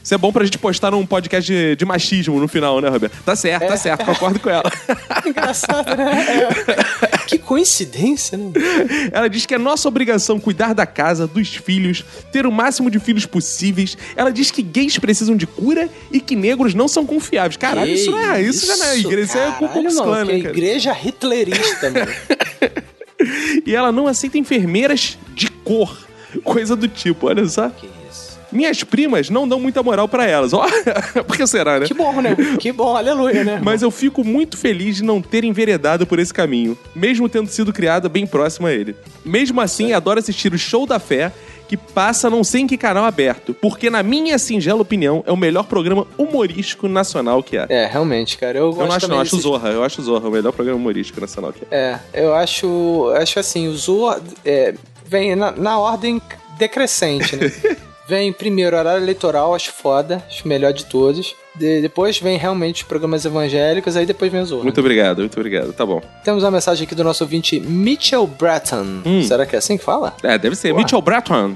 Speaker 4: Isso é bom pra gente postar num podcast de, de machismo no final, né, Roberto? Tá certo, tá certo, concordo com ela.
Speaker 16: Engraçado, né? É. Que coincidência, né?
Speaker 4: Ela diz que é nossa obrigação cuidar da casa, dos filhos, ter o máximo de filhos possíveis. Ela diz que gays precisam de cura e que negros não são confiáveis. Caralho, isso, não é, isso, já não é igreja, isso é Ku
Speaker 16: Caralho,
Speaker 4: Klux
Speaker 16: mano,
Speaker 4: Klan,
Speaker 16: que
Speaker 4: né, cara?
Speaker 16: igreja hitlerista, mano.
Speaker 4: E ela não aceita enfermeiras de cor. Coisa do tipo, olha só. Que
Speaker 16: isso.
Speaker 4: Minhas primas não dão muita moral pra elas. Ó, por que será, né? Que
Speaker 16: bom, né? Que bom, aleluia, né?
Speaker 4: Mas eu fico muito feliz de não ter enveredado por esse caminho, mesmo tendo sido criada bem próxima a ele. Mesmo assim, adoro assistir o Show da Fé, que passa não sei em que canal aberto, porque na minha singela opinião, é o melhor programa humorístico nacional que há.
Speaker 16: É, realmente, cara. Eu,
Speaker 4: Eu
Speaker 16: gosto
Speaker 4: não acho, não,
Speaker 16: também
Speaker 4: acho o
Speaker 16: desses-
Speaker 4: Zorra. Eu acho o Zorra o melhor programa humorístico nacional que há.
Speaker 16: É, eu acho, acho assim, o Zorra é, vem na, na ordem decrescente, né? vem primeiro horário eleitoral, acho foda, acho o melhor de todos. De- depois vem realmente os programas evangélicos, aí depois vem o né? Zorra.
Speaker 4: Muito obrigado, muito obrigado. Tá bom.
Speaker 16: Temos uma mensagem aqui do nosso ouvinte Mitchell Breton. Será que é assim que fala?
Speaker 4: É, deve ser. Mitchell Bratton.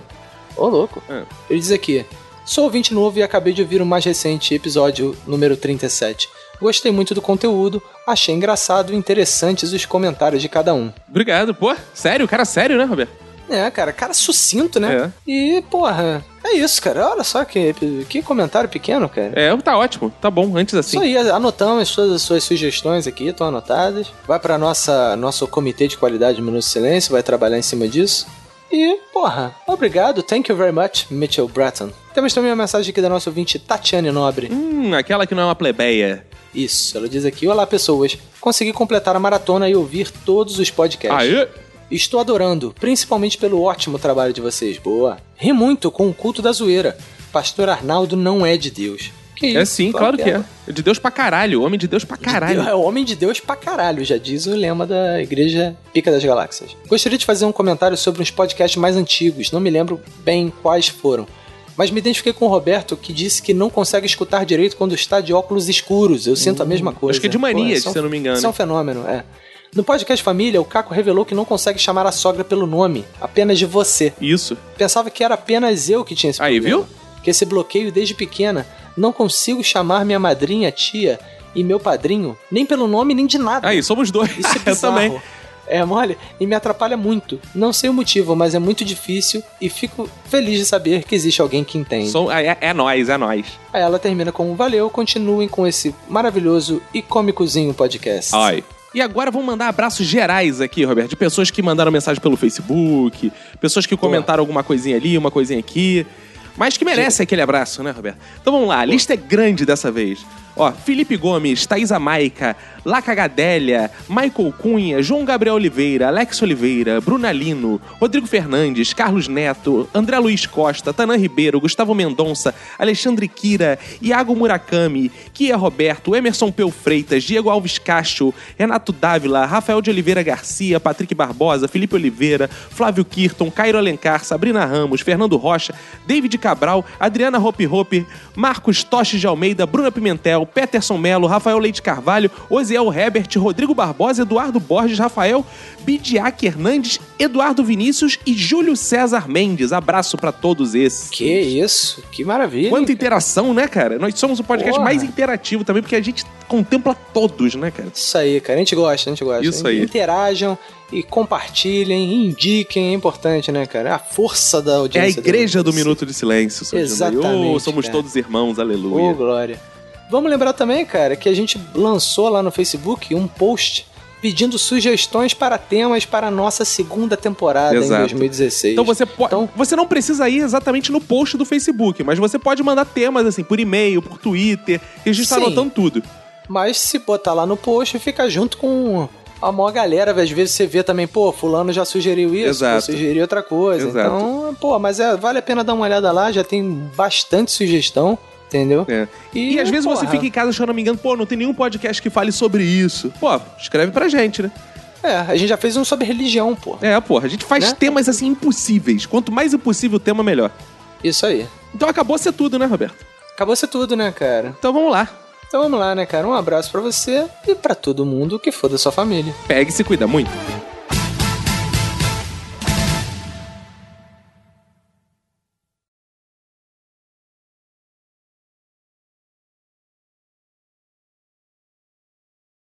Speaker 16: Ô, louco. Ele diz aqui: Sou ouvinte novo e acabei de ouvir o mais recente episódio número 37. Gostei muito do conteúdo, achei engraçado e interessantes os comentários de cada um.
Speaker 4: Obrigado, pô. Sério, cara sério, né, Roberto?
Speaker 16: É, cara, cara sucinto, né? E, porra, é isso, cara. Olha só que, que comentário pequeno, cara.
Speaker 4: É, tá ótimo, tá bom, antes assim.
Speaker 16: Isso aí, anotamos todas as suas sugestões aqui, estão anotadas. Vai para nossa nosso comitê de qualidade do Minuto de Silêncio, vai trabalhar em cima disso. E, porra, obrigado, thank you very much, Mitchell Breton. Temos também uma mensagem aqui da nossa ouvinte Tatiane Nobre.
Speaker 4: Hum, aquela que não é uma plebeia.
Speaker 16: Isso, ela diz aqui: Olá, pessoas. Consegui completar a maratona e ouvir todos os podcasts.
Speaker 4: Aê!
Speaker 16: Estou adorando, principalmente pelo ótimo trabalho de vocês. Boa. Ri muito com o culto da zoeira. Pastor Arnaldo não é de Deus. Que
Speaker 4: É sim, claro que é.
Speaker 16: dela.
Speaker 4: É De Deus pra caralho, homem de Deus pra caralho.
Speaker 16: É o homem de Deus pra caralho, já diz o lema da Igreja Pica das Galáxias. Gostaria de fazer um comentário sobre uns podcasts mais antigos, não me lembro bem quais foram. Mas me identifiquei com o Roberto, que disse que não consegue escutar direito quando está de óculos escuros. Eu sinto a mesma coisa.
Speaker 4: acho que é de mania,
Speaker 16: isso é um-
Speaker 4: se eu não me engano.
Speaker 16: Isso é um fenômeno, é. No podcast Família, o Caco revelou que não consegue chamar a sogra pelo nome, apenas de você.
Speaker 4: Isso.
Speaker 16: Pensava que era apenas eu que tinha esse
Speaker 4: Aí,
Speaker 16: problema. Que esse bloqueio desde pequena. Não consigo chamar minha madrinha, tia e meu padrinho, nem pelo nome, nem de nada.
Speaker 4: Aí, somos dois.
Speaker 16: Isso é bizarro.
Speaker 4: também.
Speaker 16: É mole e me atrapalha muito. Não sei o motivo, mas é muito difícil e fico feliz de saber que existe alguém que entende.
Speaker 4: Som- é, é nós, é nós.
Speaker 16: Aí ela termina com um valeu, continuem com esse maravilhoso e cômicozinho podcast.
Speaker 4: Ai. E agora vamos mandar abraços gerais aqui, Roberto, de pessoas que mandaram mensagem pelo Facebook, pessoas que comentaram alguma coisinha ali, uma coisinha aqui, mas que merece aquele abraço, né, Roberto? Então vamos lá, a lista é grande dessa vez. Ó, Felipe Gomes, Thaisa Maica, Laca Gadelha, Michael Cunha, João Gabriel Oliveira, Alex Oliveira, Bruna Lino, Rodrigo Fernandes, Carlos Neto, André Luiz Costa, Tanã Ribeiro, Gustavo Mendonça, Alexandre Kira, Iago Murakami, Kia é Roberto, Emerson Peu Freitas, Diego Alves Cacho, Renato Dávila, Rafael de Oliveira Garcia, Patrick Barbosa, Felipe Oliveira, Flávio Kirton, Cairo Alencar, Sabrina Ramos, Fernando Rocha, David Cabral, Adriana Hopi Hopi, Marcos Toches de Almeida, Bruna Pimentel, Peterson Melo, Rafael Leite Carvalho, Oziel Herbert, Rodrigo Barbosa, Eduardo Borges, Rafael Bidiac Hernandes Eduardo Vinícius e Júlio César Mendes. Abraço pra todos esses.
Speaker 16: Que isso, que maravilha.
Speaker 4: Quanta interação, né, cara? Nós somos o podcast
Speaker 16: é- Porra.
Speaker 4: mais interativo também, porque a gente contempla todos, né, cara?
Speaker 16: Isso aí, cara. A gente gosta, a gente gosta.
Speaker 4: Isso aí.
Speaker 16: Interajam e compartilhem, indiquem. É importante, né, cara? A força da
Speaker 4: É a
Speaker 16: audiência.
Speaker 4: igreja do Minuto de Silêncio, seu
Speaker 16: Exatamente,
Speaker 4: Jandaio. Ô, somos
Speaker 16: cara.
Speaker 4: todos irmãos, aleluia.
Speaker 16: Ô, glória. Vamos lembrar também, cara, que a gente lançou lá no Facebook um post pedindo sugestões para temas para a nossa segunda temporada em
Speaker 4: Exato.
Speaker 16: 2016.
Speaker 4: Então você pode. Você não precisa ir exatamente no post do Facebook, mas você pode mandar temas assim, por e-mail, por Twitter, e a gente tá
Speaker 16: Sim.
Speaker 4: anotando tudo.
Speaker 16: Mas se botar lá no post, fica junto com a maior galera. Às vezes você vê também, pô, fulano já sugeriu isso,
Speaker 4: Exato.
Speaker 16: eu sugeri outra coisa.
Speaker 4: Exato.
Speaker 16: Então, pô, mas é, vale a pena dar uma olhada lá, já tem bastante sugestão, entendeu?
Speaker 4: É. E, às vezes você
Speaker 16: porra.
Speaker 4: fica em casa chorando, me engano, pô, não tem nenhum podcast que fale sobre isso. Pô, escreve pra gente, né?
Speaker 16: É, a gente já fez um sobre religião, pô.
Speaker 4: É, porra, a gente faz
Speaker 16: Né?
Speaker 4: temas assim impossíveis. Quanto mais impossível o tema, melhor.
Speaker 16: Isso aí.
Speaker 4: Então acabou ser tudo, né, Roberto?
Speaker 16: Acabou ser tudo, né, cara?
Speaker 4: Então vamos lá.
Speaker 16: Então vamos lá, né, cara? Um abraço pra você e pra todo mundo que for da sua família.
Speaker 4: Pega e se cuida muito.